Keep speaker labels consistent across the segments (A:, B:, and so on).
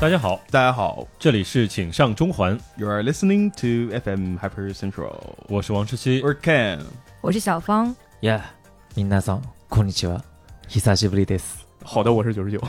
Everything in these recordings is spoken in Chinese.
A: 大家好，
B: 大家好
A: 这里是请上中环，
B: ，You are listening to FM Hyper Central。
A: 我是王晨曦。
B: 我是 Ken，
C: 我是小芳，
D: Yeah，みなさんこんにちは。久しぶりです。
E: 好的，我是九十九。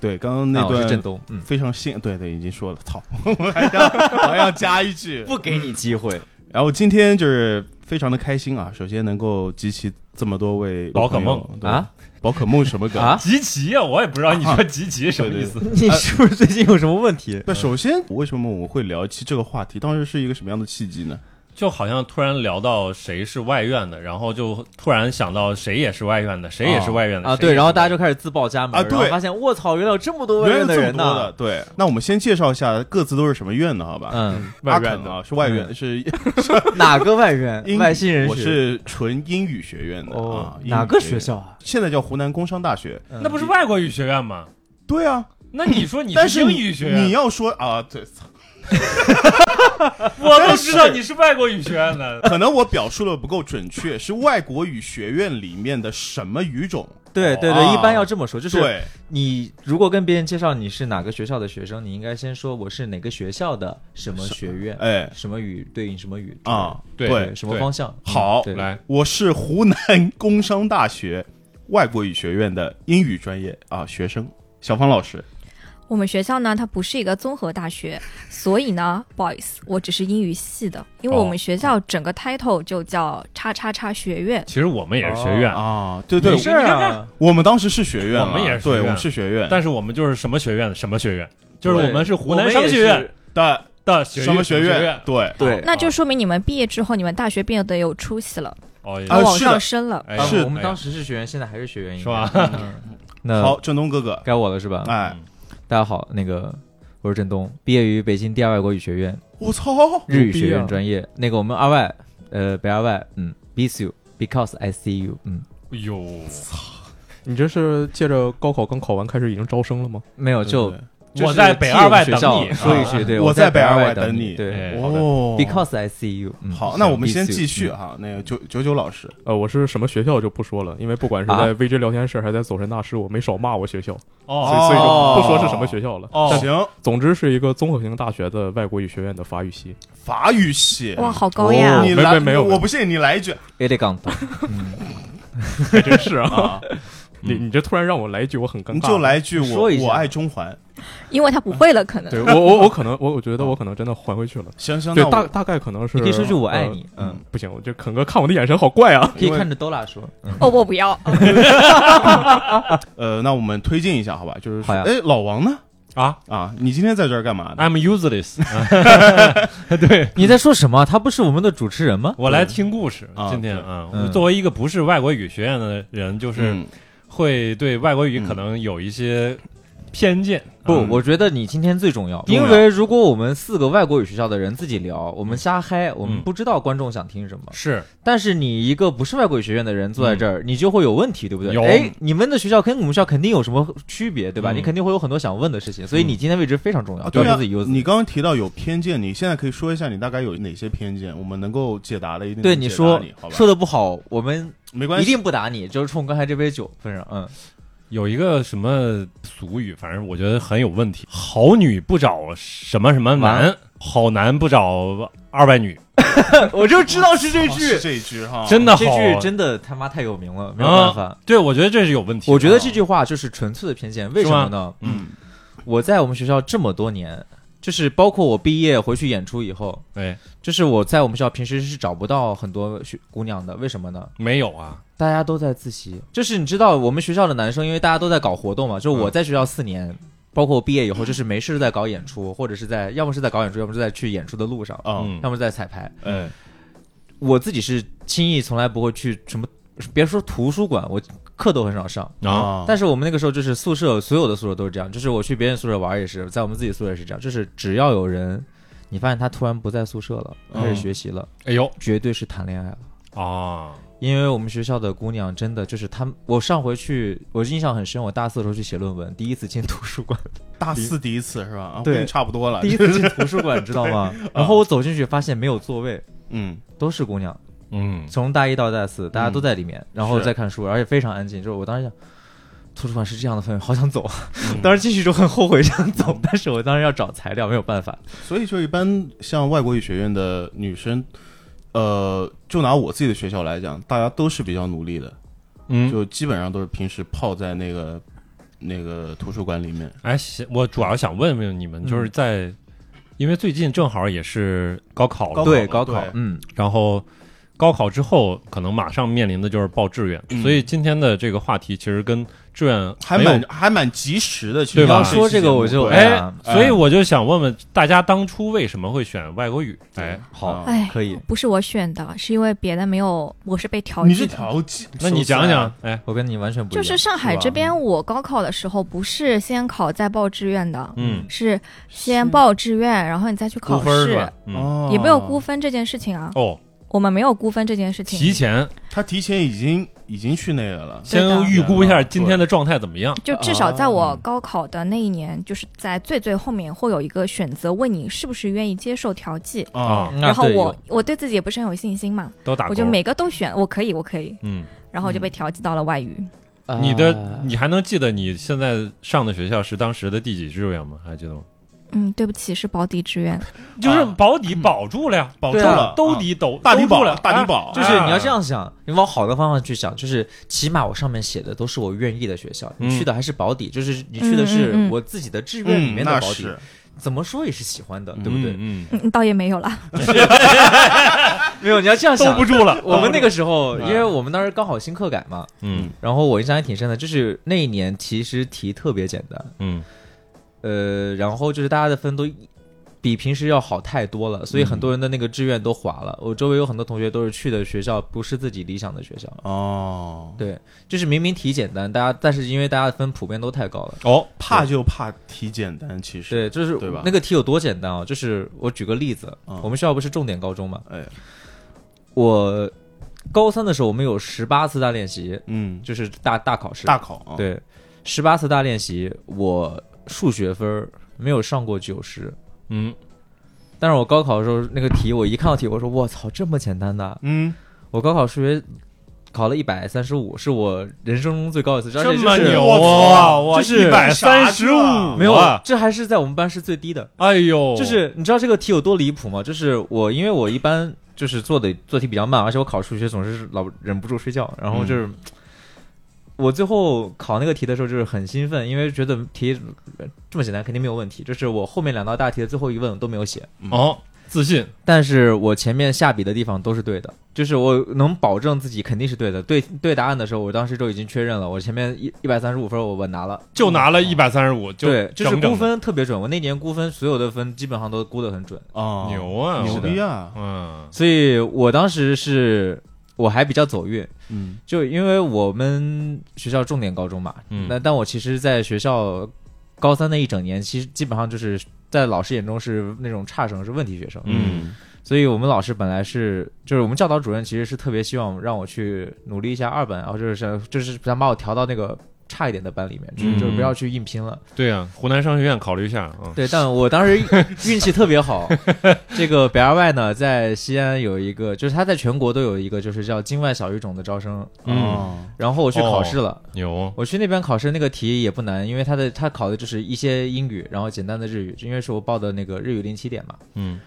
B: 对，刚刚那
D: 啊我是振
B: 段
D: 东，嗯，
B: 非常新，对对，已经说了， 操，我还要我还要加一句。
D: 不给你机会。
B: 然后今天就是非常的开心啊，首先能够集齐这么多位
A: 宝可梦
B: 朋友对
D: 啊
B: 宝可梦什么梗
D: 啊
A: 集齐啊，我也不知道你说集齐什么意思。
D: 你是不是最近有什么问 题？
B: 那首先，为什么我们会聊起这个话题？当时是一个什么样的契机呢？
A: 就好像突然聊到谁是外院的，然后就突然想到谁也是外院的，谁也是外院的
D: 啊？对，然后大家就开始自报家门
B: 啊对
D: 然后发现卧槽，原来有这么多外
B: 原
D: 院
B: 来
D: 的
B: 这么
D: 人
B: 多的，
D: 呢。
B: 对。那我们先介绍一下各自都是什么院的，好吧？
D: 嗯，
B: 阿
A: 外院
B: 肯
A: 的
B: 啊，是外院，是
D: 哪个外
B: 英
D: 院？外星人
B: 我是纯英语学院的啊
D: 哦，，
B: 英语
D: 哪个
B: 学
D: 学
B: 院？
D: 校啊？
B: 现在叫湖南工商大学。
D: 嗯
A: 那不是外国语学院吗？
B: 对啊，
A: 那你说你
B: 但是
A: 英
B: 你
A: 语学
B: 你
A: 院，
B: 要说啊，对， 操
A: 我都
B: 但
A: 知道
B: 是
A: 你是外国语学院 的。
B: 可能我表述的不够准确，是外国语学院里面的什么语种？
D: 对对
B: 哦
D: 对，一般要这么说，就是
B: 对，
D: 你如果跟别人介绍你是哪个学校的学生，你应该先说我是哪个学校的什么学院，
B: 哎
D: 什么语对应什么语
B: 啊，
A: 对
D: 对，什么方向？嗯
B: 好
D: 对
A: 来，
B: 我是湖南工商大学外国语学院的英语专业啊学生小芳老师。
C: 我们学校呢，它不是一个综合大学，所以呢，不好意思，我只是英语系的，因为
A: 哦
C: 我们学校整个 title 就叫叉叉叉学院。
A: 其实我们也是学院，
B: 啊，对对
D: 没，事
A: 你看
D: 啊
A: 看。
B: 我们当时是学院啊，
A: 我们也是学
B: 对，
A: 院
B: 我们是学院，
A: 但是我们就是什么学院的什么学院，就是我们是湖南
D: 对
A: 商学院，
B: 但
A: 的学
B: 什么
A: 学
B: 院？对，
D: 我们也是对，
C: 哦那就说明你们毕业之后，你们大学变得有出息了，
A: 哦，也
B: 啊
C: 能往
B: 是的
C: 上升了。
A: 哎
D: 啊
A: 呀
B: 是
D: 我们
A: 哎呀
D: 当时是学员，现在还是学员，应
A: 是
D: 该
A: 吧？
D: 嗯 那
B: 好，振东哥哥，
D: 该我了是吧？
B: 哎，
D: 大家好，那个我是振东，毕业于北京第二外国语学院
B: 我操，
D: 日语学院专业。那个我们二外，呃，北二外，嗯，BSU。u Because I see you，嗯，
A: 哎呦，
E: 你这是借着高考刚考完开始已经招生了吗？
D: 没有就
B: 对
D: 就是
A: 我在北二外
D: 替我们学校
A: 等你
D: 说一
A: 啊
D: 句，对，
B: 我
D: 我
B: 在北
D: 北
B: 二外
D: 外
B: 等你
D: 你，对
A: 哎
B: 对
A: 好的
B: 哦
D: ，Because I see you，嗯
B: 好，那我们先
D: BSU
B: 继续啊
D: 嗯
B: 哈，那个九九九老师，
E: 呃，我是什么学校就不说了，因为不管是
D: 啊
E: 在 VJ 聊天室还是在走神大师，我没少骂我学校，所以
A: 哦
E: 所以就不说是什么
B: 学
E: 学校了。
A: 哦，
B: 行，
E: 总之是一个综合型大学的外国语学院的法语系。
B: 法语系，
C: 哇，好
D: 哦
C: 高呀！
B: 你
E: 没
B: 来，
E: 没没有
B: 我不信你来一句
D: 嗯 Elegant，
E: 还真是啊！
B: 啊，
E: 你你这突然让我来一句，我很尴尬。
B: 你就来一句我
D: 说一下
B: 我爱中环，
C: 因为他不会了，可能
E: 对我我我可能我我觉得我可能真的还回去了。
B: 行行，
E: 对
B: 嗯那，
E: 大
B: 我
E: 大概可能是
D: 你可以说句“我爱
E: 呃
D: 你”，嗯，
E: 不行，我这肯哥看我的眼神好怪啊！
D: 可以看着 Dola 说， 嗯
C: 哦，我不要。
B: 呃，那我们推荐一下好吧，就是说，
D: 好呀
B: 哎，老王呢？
A: 啊
B: 啊，你今天在这儿干嘛呢？
E: 哎
A: ，I'm useless，对
D: 你在说什么？他不是我们的主持人吗？
A: 我来听故事
B: 啊。
A: 今天
B: 对
A: 啊，
D: 嗯
A: 作为一个不是外国语学院的人，就是
B: 嗯
A: 会对外国语可能有一些偏见。啊
D: 不
B: 嗯，
D: 我觉得你今天最重要，
B: 重要
D: 因为如果我们四个外国语学校的人自己聊，我们瞎嗨，我们不知道观众想听什么。
A: 是
D: 但是你一个不是外国语学院的人坐在这儿，你就会有问题，对不对？
A: 有
D: 哎，你们的学校跟我们学校肯定有什么区别，对吧？
A: 嗯
D: 你肯定会有很多想问的事情，所以你今天位置非常重要，
B: 啊，
D: 不要
B: 对啊
D: 说哦自己优，
B: 你刚刚提到有偏见，你现在可以说一下你大概有哪些偏见，我们能够解答的一定
D: 对
B: 能
D: 你
B: 解答
D: 说
B: 你好吧
D: 说，的不好，我们
B: 没关
D: 一
B: 系，
D: 定不打你，就是冲刚才这杯酒份上，嗯，
A: 有一个什么俗语，反正我觉得很有问题。好女不找什么什么男，好男不找二外女，
D: 我就知道是这
B: 哦
D: 句
B: 是，这一句哈，
A: 真的
D: 这
A: 好。啊
D: 句真的他妈太有名了，没有办法。
A: 对，我觉得这是有问题的。啊
D: 我觉得这句话就是纯粹的偏见，为什么
A: 是
D: 呢？
B: 嗯，
D: 我在我们学校这么多年，就是包括我毕业回去演出以后，
A: 哎，
D: 就是我在我们学校平时是找不到很多学姑娘的，为什么呢？
A: 没有啊，
D: 大家都在自习，就是你知道我们学校的男生，因为大家都在搞活动嘛，就是我在学校四年。包括我毕业以后，就是没事在搞演出，或者是在要么是在搞演出，要么是在去演出的路上，
B: 啊，
A: 嗯
D: 要么是在彩排。
B: 哎，
D: 我自己是轻易从来不会去什么，别说图书馆，我课都很少上。
A: 啊，
B: 啊，
D: 但是我们那个时候就是宿舍，所有的宿舍都是这样，就是我去别人宿舍玩也是，在我们自己宿舍也是这样，就是只要有人，你发现他突然不在宿舍了，
B: 嗯
D: 开始学习了，
A: 哎呦
D: 绝对是谈恋爱了。
A: 啊，
D: 因为我们学校的姑娘真的就是她们，我上回去我印象很深，我大四的时候去写论文，第一次进图书馆，
B: 大四第一次是吧？ 啊，我啊
D: 对
B: 跟你差不多了
D: 第，一次进图书馆，知道 吗？然后我走进去发现没有座位，
B: 嗯，
D: 都是姑娘，
A: 嗯，
D: 从大一到大四，大家都在里面，然后在看书，而且非常安静。就是我当时想，图书馆是这样的氛围，好想走。啊 当时进去之后很后悔想走，但是我当时要找材料，没有办法。
B: 所以就一般像外国语学院的女生，呃，就拿我自己的学校来讲，大家都是比较努力的，
A: 嗯，
B: 就基本上都是平时泡在那个那个图书馆里面。
A: 哎，行我主要想问问你们，就是在、因为最近正好也是高考了，
B: 高考
D: 对
B: 了
D: 高考
B: 对，
D: 嗯，
A: 然后高考之后可能马上面临的就是报志愿，
B: 嗯
A: 所以今天的这个话题其实跟志愿
B: 还
A: 没有
B: 蛮还蛮及时的，其实
A: 对
D: 你
A: 吧
D: 要
B: 这期
D: 说这
B: 节
D: 个
B: 目
D: 我就
B: 会
A: 哎
D: 呀
A: 所以我就想问问大家当初为什么会选外国语？哎，
D: 好
B: 啊
C: 哎，
D: 可以，
C: 不是我选的，是因为别的没有，我是被调剂
B: 啊你
C: 的。
B: 是调剂，
A: 那你讲讲，哎，
D: 我跟你完全不一
C: 就
D: 样。
C: 是上海这
D: 吧
C: 边，我高考的时候不是先考再报志愿的，
A: 嗯，
C: 是先报志愿，然后你再去
A: 估
C: 考
A: 分儿是
C: 试
A: 吧，？嗯，
B: 哦
C: 也没有估分这件事情啊。
A: 哦，
C: 我们没有估分这件事情，
A: 提前
B: 他提前已经已经去那个了，
A: 先
C: 对的
A: 预估一下今天的状态怎么样？
C: 就至少在我
A: 哦
C: 高考的那一年，就是在最最后面会有一个选择，问你是不是愿意接受调剂。
A: 啊
B: 啊，
D: 嗯啊
C: 然后
D: 对
C: 我
D: 有
C: 我对自己也不是很有信心嘛，
A: 都打勾
C: 我就每个都选，我可以，我可以，
A: 嗯，
C: 然后就被调剂到了外语。
A: 你的
D: 啊
A: 你还能记得你现在上的学校是当时的第几志愿吗？还记得吗？
C: 嗯，对不起，是保底志愿。
A: 就是保底保住了呀，
B: 保住
D: 对啊
B: 了，
A: 兜
B: 啊
A: 底兜
B: 大底
A: 兜住
B: 保
A: 了，，
B: 大底保，
D: 就是
A: 啊
D: 你要这样想，你往好的方向去想，就是起码我上面写的都是我愿意的学校，
A: 嗯
D: 你去的还是保底，就是你去的
C: 嗯
D: 是
C: 嗯嗯
D: 我自己的志愿里
B: 嗯，
D: 面的
B: 那
D: 保底，
B: 是
D: 怎么说也是喜欢的，
B: 嗯
D: 对不对？
A: 嗯，嗯
C: 嗯，倒也没有了。
D: 没有，你要这样
A: 兜
D: 想啊
A: 不。住了，
D: 我们那个时候，
B: 嗯
D: 因为我们当时刚好新课改嘛，
A: 嗯
D: 然后我印象还挺深的，就是那一年其实题特别简单，
A: 嗯
D: 呃，然后就是大家的分都一比平时要好太多了，所以很多人的那个志愿都划了。我周围有很多同学都是去的学校不是自己理想的学校，
B: 哦，
D: 对，就是明明题简单，大家但是因为大家的分普遍都太高了。
A: 哦，
B: 怕就怕题简单，其实，
D: 对，就是
B: 对吧
D: 那个题有多简单啊？就是我举个例子，
B: 嗯
D: 我们学校不是重点高中嘛？
B: 哎，
D: 我高三的时候，我们有十八次大练习，
B: 嗯，
D: 就是大大考试。
B: 大考啊，
D: 对，十八次大练习，我数学分儿没有上过九十，
A: 嗯
D: 但是我高考的时候那个题，我一看到题，我说我操，这么简单的！啊
B: 嗯，
D: 我高考数学考了一百三十五，是我人生中最高一次，而
A: 这
D: 且就
A: 么
D: 是
A: 牛啊！
B: 我
A: 我
D: 就是
A: 一百
D: 啊
A: 三十五，啊
D: 没有，这还是在我们班是最低的。
A: 哎呦，
D: 就是你知道这个题有多离谱吗？就是我，因为我一般就是做的做题比较慢，而且我考数学总是老忍不住睡觉，然后
A: 嗯
D: 就是。我最后考那个题的时候，就是很兴奋，因为觉得题呃这么简单肯定没有问题。就是我后面两道大题的最后一问都没有写，
A: 哦，自信，
D: 但是我前面下笔的地方都是对的，就是我能保证自己肯定是对的。对对答案的时候，我当时就已经确认了，我前面一一百三十五分我稳拿了，
A: 就拿了一百三十五，哦就
D: 对，就是
A: 整整的
D: 估分特别准。我那年估分所有的分基本上都估得很准。
B: 哦，
A: 牛啊，
B: 牛
A: 我
B: 逼啊，
A: 嗯
D: 所以我当时是我还比较走运，
B: 嗯
D: 就因为我们学校重点高中嘛，
A: 嗯
D: 那但我其实在学校高三那一整年，其实基本上就是在老师眼中是那种差生，是问题学生，
A: 嗯
D: 所以我们老师本来是就是我们教导主任其实是特别希望让我去努力一下二本，然后就是想就是想把我调到那个。差一点的班里面去，
A: 嗯
D: 就是不要去硬拼了。
A: 对呀，湖南商学院考虑一下啊，
D: 对，但我当时运气特 别好。这个北二外呢，在西安有一个，就是他在全国都有一个，就是叫境外小语种的招生。
A: 嗯，哦
B: 哦
D: 然后我去考试了，
A: 牛，
D: 我去那边考试，那个题也不难，因为他的他考的就是一些英语，然后简单的日语，因为是我报的那个日语零起点嘛。
A: 嗯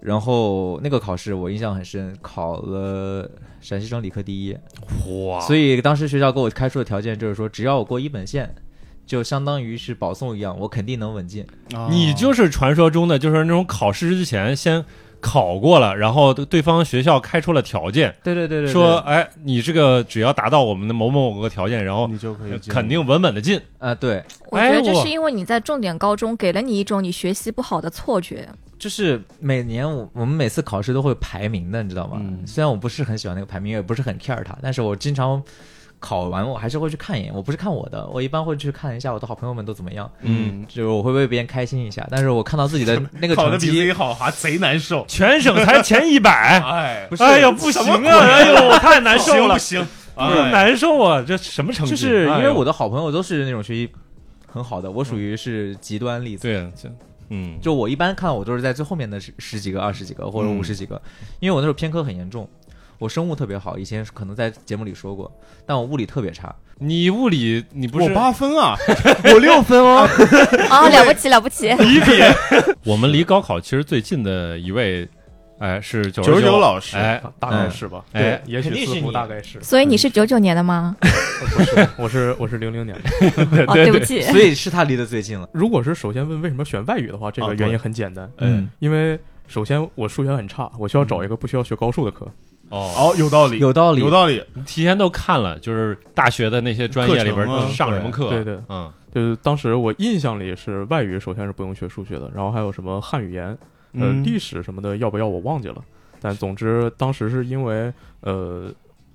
D: 然后那个考试我印象很深，考了陕西省理科第一，
A: 哇，
D: 所
A: 以
D: 以当时学校给我开出的条件就是说，只要我过一本线，就相当于是保送一样，我肯定能稳进。
B: 哦
A: 嗯你就是传说中的，就是那种考试之前先考过了，然后对方学校开出了条件，
D: 对对对对
A: 说哎，你这个只要达到我们的某某某个条件，然后
B: 你嗯就可以进
A: 肯定稳稳的进。
D: 啊、对，
C: 我觉得这
A: 哎我
C: 是因为你在重点高中给了你一种你学习不好的 错觉。
D: 就是每年我我们每次考试都会有排名的，你知道吗？
B: 嗯
D: 虽然我不是很喜欢那个排名，也不是很 care 它，但是我经常考完我还是会去看一眼。我不是看我的，我一般会去看一下我的好朋友们都怎么样，
A: 嗯，
D: 就是我会为别人开心一下。但是我看到自己的那个
B: 考的
D: 成
B: 比自己
D: 绩，
B: 好，还贼难受，
A: 全省才前一百，
B: 哎，
D: 不是
A: 哎呦不行啊，哎呦我太难受了
B: 不， 行，
A: 不是
B: 哎
A: 难受啊，这什么成绩？哎
D: 就是因为我
A: 的
D: 的好朋友都是那种学习很好的，我属于是极端例子。
A: 对，这嗯
D: 就我一般看，我都是在最后面的十十几个、二十几个或者
B: 嗯
D: 五十几个，因为我那时候偏科很严重，我生物特别好，以前可能在节目里说过，但我物理特别差，
A: 你物理你不
B: 我
A: 是
B: 八分啊，
D: 我六分哦。
C: 哦，了不起了不起，
A: 理解？我们离高考其实最近的一位，哎，是九
B: 九
A: 十
B: 十九老师
A: 哎，
E: 大概是吧，
A: 嗯哎
E: 对，也许
A: 肯定是
E: 似乎
A: 你
E: 大 概是，
C: 所以你是九九年的吗？
E: 不是，我是我是零零年的。
A: 对
C: 哦，对不
A: 对，
C: 起，
D: 所以是他离得最近了。
E: 如果是首先问为什么选外语的话，这个
B: 啊
E: 原
B: 对
E: 因很简单，
A: 嗯，
E: 因为首先我数学很差，我需要找一个不需要学高数的课。
A: 哦，
B: 哦，有道理，
D: 嗯有道理
B: 有。道理，
A: 你提前都看了，就是大学的那些专业里边
B: 课程啊
A: 上什么课，
E: 对对，
A: 嗯，
E: 就是当时我印象里是外语首先是不用学数学的，然后还有什么汉语言、呃
B: 嗯
E: 历史什么的，要不要我忘记了。但总之当时是因为呃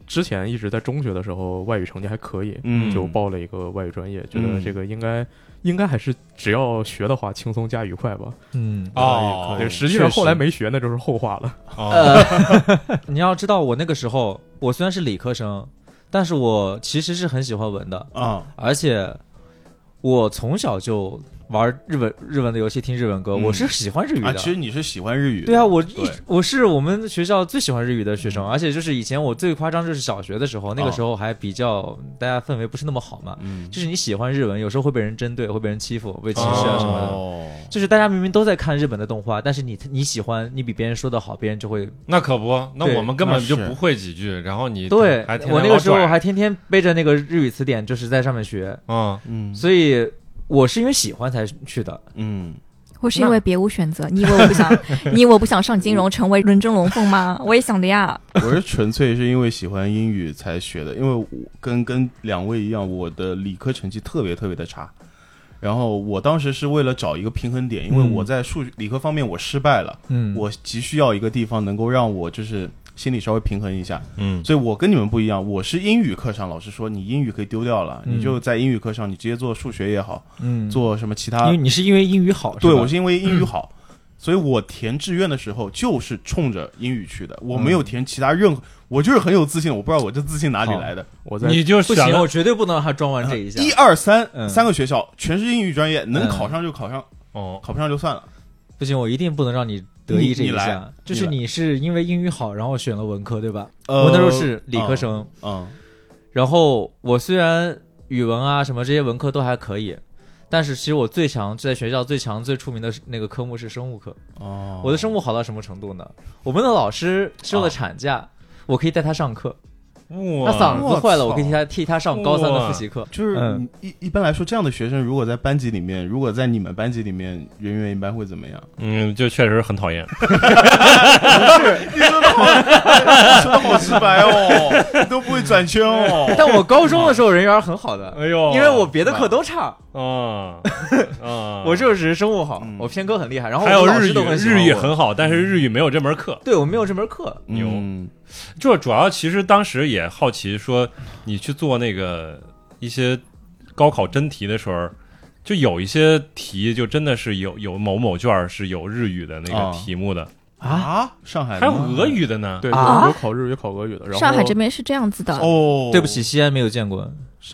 E: 之前一直在中学的时候外语成绩还可以，
B: 嗯
E: 就报了一个外语专业，觉
B: 嗯
E: 得这个应该应该还是只要学的话轻松加愉快吧。
D: 嗯
A: 哦
E: 对，实际上后来没学那就是后话了。
A: 哦，
D: 呃，你要知道，我那个时候我虽然是理科生，但是我其实是很喜欢文的，
A: 呃
B: 啊，
D: 而且我从小就玩日本日文的游戏，听日文歌，
B: 嗯
D: 我是喜欢日语的。
B: 啊，其实你是喜欢日语的，
D: 对啊，我一
B: 对嗯
D: 我是我们学校最喜欢日语的学生，而且就是以前我最夸张就是小学的时候，那个时候还比较大家氛围不是那么好嘛，
B: 哦嗯，
D: 就是你喜欢日文，有时候会被人针对，会被人欺负，被歧
A: 是
D: 视啊什么的。
B: 哦，
D: 就是大家明明都在看日本的动画，但是你你喜欢，你比别人说的好，别人就会
A: 那可不，那
D: 对
A: 我们根本
B: 那
A: 就是不会几句，然后你
D: 对
A: 还天天
D: 我那个
A: 老
D: 时候
A: 拽
D: 还天天背着那个日语词典，就是在上面学，
A: 嗯，
B: 嗯
D: 所以我是因为喜欢才去的。
B: 嗯，
C: 我是因为别无选择。你以为我不 想，你以为我不想上金融成为人中龙凤吗？我也想的呀。
B: 我是纯粹是因为喜欢英语才学的，因为我跟跟两位一样，我的理科成绩特别特别的差。然后我当时是为了找一个平衡点，因为
D: 嗯
B: 我在数理科方面我失败了，
D: 嗯
B: 我急需要一个地方能够让我就是心里稍微平衡一下。
A: 嗯
B: 所以我跟你们不一样，我是英语课上老师说你英语可以丢掉了，
D: 嗯
B: 你就在英语课上你直接做数学也好，
D: 嗯，
B: 做什么其
D: 因
B: 他
D: 为，你是因为英语好，
B: 对
D: 是吧嗯
B: 我是因为英语好。所以我填志愿的时候就是冲着英语去的，我没
D: 嗯
B: 有填其他任何，我就是很有自信，我不知道我这自信哪里来的。
E: 我在
A: 你就
D: 不
A: 选
D: 行，啊
A: 了
D: 我绝对不能让他装完这一下。
B: 一二三
D: 嗯
B: 三个学校全是英语专业，能
D: 嗯
B: 考上就考上，
A: 哦，
B: 考不上就算了。
D: 不行，我一定不能让你得意这一
B: 你你
D: 下
B: 来。
D: 就是
B: 你
D: 你是因为英语好，然后选了文科，对吧？
B: 呃
D: 我那时候是理科生，
B: 嗯，
D: 然后我虽然语文啊什么这些文科都还可以。但是其实我最强在学校最强最出名的那个科目是生物课，
B: 哦
D: 我的生物好到什么程度呢？我们的老师休了产假，我可以带他上课。
A: 哇
D: 他嗓子坏了，
B: 我操
D: 我可以替他替他上高三的复习课。
B: 就是
D: 嗯
B: 你一一般来说，这样的学生如果在班级里面，如果在你们班级里面，人缘一般会怎么 样？
A: 嗯，就确实很讨厌。
B: 你说的好，说的好直白哦， 你都不会转圈哦。
D: 但我高中的时候人缘很好的，
A: 哎呦，
D: 因为我别的课都差，
A: 啊啊，
D: 我就是生物好
B: 嗯，
D: 我偏科很厉害，然后
A: 还有
D: 我老
A: 日
D: 师都
A: 语，
D: 很喜欢
A: 日语
D: 我嗯
A: 很哦好，但是日语没有这门课。
D: 对我没有这门课，
A: 牛
B: 嗯
A: 就主要其实当时也好奇，说你去做那个一些高考真题的时候，就有一些题就真的是有有某某卷儿是有日语的那
B: 啊
A: 个
D: 哦
A: 题目的，
B: 啊，上海的
A: 还有
B: 吗
A: 俄语的呢。
E: 对有
D: 啊
E: 有考日语、考俄语的，然后
C: 上海这边是这样子的，
B: 哦，
D: 对不起，，西安没有见过。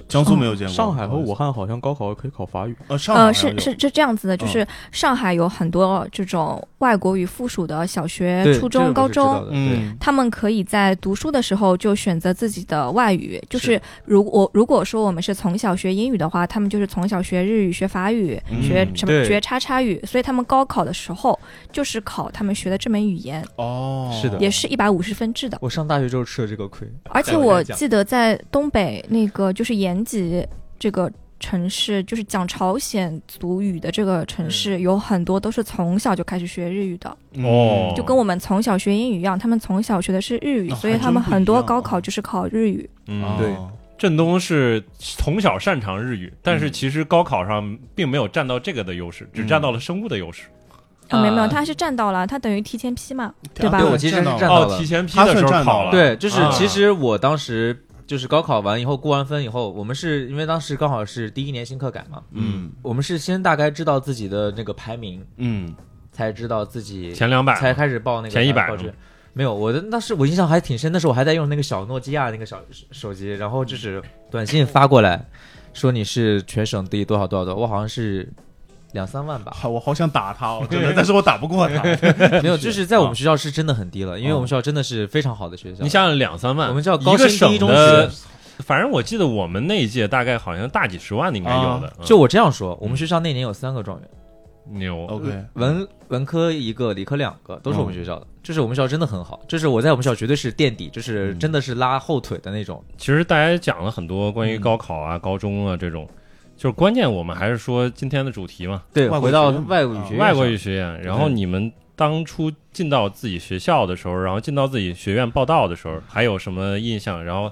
B: 江苏没有见过。啊
E: 上海和武汉好像高考可以考法语，
B: 呃，上海好
C: 呃，
B: 像
C: 是
B: 有
C: 是是这样子的，就
B: 嗯
C: 是上海有很多这种外国语附属的小学、
D: 对，
C: 哎初
D: 这
C: 中、
D: 个
C: 高
D: 我是知道
C: 中。
D: 的，对
B: 嗯
C: 他们可以在读书的时候就选择自己的外语，就是是如果如果说我们是从小学英语的话，他们就是从小学日语、学法语、
B: 嗯
C: 学什么
D: 对
C: 学叉叉语，所以他们高考的时候就是考他们学的这门语言，
B: 哦，
D: 是的
C: 也是一百五十分制的。
D: 我上大学之后吃了这个亏，
C: 而且我记得在东北那个就是延吉这个城市，就是讲朝鲜族语的这个
D: 嗯
C: 城市，有很多都是从小就开始学日语的，
B: 嗯
A: 哦
C: 嗯就跟我们从小学英语一样，他们从小学的是日语，
B: 哦
C: 所以他们很多高考就是考日语。
A: 嗯，
D: 对
A: 振东是从小擅长日语，但是其实高考上并没有占到这个的优势，只占到了生物的优势。
C: 啊、没有没有，
D: 啊
C: 他是占到了，他等于提前批嘛，
B: 对
C: 对吧
B: 啊
C: 对
D: 我其实
B: 见
D: 是
B: 到
D: 占
B: 了
D: 到了
A: 哦，提前批
B: 他
A: 的时
B: 算
A: 候
B: 占到
A: 考了，
B: 了
D: 对，就是
A: 啊
D: 其实我当时就是高考完以后过完分以后，我们是因为当时刚好是第一年新课改嘛，
B: 嗯
D: 我们是先大概知道自己的那个排名，
B: 嗯
D: 才知道自己
A: 前两百嗯
D: 才开始报那个
A: 前100
D: 报纸。没有，我的那是我印象还挺深，那时候我还在用那个小诺基亚那个小手手机，然后就是短信发过来，说你是全省第多少多少多少，我好像是两三万 吧。
B: 好，我好想打他哦，真的，但是我打不过他。
D: 没有，就是在我们学校是真的很低了，因为我们学校真的是非常好的学校。
A: 啊你想想两三万，
D: 我们叫
A: 一
D: 高
A: 个
D: 新第
A: 省
D: 一中学
A: 的，，反正我记得我们那一届大概好像大几十万的应该有的，嗯
D: 就我这样说，我们学校那年有三个状元，
A: 牛
B: OK，
D: 文文科一个，理科两个，都是我们学校的。就是我们学校真的很好，就是我在我们学校绝对是垫底，就是真的是拉后腿的那种。
A: 其实大家讲了很多关于
D: 嗯
A: 高考啊、高中啊这种，就是关键我们还是说今天的主题嘛，
D: 对，
B: 外国
D: 回到
B: 学院
D: 外国语
B: 啊
D: 学院上，
A: 外国语学院。然后你们当初进到自己学校的时候，然后进到自己学院报道的时候，还有什么印象？然后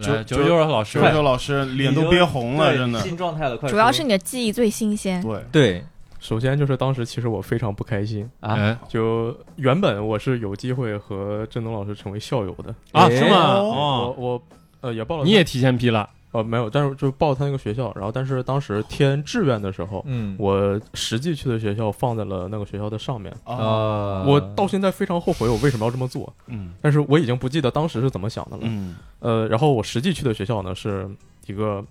B: 就
A: 来
B: 就
A: 九九老师
B: 周，周老师脸都憋红了，
D: 对
B: 真的。
D: 进状态了，快
C: 主要
D: 说
C: 是你的记忆最新鲜，
B: 对，
D: 对
E: 首先就是当时其实我非常不开心，
D: 啊
A: 哎
E: 就原本我是有机会和振东老师成为校友的，
A: 啊
D: 哎
A: 是吗？
E: 我
A: 哦，
E: 我呃也报了他，
A: 你也提前批了，
E: 呃没有，但是就报了他那个学校，然后但是当时填志愿的时候，
D: 嗯，
E: 我实际去的学校放在了那个学校的上面，
B: 啊，
D: 啊，
E: 我到现在非常后悔我为什么要这么做，
B: 嗯
E: 但是我已经不记得当时是怎么想的了。
B: 嗯，
E: 呃，然后我实际去的学校呢是一个，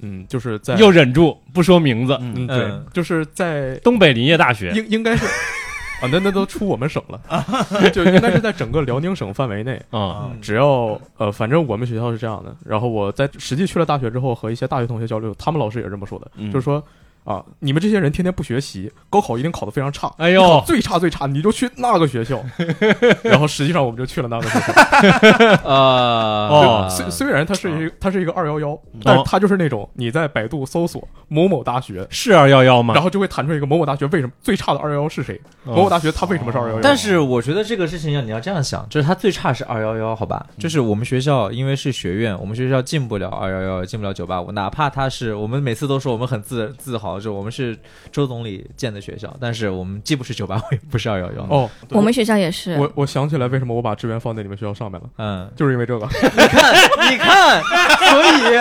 E: 嗯，就是在
A: 又忍住不说名字，
E: 嗯
B: 嗯
E: 对，
D: 嗯
E: 就是在
A: 东北林业大学。
E: 应应该是啊，那那都出我们省了， 就应该是在整个辽宁省范围内。
A: 啊，
B: 啊
D: 嗯
E: 只要呃，反正我们学校是这样的。然后我在实际去了大学之后，和一些大学同学交流，他们老师也是这么说的，
B: 嗯
E: 就是说啊，你们这些人天天不学习，高考一定考得非常差，
A: 哎
E: 你考
A: 呦，
E: 最差最差，你就去那个学校。然后实际上我们就去了那个学校。
D: 啊
A: 哦
E: 虽虽然它是一它是一个二幺幺，但是它就是那种你在百度搜索某某大学，
A: 是二幺幺吗？
E: 然后就会弹出一个某某大学为什么最差的二幺幺是谁，某某大学它为什么是二幺幺。
D: 但是我觉得这个事情要你要这样想，就是它最差是二幺幺，好吧？就是我们学校因为是学院，我们学校进不了二幺幺，进不了九八五，哪怕它是我们每次都说我们很自自豪，就我们是周总理建的学校，但是我们既不是九八五，也不是二幺幺。
E: 哦，
C: 我们学校也是。
E: 我我想起来为什么我把志愿放在你们学校上面了，
D: 嗯，
E: 就是因 为这个。
D: 你看，所以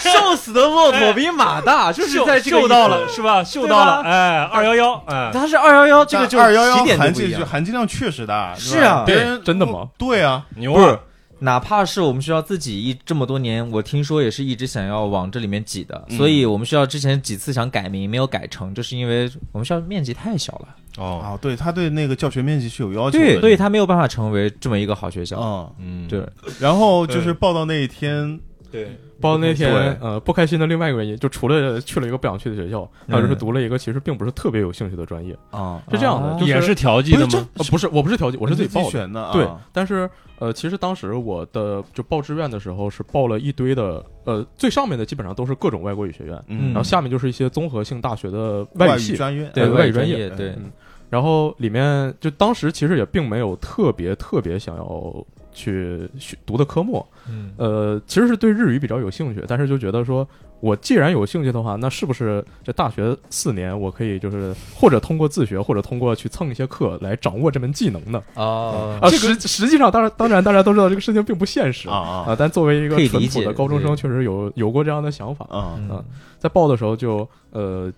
D: 瘦死的骆驼比马大，就是在这个
A: 嗅
D: 意思
A: 到了。是吧？嗅到了，哎，二幺幺，哎，
D: 它是二幺幺，这个就
B: 二幺
D: 起
B: 幺
D: 点
B: 含
D: 就不一
B: 金
D: 样
B: 就含金量确实大，
D: 是啊
B: 别人
E: 真的吗？
B: 对啊，
A: 牛
D: 不是，哪怕是我们学校自己一这么多年，我听说也是一直想要往这里面挤的，
B: 嗯
D: 所以我们学校之前几次想改名没有改成，就是因为我们学校面积太小了，
A: 哦，
B: 啊，对他对那个教学面积是有要求
D: 对，
B: 的，
D: 所以它没有办法成为这么一个好学校。
B: 嗯，
A: 嗯，
D: 对，
B: 然后就是报到那一天，
D: 对，
E: 包括那天
D: 对
E: 呃不开心的另外一个原因，就除了去了一个不想去的学校，还有就是
D: 嗯
E: 读了一个其实并不是特别有兴趣的专业。
B: 啊，
E: 是这样的，
D: 啊
E: 就
A: 也
E: 是
A: 是调剂
B: 不
A: 的
B: 是这
A: 吗？，
E: 呃不是我不是调剂，我是
B: 你
E: 自己
B: 自己
E: 报的。
B: 选的啊，
E: 对，但是呃，其实当时我的就报志愿的时候是报了一堆的，呃，最上面的基本上都是各种外国语学院，
B: 嗯
E: 然后下面就是一些综合性大学的
B: 外
E: 语系。
B: 专院，
D: 对
E: 呃
D: 外
E: 语
D: 语专
E: 专
D: 业对
E: 嗯然后里面就当时其实也并没有特别特别想要去学读的科目，
D: 嗯，
E: 呃，其实是对日语比较有兴趣，但是就觉得说我既然有兴趣的话，那是不是这大学四年我可以就是或者通过自学，或者通过去蹭一些课来掌握这门技能呢？
D: 哦
E: 啊，实实际上，当然，当然，大家都知道这个事情并不现实
B: 啊啊
E: 啊。但作为一个
D: 可以
E: 淳
D: 理
E: 朴
D: 解
E: 的高中生，
D: 对
E: 确实有有过这样的想法。
B: 啊，
D: 嗯
E: 在报的时候就呃，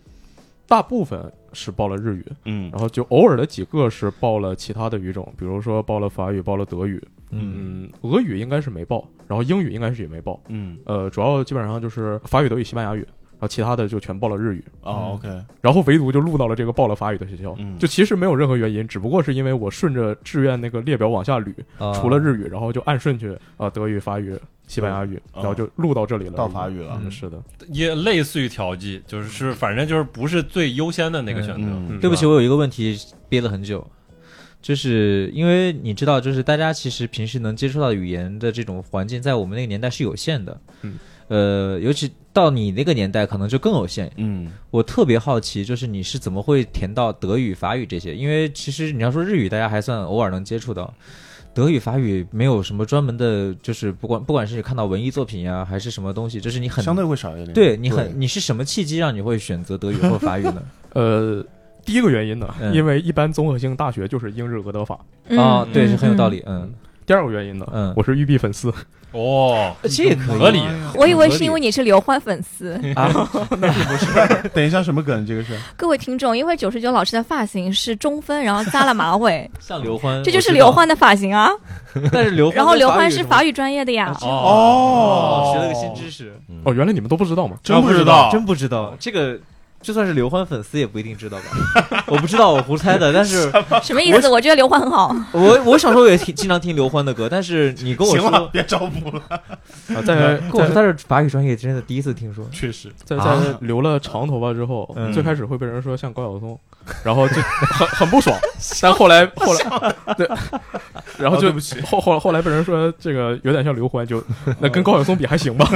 E: 大部分是报了日语，
B: 嗯
E: 然后就偶尔的几个是报了其他的语种，比如说报了法语，报了德语，
D: 嗯
E: 嗯，俄语应该是没报，然后英语应该是也没报。
B: 嗯，
E: 呃，主要基本上就是法语、德语、西班牙语，然后其他的就全报了日语。
B: 哦，OK，
E: 然后唯独就录到了这个报了法语的学校，
B: 嗯
E: 就其实没有任何原因，只不过是因为我顺着志愿那个列表往下捋，
D: 啊
E: 嗯除了日语，然后就按顺序呃德语、法语、西班牙语，
B: 嗯
E: 然后就录到这里了。
B: 到法语了
E: 嗯，是的，
A: 也类似于调剂，就是是，反正就是不是最优先的那个选择。
B: 嗯
A: 是吧
D: 对不起，，我有一个问题憋了很久，就是因为你知道，就是大家其实平时能接触到语言的这种环境，在我们那个年代是有限的。
E: 嗯，
D: 呃，尤其到你那个年代，可能就更有限。
B: 嗯
D: 我特别好奇，就是你是怎么会填到德语、法语这些？因为其实你要说日语，大家还算偶尔能接触到。德语、法语没有什么专门的，就是不管不管是你看到文艺作品呀、还是什么东西，就是你很
B: 相对会少一点，
D: 对你很你是什么契机让你会选择德语或法语 呢？
E: 呃，第一个原因呢，
D: 嗯
E: 因为一般综合性大学就是英日俄德法；
C: 嗯
D: 啊、对，
C: 嗯
D: 是很有道
C: 嗯
D: 理。嗯，
E: 第二个原因呢，
D: 嗯
E: 我是育碧粉丝，
A: 哦，
C: 呃
D: 这也可以
A: 合理
B: 哎
C: 嗯我以啊为是因为你是刘欢粉丝，
D: 啊，
B: 等一下什么梗？这个是
C: 各位听众，因为九十九老师的发型是中分，然后扎了马尾，
D: 像刘欢，
C: 这就是
D: 我知 道
C: 刘，欢的发型啊。
D: 但是刘欢，
C: 然后刘欢是法语专业的呀，
A: 哦
D: 哦，学了个新知识，
E: 哦，原来你们都不知道吗？
B: 真不知道
D: 真不知道这个就算是刘欢粉丝也不一定知道吧？我不知道，我胡猜的。但是
C: 什么意思？我觉得刘欢很好，
D: 我我小时候也挺经常听刘欢的歌，但是你跟我
B: 行
D: 说，
B: 了，别找补了。
E: 啊， 在
D: 跟我说他是法语专业，真的第一次听说。
B: 确实，
E: 在
D: 啊
E: 在留了长头发之后，
D: 嗯
E: 最开始会被人说像高晓松，然后就很很 不爽，但后来后来对，然后
B: 哦
E: 就
B: 对不起
E: 后后后来被人说这个有点像 刘欢，就那跟高晓松比还行吧。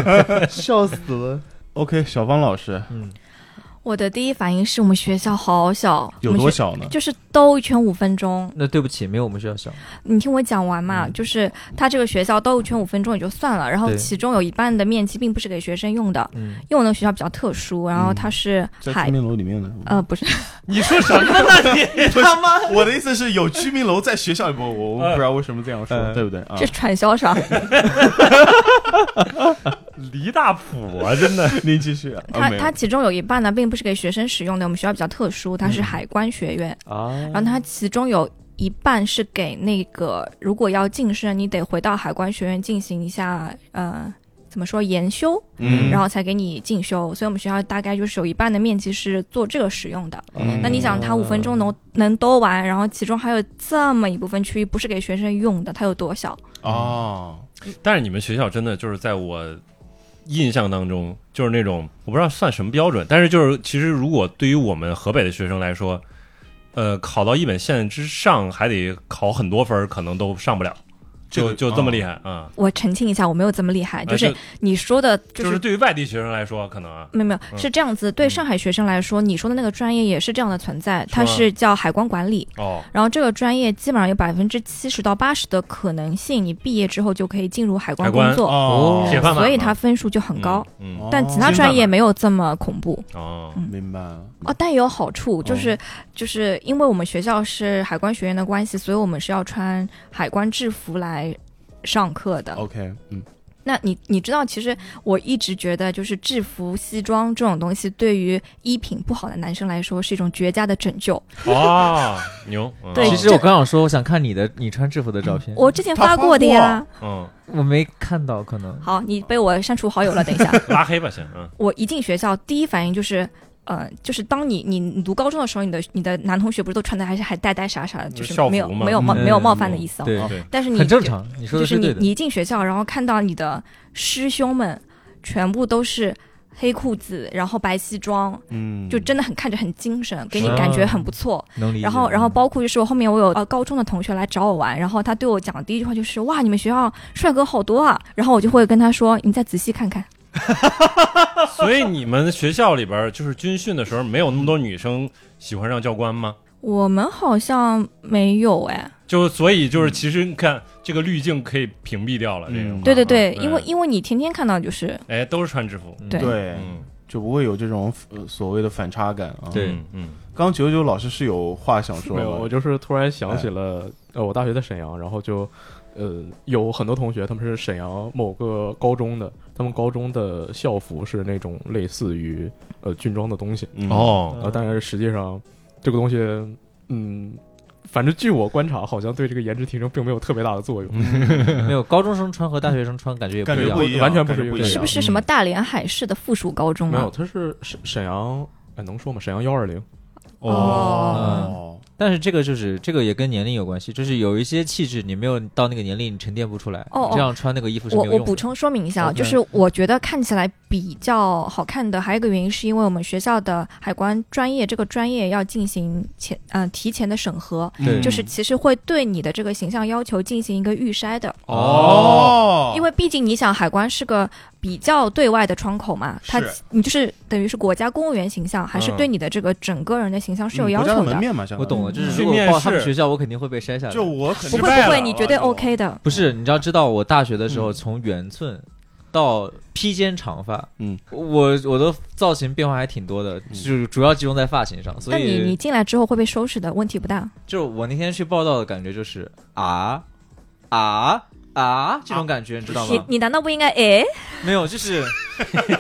D: 笑死了。
B: OK，小芳老师
D: 嗯，
C: 我的第一反应是我们学校好小，
B: 有
C: 我
B: 多
C: 们学？
B: 小呢？
C: 就是兜一圈五分钟，
D: 那对不起，没有我们学校小。
C: 你听我讲完嘛。
D: 嗯
C: 就是他这个学校兜一圈五分钟也就算了，然后
D: 对
C: 其中有一半的面积并不是给学生用的，
D: 嗯，
C: 因为我那个学校比较特殊，然后
B: 嗯
C: 它是
B: 在
C: 海
B: 居，民楼里面的。啊
C: 呃，不是，
B: 你说什么呢？你
D: 他妈
B: 我的意思是有居民楼在学校里面，我我
A: 呃
B: 不知道为什么这样说，
D: 呃
B: 对不对啊
C: 这？传销商。
A: 离大谱啊，真的。
B: 您继续啊，
C: 它
B: 没有
C: 它其中有一半呢，并不是给学生使用的。我们学校比较特殊，它
B: 嗯
C: 是海关学院，
D: 啊！
C: 然后
A: 嗯
C: 它其中有一半是给那个如果要晋升，你得回到海关学院进行一下呃怎么说研修，
B: 嗯
C: 然后才给你进修。所以我们学校大概就是有一半的面积是做这个使用的。
B: 嗯
C: 那你想，它五分
A: 嗯
C: 钟能能兜完，然后其中还有这么一部分区域不是给学生用的，它有多小？
B: 哦，
A: 但是你们学校真的就是在我印象当中，就是那种我不知道算什么标准，但是就是其实如果对于我们河北的学生来说，呃，考到一本线之上还得考很多分儿，可能都上不了，
B: 这
A: 就
B: 个哦
A: 就这么厉
B: 害。
A: 害啊。
C: 我澄清一下，我没有这么厉害，
A: 嗯
C: 哦就
A: 呃
C: 是你说的，
A: 就
C: 就
A: 就是
C: 是
A: 对于外地学生来说，可能啊，
C: 没有没有，
A: 嗯
C: 是这样子。对上海学生来说，你说的那个专业也是这样的存在，它
A: 是吗
C: 是叫海关管理。
A: 哦，
C: 然后这个专业基本上有百分之七十到八十的可能性，你毕业之后就可以进入海关
A: 海关
C: 工作，
B: 哦，
A: 铁饭碗嘛
C: 所以它分数就很高。
A: 嗯，嗯
B: 哦
C: 但其他专业没有这么恐怖
A: 哦，
B: 明白了。
C: 哦，但也有好处，就是、就是因为我们学校是海关学院的关系，所以我们是要穿海关制服来上课的。
B: OK，嗯，
C: 那你你知道，其实我一直觉得，就是制服、西装这种东西，对于衣品不好的男生来说，是一种绝佳的拯救。
A: 哦，牛，嗯
C: 对
D: 啊
C: 嗯
D: 其实我刚想说，我想看你的你穿制服的照片，
C: 我之前
B: 他发
C: 发过的
B: 过
C: 呀。
A: 嗯，
D: 我没看到，可能
C: 好，你被我删除好友了。等一下，
A: 拉黑吧，先，嗯，
C: 我一进学校，第一反应就是。呃，就是当你你你读高中的时候，你的你的男同学不是都穿的还是还呆呆傻傻的，就是
A: 校服
C: 没有
A: 嘛
C: 没有冒
D: 嗯
C: 没有冒犯的意思哦。
D: 对，
B: 哦
C: 但是你
D: 很正常。你说
C: 就
D: 的
C: 是你
D: 对的。
C: 你一进学校，然后看到你的师兄们全部都是黑裤子，然后白西装，
B: 嗯，
C: 就真的很看着很精神，给你
D: 是啊
C: 感觉很不错。
D: 能理解。
C: 然后，然后包括就是我后面我有呃高中的同学来找我玩，然后他对我讲的第一句话就是哇，你们学校帅哥好多啊。然后我就会跟他说，你再仔细看看。
A: 所以你们学校里边儿就是军训的时候，没有那么多女生喜欢上教官吗？
C: 我们好像没有哎，
A: 就所以就是，其实你看这个滤镜可以屏蔽掉了，这
B: 嗯
A: 个
C: 对对对，
A: 嗯
C: 因为因为你天天看到就是
A: 哎都是穿制服，
D: 嗯
C: 对
B: 对，
A: 嗯，
B: 就不会有这种呃所谓的反差感啊。
D: 对
A: 嗯嗯，
B: 刚九九老师是哎有话想说
E: 没有，我
B: 吗？
E: 就是突然想起了，呃，我大学在沈阳，然后就，呃，有很多同学他们是沈阳某个高中的，他们高中的校服是那种类似于呃军装的东西，
B: 嗯，
A: 哦，
E: 呃，但是实际上这个东西，嗯，反正据我观察，好像对这个颜值提升并没有特别大的作用。
B: 嗯
D: 没有高中生穿和大学生穿感觉也
B: 感觉
D: 啊不
B: 不
D: 一样。
B: 一样，
E: 完全不是
B: 感觉
E: 一
B: 不
E: 个
B: 一样，
E: 对
C: 是不是什么大连海事的附属高中
E: 没有，
C: 啊？
E: 它是沈沈阳，哎，能说吗？沈阳幺二零，
C: 哦
B: 哦，
D: 但是这个就是这个也跟年龄有关系，就是有一些气质你没有到那个年龄，你沉淀不出来。
C: 哦哦
D: 你这样穿那个衣服是
C: 我
D: 没有
C: 我
D: 用的。
C: 补充说明一下啊，
D: OK
C: 就是我觉得看起来比较好看的，还有一个原因是因为我们学校的海关专业这个专业要进行前嗯、呃、提前的审核，
D: 嗯
A: 嗯
D: 对
C: 就是其实会对你的这个形象要求进行一个预筛的，
D: 哦，
C: 因为毕竟你想海关是个比较对外的窗口嘛，它
B: 是
C: 你就是等于是国家公务员形象，还是
A: 嗯
C: 对你的这个整个人的形象是有
B: 嗯
C: 要
B: 国家的
C: 求
B: 门面嘛，相当于
D: 我懂了，就是
A: 去
D: 如果报他
A: 面
D: 们
A: 试
D: 学校，我肯定会被筛下来。
B: 就我肯定
C: 不
A: 失
C: 会
A: 败
C: 不
A: 了
C: 会，你绝对
B: 啊这种
C: OK 的。
D: 不是，你知道，知道我大学的时
B: 嗯
D: 候从圆寸到披肩长发，
B: 嗯，
D: 我我的造型变化还挺多的，就是主要集中在发型上，所
C: 但你你
D: 以
C: 进来之后会被收拾的，问题不大。
D: 就是我那天去报道的感觉就是啊啊啊这种感觉，你知道
C: 你
D: 吗？
C: 你难道不应该诶？
D: 没有，就是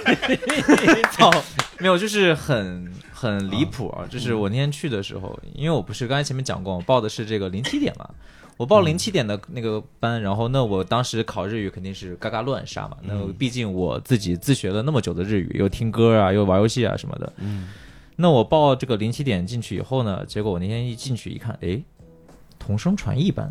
D: 操，没有，就是很很离谱啊！就是我那天去的时候，因为我不是刚才前面讲过，我报的是这个零七点嘛，我
B: 嗯
D: 报零七点的那个班，然后那我当时考日语肯定是嘎嘎乱杀嘛，那
B: 嗯
D: 毕竟我自己自学了那么久的日语，又听歌啊，又玩游戏啊什么的，
B: 嗯
D: 那我报这个零起点进去以后呢，结果我那天一进去一看，诶，同声传译班，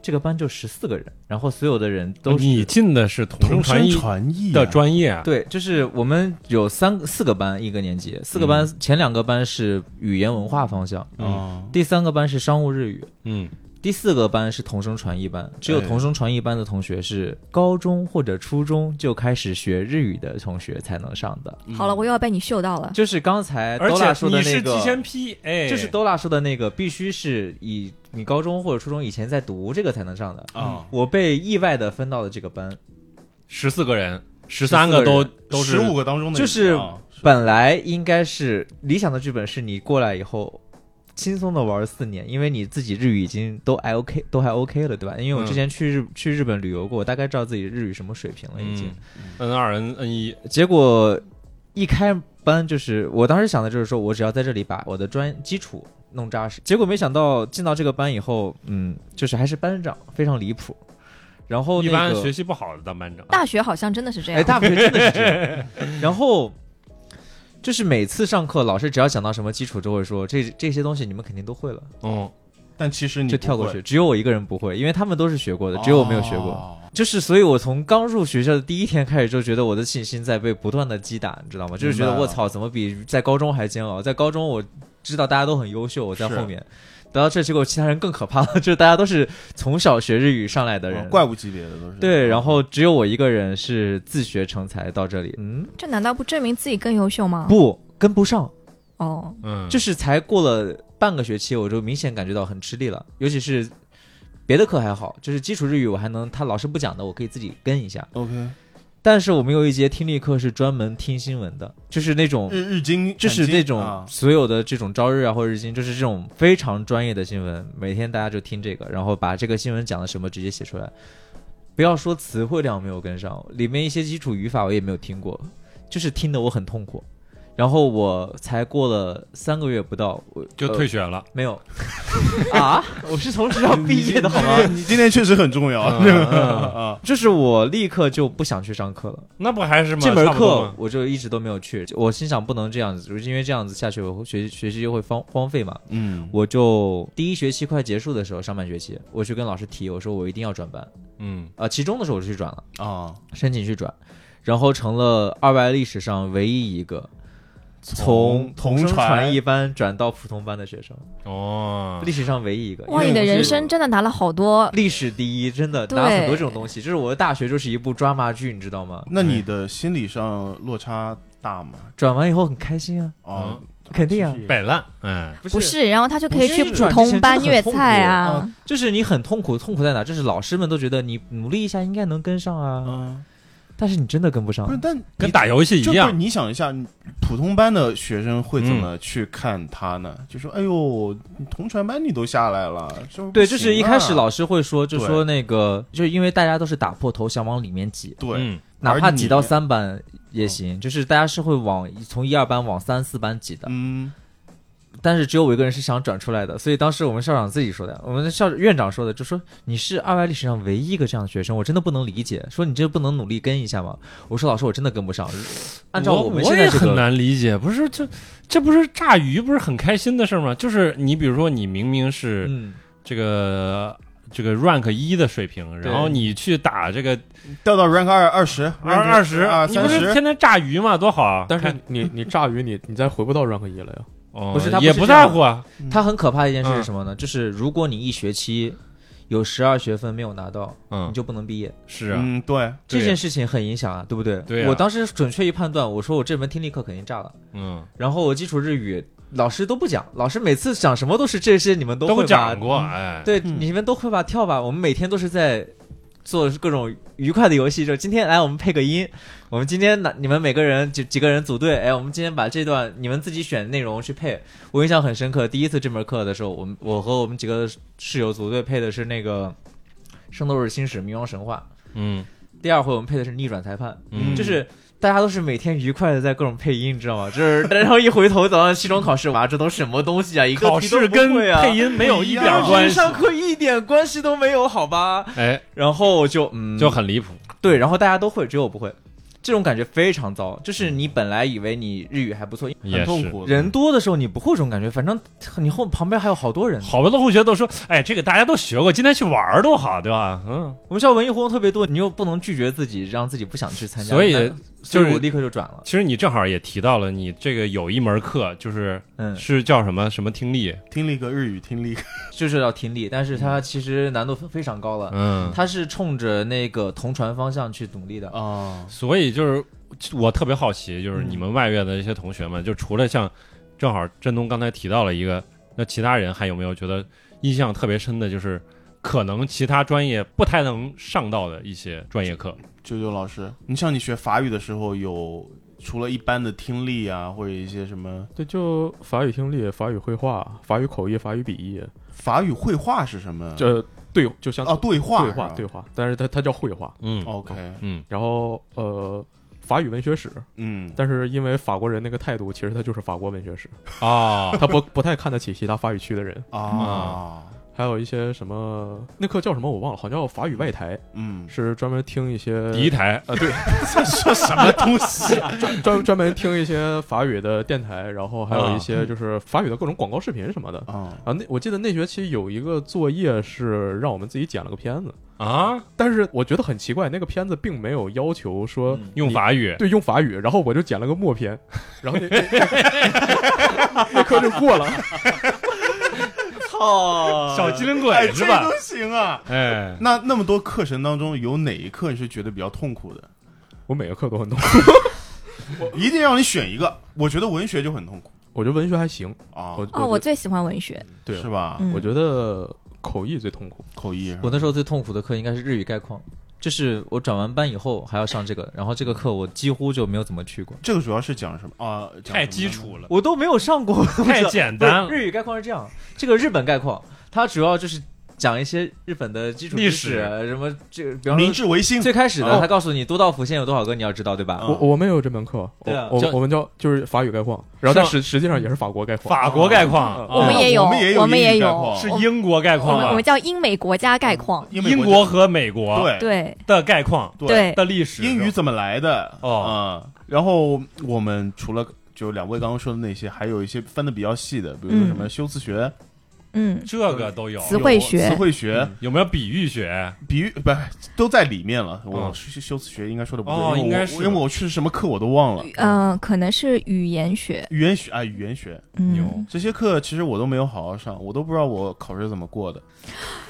D: 这个班就十四个人，然后所有的人都
B: 啊
D: 是
A: 你进的是同声
B: 同
A: 传
B: 声
A: 译
B: 传译
A: 的
B: 啊
A: 专业啊？
D: 对，就是我们有三四个班一个年级，四个班、
A: 嗯
D: 前两个班是语言文化方向，
B: 哦
D: 第三个班是商务日语，
A: 嗯，
D: 第四个班是同声传译班，只有
B: 哎
D: 同声传译班的同学是高中或者初中就开始学日语的同学才能上的。
C: 好了，我又要被你秀到了。
D: 就是刚才
A: 而
D: 多哎拉
A: 且
D: 说
A: 你
D: 的
A: 是
D: 那
A: 提
D: 个，
A: 前批，哎，
D: 就是多拉说的那个，必须是以你高中或者初中以前在读这个才能上的。
A: 哦
B: 啊，
D: 我被意外的分到了这个班，
A: 十四个人，十三个都都是
B: 十五个当中的
D: 就是
B: 啊
D: 本来应该是理想的剧本是你过来以后。轻松的玩四年，因为你自己日语已经都还 OK，都还 OK 了，对吧？因为
A: 嗯
D: 我之前去日、去日本旅游过，我大概知道自己日语什么水平了，已经。
A: 嗯 N 二 N N 一，
D: 结果一开班就是，我当时想的就是说，我只要在这里把我的专基础弄扎实。结果没想到进到这个班以后，嗯，就是还是班长，非常离谱。然后、那
A: 一
D: 个、
A: 般学习不好的当班长，
C: 大学好像真的是这样，
D: 哎，大学真的是这 样。然后就是每次上课，老师只要讲到什么基础，就会说这这些东西你们肯定都会了，
A: 嗯，
B: 但其实你
D: 就跳过
B: 不
D: 去。
B: 会，
D: 只有我一个人不会，因为他们都是学过的，只有我没有学过。
B: 哦
D: 就是，所以我从刚入学校的第一天开始，就觉得我的信心在被不断的击打，你知道吗？就是
B: 明
D: 觉得
B: 白了
D: 我操，怎么比在高中还煎熬？在高中我知道大家都很优秀，我在
B: 是
D: 后面。等到这，结果其他人更可怕了， 就是大家都是从小学日语上来的人，
B: 哦怪物级别的都是
D: 对，然后只有我一个人是自学成才到这里，嗯，
C: 这难道不证明自己更优秀吗？
D: 不跟不上，
C: 哦，
A: 嗯，
D: 就是才过了半个学期，我就明显感觉到很吃力了，尤其是别的课还好，就是基础日语我还能，他老师不讲的我可以自己跟一下，
B: OK
D: 但是我们有一节听力课是专门听新闻的，就是那种。
B: 日日经
D: 就是
B: 产经
D: 那种
B: 啊
D: 所有的这种朝日啊或日经，就是这种非常专业的新闻，每天大家就听这个，然后把这个新闻讲的什么直接写出来。不要说词汇量没有跟上，里面一些基础语法我也没有听过，就是听得我很痛苦。然后我才过了三个月不到，我
A: 就
D: 呃
A: 退学了。
D: 没 有啊，我是从学校毕业的好吗？
B: 你今天确实很重要
A: 嗯嗯
B: 啊，
D: 就是我立刻就不想去上课了。
A: 那不还是吗？
D: 这门
A: 差不多
D: 课
A: 吗，
D: 我就一直都没有去，我心想不能这样子，就是因为这样子下去我会学学习就会荒荒废嘛。
B: 嗯，
D: 我就第一学期快结束的时候，上半学期我去跟老师提，我说我一定要转班。
A: 嗯，
D: 呃，其中的时候我就去转了，
B: 啊，
D: 申请去转，然后成了二外历史上唯一一个从
B: 同
D: 声传
B: 传
D: 译班转到普通班的学生，
A: 哦
D: 历，史上唯一一个。
C: 哇，
D: 因为
C: 你的
D: 我是
C: 人生真的拿了好多，
D: 历史第一，真的
C: 对
D: 拿很多这种东西。就是我的大学就是一部抓马剧，你知道吗？
B: 那你的心理上落差大吗？
D: 转完以后很开心啊，
B: 啊，
D: 肯定啊
B: 其实也
A: 摆烂，嗯，
D: 不
C: 不是，然后他就可以去
D: 不是
C: 普通班
D: 转之前真的
C: 虐
D: 很痛苦
C: 菜啊
D: 啊。就是你很痛苦，痛苦在哪？就是老师们都觉得你努力一下应该能跟上啊，
B: 嗯，
D: 但是你真的跟不上
B: 不是，。但
A: 跟打游戏一
B: 就不是
A: 样，
B: 你想一下，普通班的学生会怎么去看他呢？就说：“哎呦，你同传班你都下来了，就是不
D: 对，就是一开始
B: 行啊
D: 老师会说，就
B: 对
D: 说那个，就是因为大家都是打破头想往里面挤，
B: 对，
A: 嗯，
D: 哪怕
B: 而你
D: 挤到三班也行，就是大家是会往从一二班往三四班挤的。
B: 嗯，
D: 但是只有我一个人是想转出来的，所以当时我们校长自己说的，我们的校院长说的，就说你是二外历史上唯一一个这样的学生，我真的不能理解，说你这不能努力跟一下吗？我说老师，我真的跟不上。按照
A: 我
D: 们
A: 我
D: 现
A: 也
D: 在这
A: 很
D: 个，
A: 难理解，不是这这不是炸鱼，不是很开心的事儿吗？就是你比如说，你明明是
D: 嗯，
A: 这个。这个 rank 一的水平，然后你去打这个
B: 掉到 rank 二二十，
A: 二二十
B: 啊，
A: 你不
B: 三
A: 是
B: 十，
A: 天天炸鱼吗？多好啊！
E: 但是
A: 看
E: 你 你炸鱼你你再回不到 rank 一啊了呀，
A: 哦
D: 不是他不
A: 也
D: 是
A: 不
D: 这
A: 在
D: 样
A: 乎啊，
D: 他很可怕的一件事
A: 嗯
D: 是什么呢？就是如果你一学期有十二学分没有拿到，
A: 嗯
D: 你，就不能毕业。
A: 是啊，
B: 嗯，对，
A: 对
D: 这件事情很影响啊，对不对？
A: 对啊
D: 我当时准确一判断，我说我这门听力课肯定炸了，
A: 嗯，
D: 然后我基础日语老师都不讲，老师每次讲什么都是这些你们会
A: 都
D: 吧
A: 讲过，哎，
D: 对，
B: 嗯
D: 你们都会吧，跳吧，我们每天都是在做各种愉快的游戏。就今天来，我们配个音，我们今天拿你们每个人几几个人组队，哎，我们今天把这段你们自己选内容去配。我印象很深刻，第一次这门课的时候，我们我和我们几个室友组队配的是那个《 圣斗士星矢：冥王神话
A: 嗯》，
D: 第二回我们配的是《逆转裁判》。
A: 嗯，
D: 就是大家都是每天愉快的在各种配音，你知道吗？就是然后一回头早上期中考试，哇，这都什么东西啊？一个
A: 考
D: 题都
A: 试
D: 不
A: 跟
D: 会啊
A: 配音没有一点
B: 不一
A: 儿
B: 样
A: 关
D: 跟
A: 系，
D: 上课一点关系都没有，好吧？
A: 哎，
D: 然后就嗯，
A: 就很离谱。
D: 对，然后大家都会，只有我不会。这种感觉非常糟。就是你本来以为你日语还不错，因
B: 很
A: 也
B: 痛
A: 是。
B: 苦。
D: 人多的时候你不会有这种感觉，反正你后旁边还有好多人。
A: 好多同学都说，哎，这个大家都学过，今天去玩儿多好，对吧？嗯，
D: 我们学校文艺活动特别多，你又不能拒绝自己，让自己不想去参加，
A: 所以
D: 那
A: 就是
D: 所以我立刻就转了。
A: 其实你正好也提到了，你这个有一门课就是
D: 嗯，
A: 是叫什么什么听力，
B: 听力个日语听力，
D: 就是要听力，但是它其实难度非常高了，
A: 嗯，
D: 它是冲着那个同传方向去努力的。
B: 啊，
A: 所以就是我特别好奇，就是你们外院的一些同学们，就除了像正好振东刚才提到了一个，那其他人还有没有觉得印象特别深的，就是可能其他专业不太能上到的一些专业课？
B: 九九老师，你像你学法语的时候有。除了一般的听力啊，或者一些什么
E: 对，就法语听力、法语绘画、法语口译、法语笔译，
B: 法语绘画是什么？
E: 这对就像
B: 哦，对话
E: 对
B: 是吧
E: 话对话，但是它它叫绘画。
A: 嗯
B: OK，
A: 嗯，
E: 然后呃，法语文学史，
B: 嗯，
E: 但是因为法国人那个态度，其实他就是法国文学史，
A: 哦，
E: 他不 不太看得起其他法语区的人。
B: 啊，
E: 还有一些什么那课叫什么我忘了，好像叫法语外台，
B: 嗯，
E: 是专门听一些
A: 第一台，
E: 啊，对，
B: 说什么东西？
E: 专专门听一些法语的电台，然后还有
A: 啊
E: 一些就是法语的各种广告视频什么的。
B: 啊，
E: 啊，那我记得那学期有一个作业是让我们自己剪了个片子，
A: 啊，
E: 但是我觉得很奇怪，那个片子并没有要求说
D: 嗯
A: 用法语，
E: 对用法语，然后我就剪了个默片，然后那 那科就过了。
D: 操
A: 小机灵
B: 哎
A: 鬼是吧？
B: 行啊。
A: 哎，
B: 那那么多课程当中，有哪一课你是觉得比较痛苦的？
E: 我每个课都很痛，
B: 一定让你选一个。我觉得文学就很痛苦
E: 我觉得文学还行，
B: 啊，
E: 我
C: 哦，我最喜欢文学，
E: 对
B: 是吧？
E: 我
C: 嗯，
E: 觉得口译最痛苦。
B: 口
A: 嗯
B: 译是吧
D: 我那时候最痛苦的课应该是日语概况，就是我转完班以后还要上这个，然后这个课我几乎就没有怎么去过，
B: 这个主要是讲什么啊？讲
A: 太
B: 什么
A: 基
B: 呢
A: 础了，
D: 我都没有上过，
A: 太简单 了
D: 不是。日语概况是这样，这个日本概况它主要就是讲一些日本的基础
A: 历
D: 知
A: 史
D: 识，什么这个比方
B: 明
D: 说
B: 治维新
D: 最开始
B: 哦
D: 的，他告诉你多道府县有多少个，你要知道对吧？
A: 哦
B: 啊
E: 我我们也有这门课，
D: 对啊
E: 我
A: 这
E: 我我们叫就是法语概况，然后但
A: 是
E: 实实际上也是法国概况。
A: 法国概况，
C: 我
E: 我
C: 们
A: 啊
C: 也有，
B: 我们也有
C: 我们也
B: 英语概
C: 有，
B: 况嗯
A: 是
C: 我们
A: 英国概
C: 我
A: 况
C: 们我
A: 吧
C: 们？叫英美国家概况，
B: 英
A: 英
B: 国
A: 国和美国
B: 对
C: 对
A: 的概况
C: 对，
A: 的历史，
B: 英语怎么来的？
A: 哦
B: 嗯，然后我们除了就两位刚刚说的那些，还有一些分的比较细的，比如说什么修辞学、
C: 嗯，
A: 这个都有，
C: 词汇学
B: 词汇学、
A: 有没有比喻学？
B: 比喻，不都在里面了。我
A: 嗯
B: 修修辞学应该说的不对，
A: 哦
B: 因为我
A: 应该是
B: 因为我去是什么课我都忘了。
C: 嗯，可能是语言学，
B: 语言学啊，语言学
A: 牛
C: 嗯，
B: 这些课其实我都没有好好上，我都不知道我考试怎么过的，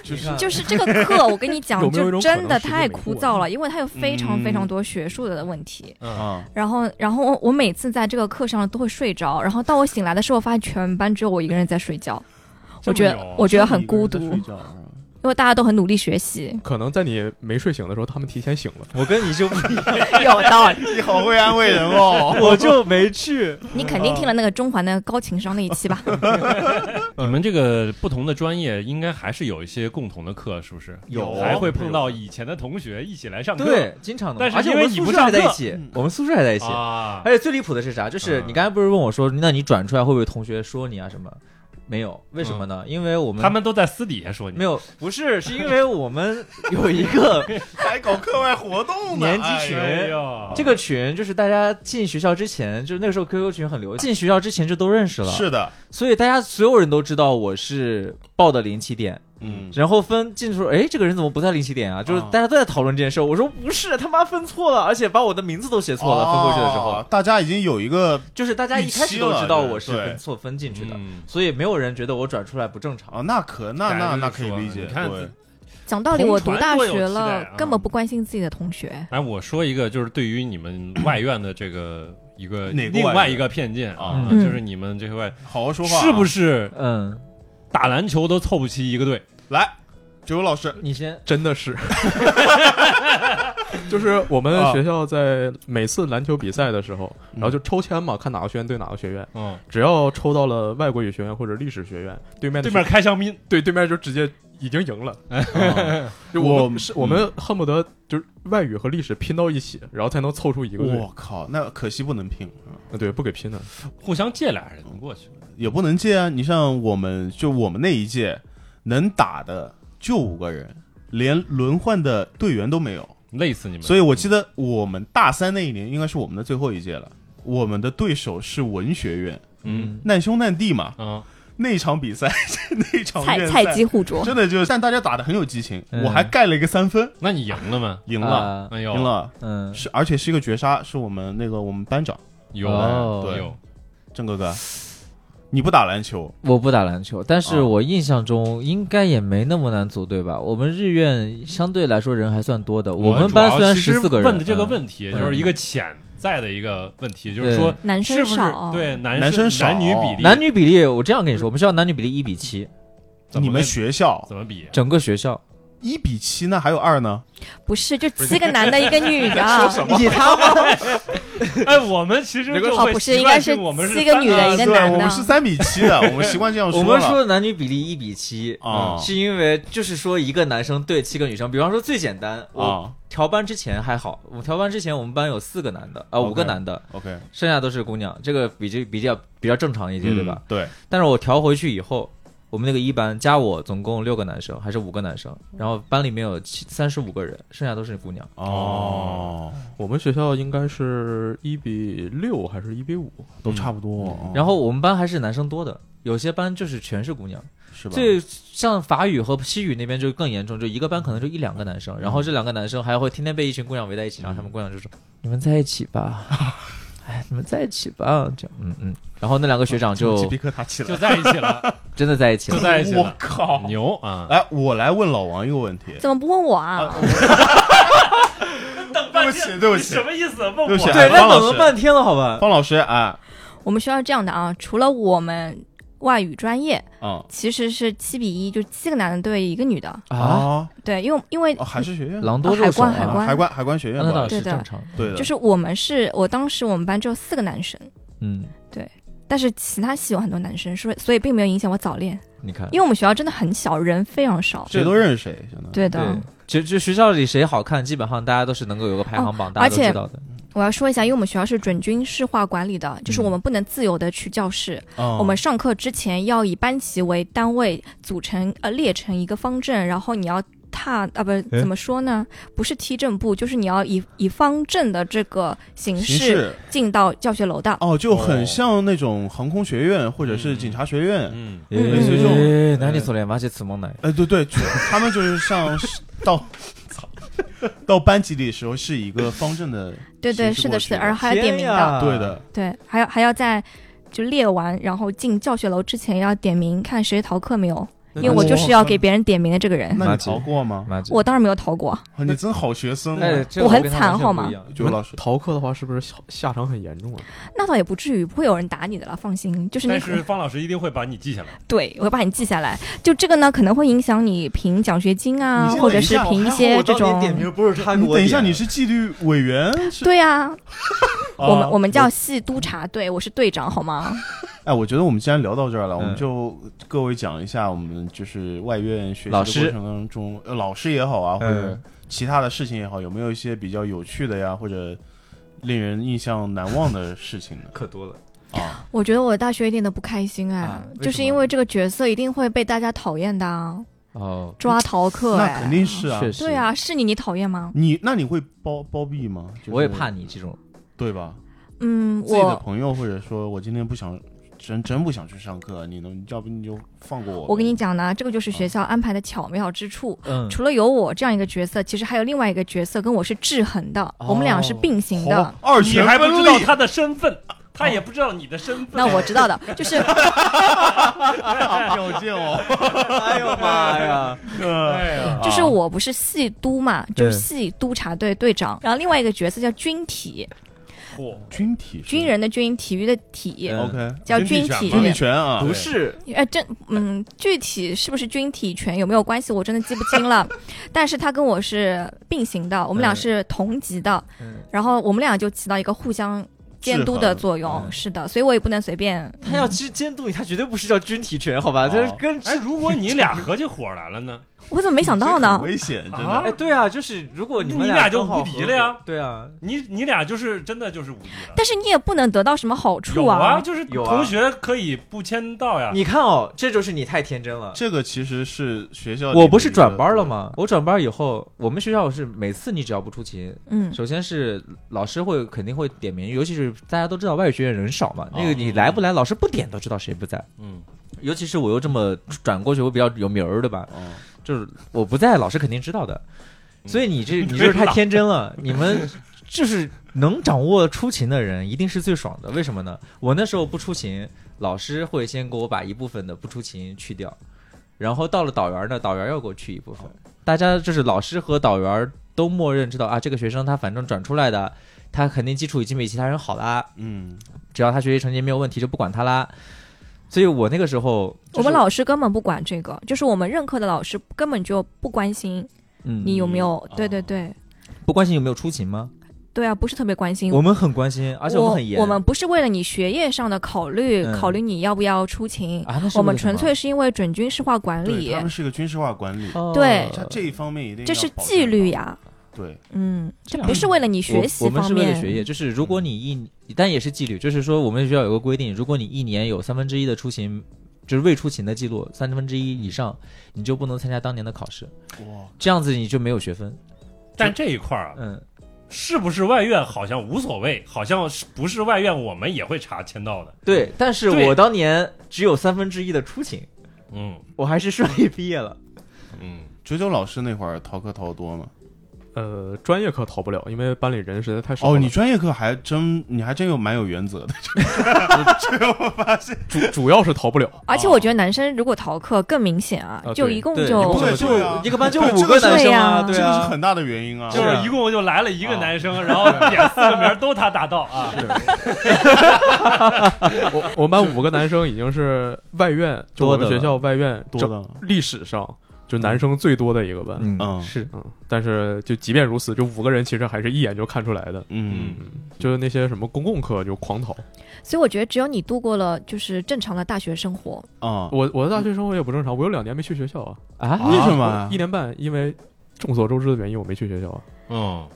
B: 就是
D: 你看
C: 就是这个课，我跟你讲
E: 有，没有一
C: 就
E: 种
C: 真的
E: 可能是
C: 太
E: 英美
C: 枯
E: 国，
C: 燥了，因为它有非常非常
B: 嗯
C: 多学术的问题。
A: 嗯
B: 啊，
C: 然后，然后我每次在这个课上都会睡着，然后到我醒来的时候，发现全班只有我一个人在睡觉，我觉
A: 这么
C: 得
A: 牛
C: 我觉得很孤独，
B: 一个人在
C: 因
B: 睡觉啊
C: 为大家都很努力学习
E: 可能在你没睡醒的时候，他们提前醒了。
D: 我跟你就不一样，
C: 有道理。
B: 你好会安慰人哦。
D: 我就没 去。
C: 你肯定听了那个中环那个高情商那一期吧？
A: 你们这个不同的专业应该还是有一些共同的课，是不是？
B: 有
A: 还会碰到以前的同学一起来上课。
D: 对，经常的，
A: 但是
D: 而且
A: 因
D: 我
A: 为
D: 们
A: 你
D: 宿
A: 不
D: 舍
A: 上
D: 还在一
A: 课
D: 起
B: 嗯，
D: 我们宿舍还在一起。
A: 啊，
D: 而且最离谱的是啥？就是
A: 嗯
D: 你刚才不是问我说，那你转出来会不会同学说你啊什么？没有，为什么呢？因为我们
A: 他们都在私底下说你
D: 没有，不是，是因为我们 有一个
B: 还搞课外活动呢，
D: 年级群
B: 哎呀
A: 哎呦
D: 这个群，就是大家进学校之前，就是那时候 QQ 群很流行，进学校之前就都认识了，
B: 是的，
D: 所以大家所有人都知道我是报的零起点，
B: 嗯，
D: 然后分进去说，哎，这个人怎么不在零起点啊？就是
B: 啊
D: 大家都在讨论这件事，我说不是，他妈分错了，而且把我的名字都写错了，分过去的时候
B: 哦，，大家已经有一个
D: 就是大家一开始都知道我是分错分进去的，
A: 嗯
D: 所以没有人觉得我转出来不正常。
B: 哦，那可那那
A: 感觉就是
B: 那可以
A: 说
B: 理解，
A: 你看
B: 对
C: 讲道理，我读大
A: 同
C: 学
A: 传多有期
C: 了
A: 待啊，
C: 根本不关心自己的同学。
A: 哎，我说一个，就是对于你们外院的这个一 个
B: 哪个
A: 另
B: 外
A: 外
B: 院
A: 一个偏见啊，
D: 嗯
A: 就是你们这个外
B: 好好说话啊，
A: 是不是
D: 嗯，
A: 打篮球都凑不齐一个队？
B: 来，九九老师，
D: 你先，
E: 真的是，就是我们学校在每次篮球比赛的时候，然后就抽签嘛，看哪个学院对哪个学院，
A: 嗯，
E: 只要抽到了外国语学院或者历史学院，对面的
A: 对面
E: 学
A: 开香槟，
E: 对对面就直接已经赢了。
B: 啊
E: 就我
B: 我
E: 们是我们恨不得就是外语和历史拼到一起，然后才能凑出一个队。
B: 我靠，那可惜不能拼，嗯
E: 呃对，不给拼的。
A: 互相借俩人过去。
B: 也不能借啊。你像我们就我们那一届能打的就五个人，连轮换的队员都没有。
A: 累死你
D: 嗯
A: 们。
B: 所以我记得我们大三那一年应该是我们的最后一届了，我们的对手是文学院，
A: 嗯
B: 难兄难弟嘛。
A: 啊，
B: 那场比赛， 那场
C: 菜
B: 院赛
C: 菜鸡互啄，
B: 真的就是，但大家打的很有激情，
D: 嗯
B: 我还盖了一个三分，
A: 那你赢了吗？
B: 赢了，
D: 啊
A: 哎呦，
B: 赢了，
D: 嗯，
B: 是而且是一个绝杀，是我们那个我们班长
A: 有
D: 哦
A: 有
B: 对郑哥哥，你不打篮球，
D: 我不打篮球，但是
A: 哦
B: 啊
D: 我印象中应该也没那么难组队吧？我们日院相对来说人还算多的，我们班虽然
A: 主要其实
D: 十四个人，
A: 问的这个问题
D: 嗯
A: 就是一个潜在的一个问题，就是说
C: 男
A: 是
C: 生
A: 不是
C: 少，
A: 对男
B: 男生少
A: 男女比例
D: 嗯男女比例，我这样跟你说，我们学校男女比例一比七，
A: 怎么
B: 你们
A: 个
B: 学校
A: 怎么比？
D: 整个学校。
B: 一比七，那还有二呢？
C: 不是就七个男的，一个女的，啊
D: 你他妈
A: 哎，我们其实就
C: 哦
A: 会
C: 不是
A: 习
C: 应
A: 惯
C: 该
A: 性
C: 是
A: 我们是
C: 七个女的
A: 三
C: 一个
B: 对，
C: 男的
B: 我们是三比七的，我们习惯这样
D: 我
B: 了。
D: 们说男女比例一比七
A: 哦
B: 啊
D: 是因为就是说一个男生对七个女生，比方说最简单，
A: 哦
D: 我
B: 啊
D: 调班之前还好，我调班之前我们班有四个男的，啊
B: OK
D: 五个男的，
B: ，OK，
D: 剩下都是姑娘，这个比这比较比较正常一些，对吧
B: 嗯？？对，
D: 但是我调回去以后，我们那个一班加我总共六个男生还是五个男生，然后班里面有七三十五个人，剩下都是姑娘，
B: 哦，
E: 我们学校应该是一比六还是一比五？
B: 都差不多。哦
D: 然后我们班还是男生多的。有些班就是全是姑娘，
B: 是吧？
D: 这像法语和西语那边就更严重，就一个班可能就一两个男生，然
B: 嗯
D: 后这两个男生还会天天被一群姑娘围在一起，然后他们姑娘就说：“你们在一起吧， 哎，你们在一起吧。”这样，嗯嗯。然后那两个学长
B: 鸡
D: 就
B: 皮疙瘩起来
A: 就
B: 了。
A: 在一起了，
D: 真的在一起
A: 就
D: 了。
A: 在一起
B: 我
A: 了，
B: 靠！
A: 牛啊！
B: 哎，我来问老王一个问题。
C: 怎么不问我啊？
B: 对不起，对不起，
A: 么意思？问
B: 对不起。
D: 对，
B: 哎
D: 那
B: 方
D: 等了
B: 老师，
D: 半天了，好吧？
B: 方老师，哎，
C: 我们学校是这样的啊，除了我们外语专业，
B: 嗯
C: 其实是七比一，就七个男的对一个女的，
D: 啊，
C: 对，因为因为
B: 哦，还是 学院，
D: 狼
C: 多
D: 多
C: 肉
D: 肉
C: 少
D: 少
C: 啊海
B: 啊
C: 关
B: 海关海关学院
D: 那
B: 吧
D: 倒，是
C: 对的
D: 正常。
B: 对的，
C: 就是我们是我当时我们班只有四个男生，
D: 嗯，
C: 但是其他系有很多男生，所以所以并没有影响我早恋，
D: 你看，
C: 因为我们学校真的很小，人非常少。
B: 谁都认识谁，相当于
C: 对的，
D: 对，其实就学校里谁好看，基本上大家都是能够有个排行榜，大
C: 哦而
D: 家都
C: 且
D: 知道的。
C: 我要说一下，因为我们学校是准军事化管理的，就是我们不能自由的去教室，
B: 哦
C: 我们上课之前要以班级为单位组成呃列成一个方阵，然后你要踏啊不怎么说呢？不是踢正步，就是你要以以方阵的这个
B: 嗯
C: 形
B: 形
C: 式
B: 式
C: 进到教学楼道。
B: 哦，就很
A: 哦
B: 像那种航空学院或者是
A: 嗯
B: 警察学院，
A: 嗯，
D: 哎
C: 类似于
B: 这种
D: 哎哪里走了？马起此梦来。
B: 哎，对对，就他们就是像是到操到班级里的时候是一个方阵的，
C: 对对，
B: 形式
C: 是的，
B: 过
C: 是的，
B: 去
C: 而还要点名
D: 天呀
C: 的，
B: 对的，
C: 对，还要还要在就列完，然后进教学楼之前要点名，看谁逃课没有，因为我就是要给别人点名的这个人。
B: 那
D: 马
B: 你
D: 吉
B: 逃过吗？
D: 马吉
C: 我当然没有逃过，
B: 啊你真好学生啊，
D: 哎，这
C: 我很
D: 跟他
C: 惨
D: 完全
C: 好
D: 不
C: 吗
D: 一样
B: 九老师，
E: 逃课的话，是不是下下场很严重啊？
C: 那倒也不至于，不会有人打你的了，放心。就是你
A: 但是方老师一定会把你记下来。
C: 对，我会把你记下来。就这个呢，可能会影响你评奖学金啊，
B: 你先
C: 或者
B: 等一
C: 是
B: 下
C: 评
B: 我
C: 一
B: 还
C: 些
D: 我
C: 这
D: 当年点
C: 种。
D: 名不是他给
B: 你
D: 我
B: 等一下，
D: 点啊
B: 你是纪律委员？是
C: 对啊，
B: 啊
C: 我们我们叫系督察队，我是队长，好吗？
B: 哎，我觉得我们既然聊到这儿了，
D: 嗯
B: 我们就各位讲一下我们就是外院学习
D: 老
B: 的
D: 师
B: 过程当中，呃，老师也好啊，或者
D: 嗯
B: 其他的事情也好，有没有一些比较有趣的呀，或者令人印象难忘的事情呢？
D: 可多了。
B: 啊，
C: 我觉得我大学一点都不开心哎，
D: 啊为
C: 就
D: 什
C: 是
D: 么
C: 因为这个角色一定会被大家讨厌的啊，
D: 哦，
C: 抓逃课
B: 那
C: 哎，
B: 肯定是啊。
D: 确实。
C: 对，啊，是你你讨厌吗？
B: 你那你会包包庇吗？就是
D: 我也怕你这种。
B: 对吧？
C: 嗯，
B: 自己的
C: 我
B: 朋友或者说我今天不想，真真不想去上课，你能要不你就放过我呗。
C: 我跟你讲呢，这个就是学
B: 啊
C: 校安排的巧妙之处。
D: 嗯，
C: 除了有我这样一个角色，其实还有另外一个角色跟我是制衡的，我们俩是
D: 哦
C: 并行的。
B: 好二
A: 你
B: 权
A: 还不
B: 分
A: 知道
B: 立
A: 他的身份，他也不知道你的身份。
C: 那我知道的，就是
B: 有劲哦，
D: 哎呦妈 呀！
A: 哎呀，
C: 就是我不是系督嘛，就是
D: 对
C: 系督察队队长，然后另外一个角色叫军体，
B: 嗯
A: 嚯
B: 军体是
C: 军人的军，体育的体，
D: 嗯
B: OK
C: 叫
A: 军
C: 军
A: 体
C: 体。
A: 权
B: 军
A: 嘛
B: 体拳啊，
A: 不
D: 是，
C: 哎，真嗯，具体是不是军体权有没有关系，我真的记不清了。但是他跟我是并行的，我们俩
D: 嗯
C: 是同级的，
D: 嗯
C: 然后我们俩就起到一个互相监督
B: 啊
C: 的作用。
D: 嗯
C: 是的，所以我也不能随便。
D: 他要去监督你，他绝对不是叫军体拳，好吧？
B: 哦
A: 哎
D: 这是跟
A: 哎，如果你俩合起伙来了呢？
C: 我怎么没想到
B: 这
C: 呢
B: 很？危险， 真
A: 啊
B: 的。
D: 哎，对啊，就是如果你们
A: 你俩就
D: 刚好
A: 无敌
D: 合
A: 了呀
D: 作对啊，
A: 你你俩就是真的就是无敌了。
C: 但是你也不能得到什么好
A: 有
C: 处
A: 啊，就是
D: 有啊
A: 同学可以不签到呀。
D: 你看哦，这就是你太天真了。
B: 这个其实是学校，
D: 我不是转班了？吗？我转班以后，我们学校是每次你只要不出勤，
C: 嗯，
D: 首先是老师会肯定会点名，尤其是大家都知道外语学院人少嘛，那个
B: 哦
D: 你来不来，老师不点都知道谁不在。
A: 嗯，
D: 尤其是我又这么转过去，我比较有名儿，对吧？
B: 哦
D: 就是我不在，老师肯定知道的。
A: 嗯
D: 所以你这你就是太天真了，你们就是能掌握出勤的人一定是最爽的。为什么呢？我那时候不出勤，老师会先给我把一部分的不出勤去掉，然后到了导员呢，导员要给我去一部分。大家就是老师和导员都默认知道啊，这个学生他反正转出来的，他肯定基础已经比其他人好啦，
B: 嗯，
D: 只要他学习成绩没有问题就不管他啦。所以我那个时候就是、
C: 我们老师根本不管这个，就是我们任课的老师根本就不关心
D: 嗯
C: 你有没有，
B: 嗯
C: 对对对。
D: 不关心有没有出勤吗？
C: 对啊，不是特别关心，
D: 我们很关心，而且
C: 我
D: 们很严。
C: 我们不是为了你学业上的考虑，
D: 嗯
C: 考虑你要不要出勤，
D: 啊，那是
C: 我们
D: 为什么
C: 纯粹是因为准军事化管
B: 对，
C: 理
B: 他，们是个军事化管理，哎
D: 哦
C: 对
B: 他这一方面一定
C: 这
B: 要
C: 是
B: 保
C: 纪
B: 证
C: 律
B: 到。
C: 呀。
B: 对，
C: 嗯，
D: 这
C: 这
D: 两
C: 不是为了你学
D: 我
C: 习
D: 我们
C: 方
D: 是为了学
C: 面，
D: 业，就是如果你一，但也是纪律，就是说我们学校有个规定，如果你一年有三分之一的出勤，就是未出勤的记录，三分之一以上，你就不能参加当年的考试，
B: 哇，
D: 这样子你就没有学分。
A: 但这一块儿啊，
D: 嗯，
A: 是不是外院好像无所谓，好像是不是外院我们也会查签到的。
D: 对，但是
A: 对
D: 我当年只有三分之一的出勤，
A: 嗯
D: 我还是顺利毕业了。
A: 嗯，
B: 九九老师那会儿逃课逃得多吗？
E: 呃，专业课逃不了，因为班里人实在太少了。
B: 哦，你专业课还真，你还真有蛮有原则的。
E: 主主要是逃不了，
C: 而且我觉得男生如果逃课更明显啊
E: 啊，
C: 就
E: 对
C: 一共
D: 啊对
C: 就
D: 一
B: 不
D: 共
B: 会
D: 就
B: 对啊
D: 一个班 就
B: 这个
D: 五个
B: 是
D: 男生啊，
C: 对
D: 对
B: 这个是
D: 啊，
B: 很大的原因啊。啊
A: 就是是一共就来了一个男 生，然后点四个名儿都他达到啊。
E: 我我们班五个男生已经是外院，就
D: 多
E: 我
D: 的
E: 们学校外院
B: 多
E: 整
B: 的，
E: 历史上就男生最多的一个班。嗯
D: 嗯
B: 嗯
D: 是
E: 但是就即便如此，这五个人其实还是一眼就看出来的，
B: 嗯，
E: 就是那些什么公共课就狂逃。
C: 所以我觉得只有你度过了就是正常的大学生活，
B: 啊，
E: 我我的大学生活也不正常，我有两年没去学校啊，
D: 啊，
B: 为什么啊
E: 一年半，因为众所周知的原因，我没去学校啊。
A: 嗯，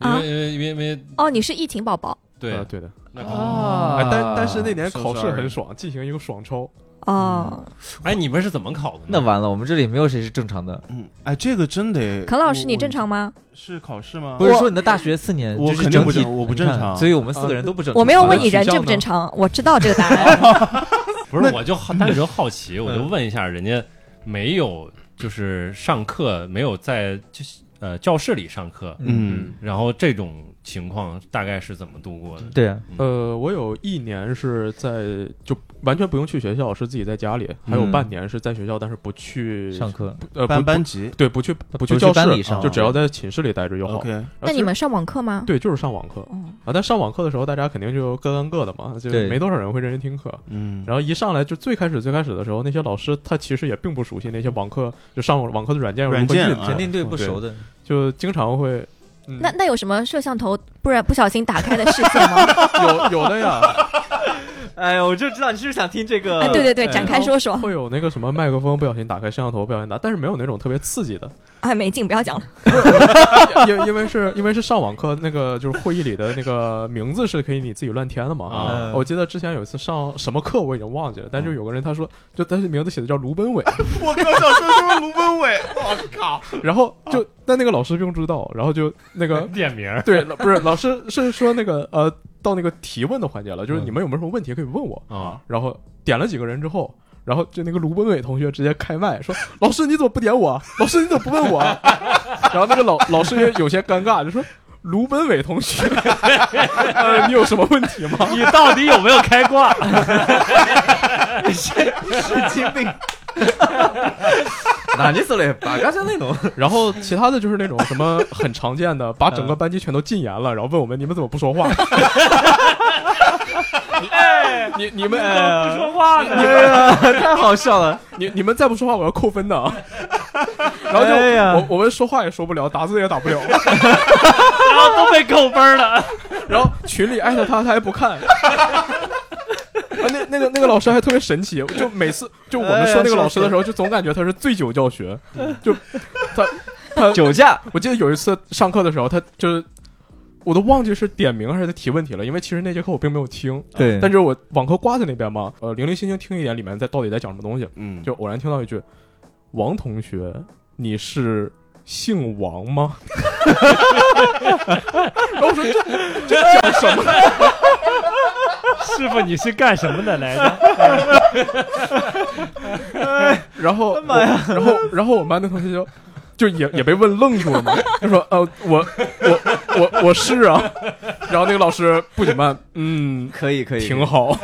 C: 啊
A: 因为因为因为
C: 哦，你是疫情宝宝
A: 对
E: 呃对的。
A: 那
D: 啊
E: 哎，但但是那年
B: so
E: 考试
B: sorry
E: 很爽，进行一个爽超。
C: 哦。
D: 嗯
A: 哎，你们是怎么考的呢？
D: 那完了，我们这里没有谁是正常的。
B: 嗯，哎，这个真得。
C: 肯老师，
B: 我
C: 你正？常吗？
B: 我是考试吗？
D: 不是说你的大学四年，
B: 我
D: 就是
B: 肯定
D: 整
B: 不
D: 体
B: 正我不
D: 你看
B: 正常
D: 所以我们四个人都不正常。
C: 啊
D: 啊
C: 我没有问你
E: 取
C: 人
E: 向
C: 正不
E: 呢
C: 正常，我知道这个答 案。
A: 不是，我就好单纯好奇，
E: 嗯
A: 我就问一下，人家没有就是上课没有在就是呃教室里上课，
B: 嗯，
A: 然后这种情况大概是怎么度过的？
D: 对啊，
E: 呃，我有一年是在就完全不用去学校，是自己在家里，还有
D: 嗯
E: 半年是在学校，但是不去
D: 上课
E: 呃
B: 班
E: 不
B: 班级。
E: 对不去不去
D: 去
E: 教
D: 班里
E: 室，啊
D: 上哦
E: 就只要在寝室里待着就好。
B: OK，
E: 然后
C: 那
E: 其
C: 你
E: 实
C: 们上网课吗？
E: 对就是上网课
C: 嗯，
E: 啊，但上网课的时候大家肯定就各干各的嘛，就
D: 对
E: 没多少人会认真听课。
B: 嗯，
E: 然后一上来就最开始最开始的时候，那些老师他其实也并不熟悉那些网课就上网网课的软件
B: 软
E: 如何
B: 件
E: 运
B: 啊
E: 作
D: 肯定对不熟的。
E: 就经常会。嗯
C: 那那有什么摄像头不然不小心打开的事件吗？
E: 有有的呀，
D: 哎呀，我就知道你是不是想听这个
C: 啊，对对对，展开说 说。
E: 会有那个什么麦克风不小心打开，摄像头不小心打，但是没有那种特别刺激的，
C: 哎，没劲，不要讲了。
E: 因因为是因为是上网课，那个就是会议里的那个名字是可以你自己乱填的嘛。
A: 啊
D: 嗯
E: 我记得之前有一次上什么课我已经忘记了，但就有个人他说，就但是名字写的叫卢本伟，
B: 我刚想说是不是卢本伟？我靠！
E: 然后就但那个老师并不知道，然后就那个
A: 点名儿
E: 对老不是老师是说那个呃到那个提问的环节了，就是你们有没有什么问题可以问我，
A: 啊，
E: 然后点了几个人之后。然后就那个卢本伟同学直接开麦说：“ 老师你怎么不点我啊？老师你怎么不问我 啊？”然后那个老老师也有些尴尬，就说：“卢本伟同学， 呃，你有什么问题吗
A: 你到底有没有开挂？
D: 神经病。 哪里走嘞？八嘎像那种。？”
E: 然后其他的就是那种什么很常见的，把整个班级全都禁言了，然后问我们你们怎么不说话？ 你你们呃
A: 不 说话呢？
D: 哎呀，太好笑了！
E: 你你们再不说话，我要扣分的啊！ 然后就、
D: 哎呀
E: 我我们说话也说不了，打字也打不了，
A: 然后都被扣分了。
E: 然后群里艾特他，他还不看。啊，那那个那个老师还特别神奇，就每次就我
D: 哎
E: 们说那个老师的时候，就总感觉他是醉酒教学，就他他
D: 酒驾，
E: 我记得有一次上课的时候，他就是我都忘记是点名还是他提问题了，因为其实那节课我并没有听，
D: 对
E: 但是我网课挂在那边嘛，呃，零零星星听一点里面在到底在讲什么东西，
B: 嗯，
E: 就偶然听到一句：“王同学，你是姓王吗？” 然后我说这
F: 师傅你是干什么的来着？
E: 然后我然后然后我们班那同学就就也也被问愣住了嘛，就说呃我我我我是啊，然后那个老师不仅慢，嗯，
D: 可以可以，
E: 挺好，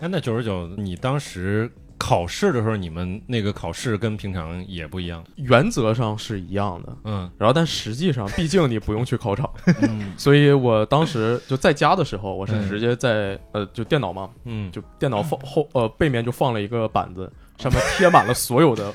A: 哎，那九十九，你当时考试的时候，你们那个考试跟平常也不一样，
E: 原则上是一样的。
A: 嗯，
E: 然后，但实际上，毕竟你不用去考场，
D: 嗯
E: 所以我当时就在家的时候，我是直接在呃，就电脑嘛，
A: 嗯，
E: 就电脑放后呃背面就放了一个板子，上面贴满了所有 的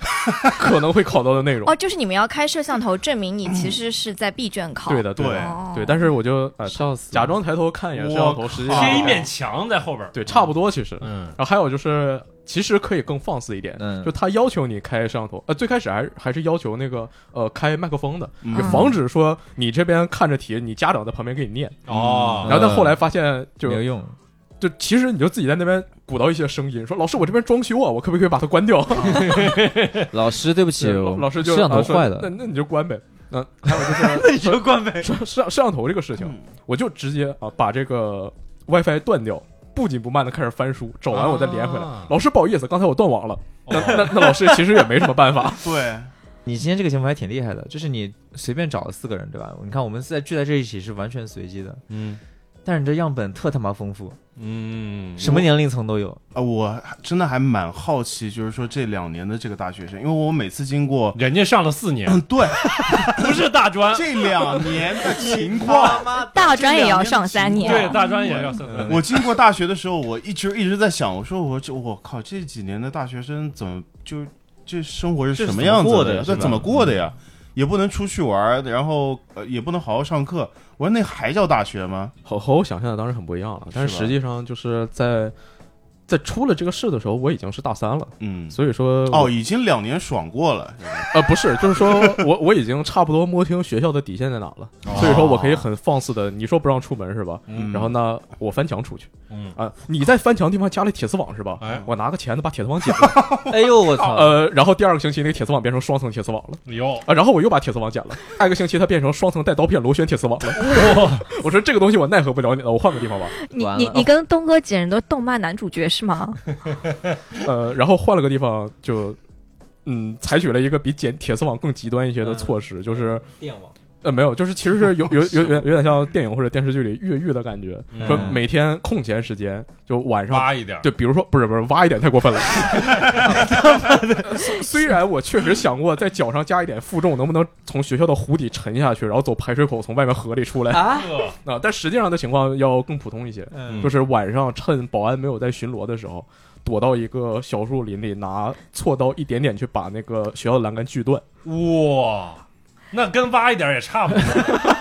E: 可能会考到的内容
C: 哦，。就是你们要开摄像头证明你其实是在闭卷考。
E: 对的，
B: 对
E: 的
C: 哦
E: 对，但是我就呃
D: 笑死，
E: 假装抬头看一眼摄像头，实际
A: 啊
E: 上
F: 贴一面墙在后边儿，
E: 对，差不多其实。然
A: 嗯
E: 后还有就是，其实可以更放肆一点，
D: 嗯
E: 就他要求你开摄像头，呃，最开始还是还是要求那个呃开麦克风的，
B: 嗯。
E: 就防止说你这边看着题，你家长在旁边给你念。
A: 哦，
D: 嗯
E: 然后但后来发现就
D: 没有用，
E: 就其实你就自己在那边鼓捣一些声音，说老师我这边装修啊，我可不可以把它 关掉？
D: 老师对不起，
E: 对老
D: 我
E: 老师就
D: 摄像头
E: 啊说
D: 坏嗯
E: 那
D: 了，
E: 那你就关呗。那还有就是
F: 你就关呗。
E: 摄摄 摄像头这个事
D: 嗯
E: 情，我就直接啊把这个 WiFi 断掉，不紧不慢的开始翻书，找完我再连回来
A: 啊。
E: 老师不好意思，刚才我断网了。 那
A: 哦
E: 那那老师其实也没什么办法
B: 对，
D: 你今天这个节目还挺厉害的，就是你随便找了四个人，对吧？你看我们在聚在这一起是完全随机的，
A: 嗯
D: 但是你这样本特他妈丰富，
A: 嗯，
D: 什么年龄层 都有。
B: 啊，我还真的还蛮好奇，就是说这两年的这个大学生，因为我每次经过，
A: 人家上了四年，
B: 嗯，对，
F: 不是大 专，
B: 这两年的情况，
C: 大专也要上三年。
F: 对，大专也要上。
B: 我经过大学的时候，我一直一直在想，我说我这我靠，这几年的大学生怎么就这生活是什么样子
D: 这是怎么过的呀
B: 这
D: 是吧
B: 怎么过的呀？也不能出去玩儿，然后呃也不能好好上课。我说那还叫大学吗？
E: 和和我想象的当然很不一样了，但是
B: 是吧
E: 实际上就是在在出了这个事的时候，我已经是大三了，
B: 嗯，
E: 所以说我
B: 哦，已经两年爽过了，
E: 呃不是，就是说我我已经差不多摸清学校的底线在哪了，所以说我可以很放肆的，你说不让出门是吧？
B: 嗯
E: 然后呢，我翻墙出去。
A: 嗯
E: 啊，你在翻墙地方加了铁丝网是吧？
A: 哎
E: 我拿个钳子把铁丝网 剪了，
D: 哎呦我操！
E: 呃，然后第二个星期那个铁丝网变成双层铁丝网了
A: 有
E: 啊，然后我又把铁丝网剪了，下一个星期它变成双层带刀片螺旋铁丝网 了。我说这个东西我奈何不了你了，我换个地方吧。
C: 你
D: 完了
C: 你你跟东哥简直都动漫男主角是吗？
E: 呃，然后换了个地方就，嗯，采取了一个比剪铁丝网更极端一些的措施，就是
D: 嗯电网
E: 呃没有，就是其实是有有有有有点像电影或者电视剧里越狱的感觉，说
D: 嗯
E: 每天空闲时间就晚上
A: 挖一点，
E: 对，比如说不是不是挖一点太 过分了。虽虽然我确实想过在脚上加一点负重，能不能从学校的湖底沉下去，然后走排水口从外面河里出来啊、
D: 啊，
A: 这
E: 但实际上的情况要更普通一些，
D: 嗯
E: 就是晚上趁保安没有在巡逻的时候。躲到一个小树林里，拿锉刀一点点去把那个学校的栏杆锯断。
A: 哇，那跟挖一点也差不多。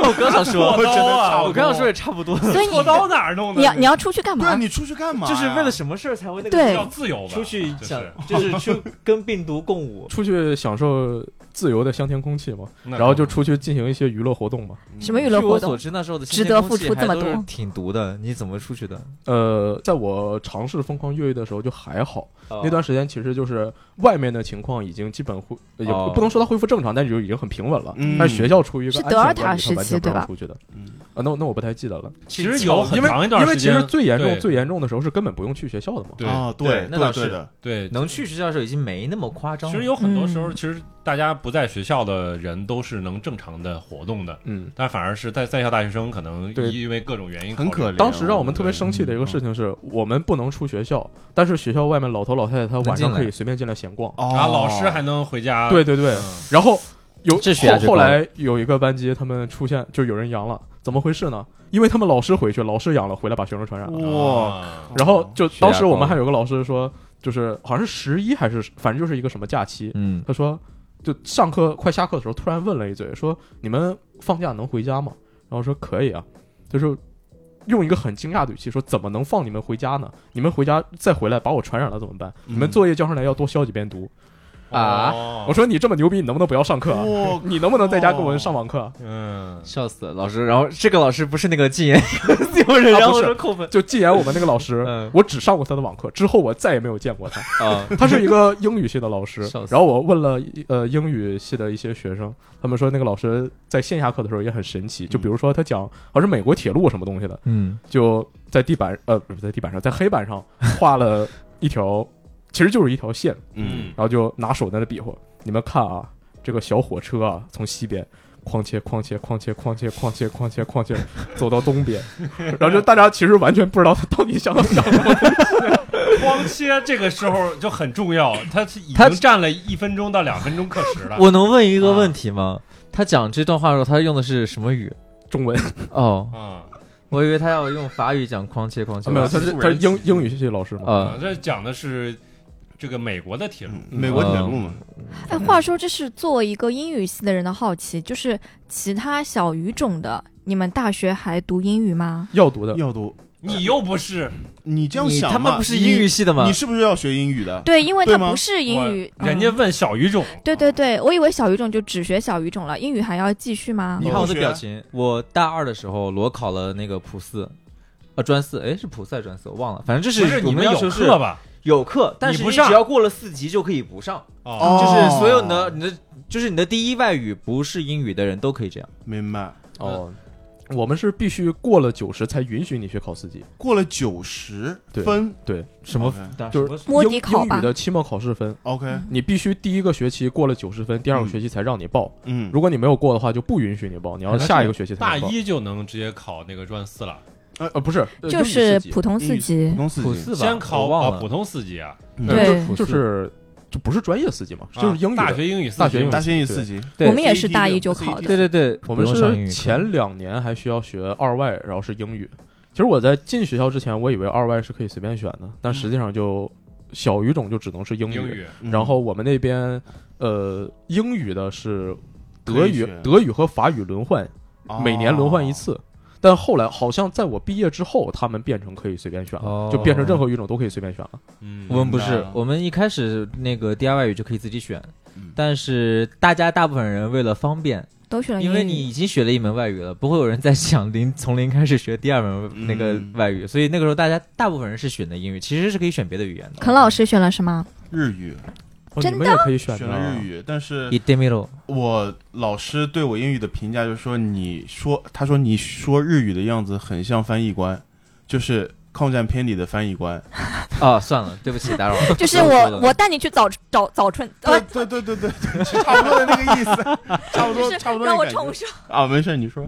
D: 我刚想说，
A: 我真的差不多
D: 我刚想说也差不多，
C: 所
F: 戳
C: 以你
F: 刀哪儿弄的？
C: 你要你要出去干
B: 对啊，
C: 嘛？
B: 你出去干嘛呀？
D: 就是为了什么事儿才会那个
C: 对
A: 要自由吧，
D: 出去
A: 就是
D: 想就是去跟病毒 共舞，
E: 出去享受自由的香甜空气嘛，
A: 那
E: 然后就出去进行一些娱乐活动嘛。
C: 什么娱
D: 据
C: 乐活
D: 我所
C: 动？
D: 知那时候的
C: 值得付出这么多
D: 新鲜空气还都是挺毒的，你怎么出去的？
E: 呃，在我尝试疯狂越狱的时候就还好，
D: 哦
A: 啊
E: 那段时间其实就是外面的情况已经基本恢，呃也
D: 哦
A: 啊
E: 不不能说它恢复正常，但是就已经很平稳了。
B: 嗯
E: 但是学校处于一个
C: 是
E: 安
C: 德
E: 全
C: 尔塔
E: 管理
C: 时
E: 它完
C: 期
E: 全不
C: 对
E: 让
C: 吧
E: 出去的
B: 嗯
E: 啊，那我那我不太记得了，
A: 其实有很
E: 因为
A: 长一段
E: 因为
A: 时
E: 其
A: 间，
E: 实最严重
A: 对
E: 最严重的时候是根本不用去学校的嘛。
A: 对
B: 啊？对，
D: 那倒
B: 对
D: 是
B: 对的，
A: 对，
D: 能去学校的时候已经没那么夸张
A: 其
D: 了，
A: 实有很多时候，其实大家不在学校的人都是能正常的活动的，
E: 嗯，
A: 但反而是在在校大学生可能
E: 对
A: 因为各种原因
B: 很
A: 考虑
B: 可怜。
E: 当时让我们特别生气的一个事情是我们不能出学校，但是学校外面老头老太太他晚上可以随便进来闲逛。嗯
B: 哦，
A: 啊，老师还能回家，
E: 啊对对对，然后有
D: 这血压
E: 后
D: 就
E: 后
D: 高了
E: 来有一个班级他们出现就有人阳了，怎么回事呢？因为他们老师回去，老师阳了回来把学生传
D: 哦
E: 染了。
B: 哇，
A: 啊，
E: 然后就
D: 血压
E: 当时我
D: 高
E: 们还有个老师说，就是好像是十一还是反正就是一个什么假期，
D: 嗯，
E: 他说就上课快下课的时候突然问了一嘴，说你们放假能回家吗？然后说可以啊，他说用一个很惊讶的语气说：“怎么能放你们回家呢？你们回家再回来把我传染了怎么办？
B: 嗯
E: 你们作业交上来要多消几遍读。”啊！
A: 哦
E: 我说你这么牛逼，你能不能不要上课啊？
B: 我
E: 你能不能在家给我们上网课啊？
A: 嗯，
D: 笑死了老师。然后这个老师不是那个禁言 有人，
E: 啊
D: 然
E: 不
D: 后
E: 是
D: 说扣分
E: 就既然我们那个老师
D: 嗯，
E: 我只上过他的网课，之后我再也没有见过他。
D: 啊，
E: 他是一个英语系的老师
D: 笑，死
E: 然后我问了呃英语系的一些学生，他们说那个老师在线下课的时候也很神奇，就比如说他讲好像是美国铁路什么东西的，
D: 嗯，
E: 就在地板呃不是在地板上，在黑板上画了一条，其实就是一条线，
B: 嗯，
E: 然后就拿手在那比划，你们看啊，这个小火车啊从西边。哐切哐切哐切哐切哐切哐切哐切，走到东边， 然后就大家其实完全不知道他到底想 讲什么。
F: 光切这个时候就很重要，他是已
D: 他
F: 经占了一分钟到两分钟课时了。
D: 我能问一个问题吗？他讲这段话的时候，他用的是什么语？
E: 中文
D: 哦，
F: 啊，
D: 我以为他要用法语讲框切框切。
E: 啊没有，他是他是英英语系老师嘛？
D: 啊，
F: 这讲的是这个美国的铁
E: 嗯
F: 路，
B: 美国铁路嘛，
C: 哎，话说这是作为一个英语系的人的好奇，就是其他小语种的，你们大学还读英语吗？
E: 要读的，
B: 要读。
F: 你又不是
B: 你这样
D: 你
B: 想嘛，
D: 他们不是英语系的
B: 你，
D: 吗
B: 你？是不是要学英语的？
C: 对，因为
B: 对
C: 它
B: 吗
C: 不是英语，
F: 我人家
C: 嗯
F: 问小语种，
C: 对对对，我以为小语种就只学小语种了，英语还要继续吗
B: 你？
D: 你看我
B: 同
D: 的
B: 学
D: 表情，我大二的时候裸考了那个普四，呃，专四，哎，是普四还是专四？我忘了，反正这
F: 不是
D: 我
F: 你
D: 们
F: 们
D: 要
F: 有
D: 求是
F: 课吧？
D: 有课，但是
F: 你不
D: 你
F: 上
D: 只要过了四级就可以不上，
F: 哦，
D: 就是所有你的你的就是你的第一外语不是英语的人都可以这样。
B: 明白。
E: 哦，我们是必须过了九十才允许你去考四级，
B: 过了九十
E: 对哦
B: 分
D: 什么
B: OK
D: 大
E: 就
D: 什么
E: 是
C: 摸
E: 英
C: 底考吧
E: 英语的期末考试分，
B: ，OK，
E: 你必须第一个学期过了九十分，第二个学期才让你报。
B: 嗯，
E: 如果你没有过的话，就不允许你报，你要下一个学期才
D: 哎
F: 大
E: 能报。
F: 一就能直接考那个专四了，
E: 呃，不是，呃
C: 就
E: 英语
C: 是
E: 四级
C: 普通
B: 英
C: 四
B: 语
C: 级
B: 普，通四
D: 普
B: 级，
D: 四吧？
F: 先考
D: 我忘
F: 啊
D: 了
F: 普。通四级啊，
B: 嗯
E: 对
C: 对
E: 就，就是就不是专业四级嘛，
F: 啊
E: 就是英语的
F: 大学英语四级，
E: 大学英语
B: 大学英语四级，
D: 对
C: 我们也是
B: CET
C: 大
B: 的
C: 一就考
B: CET
C: 的。
D: 对对对，
E: 我们
D: 不用上英语
E: 是
D: 课
E: 前两年还需要学二外，然后是英语。其实我在进学校之前，我以为二外是可以随便选的，但实际上就小语种就只能是英
F: 英语
B: 嗯
E: 然后我们那边呃，英语的是
B: 可
E: 德
B: 以
E: 语
B: 学、
E: 德语和法语轮换，每年轮换一。
B: 哦
E: 次。但后来好像在我毕业之后，他们变成可以随便选了，
D: 哦
E: 就变成任何语种都可以随便选了。
F: 嗯，。
D: 我们不
B: 明
D: 是
B: 白了，
D: 我们一开始那个第二外语就可以自己选
B: 嗯，
D: 但是大家大部分人为了方便，
C: 都选了英
D: 因
C: 语。
D: 为你已经学了一门外语了，不会有人再想零从零开始学第二
B: 嗯
D: 门那个外语，所以那个时候大家大部分人是选的英语，其实是可以选别的语言的。
C: 肯老师选了什么？
B: 日语
E: 哦
C: 真
E: 你们也可以选
B: 选了日
E: 语，
B: 语，但是
D: i d e m i l
B: 我老师对我英语的评价就是说，你说他说你说日语的样子很像翻译官，就是抗战片里的翻译官。
D: 啊，算了，对不起，打扰 了。
C: 就是
D: 不要说
C: 我
D: 了，
C: 我带你去早早早春，
B: 对
C: 呃，
B: 对对对对，对差不多的那个意思，差不
C: 就
B: 多
C: 是
B: 差不多那
C: 让我
B: 感觉
C: 重说，
B: 啊，没事，你说。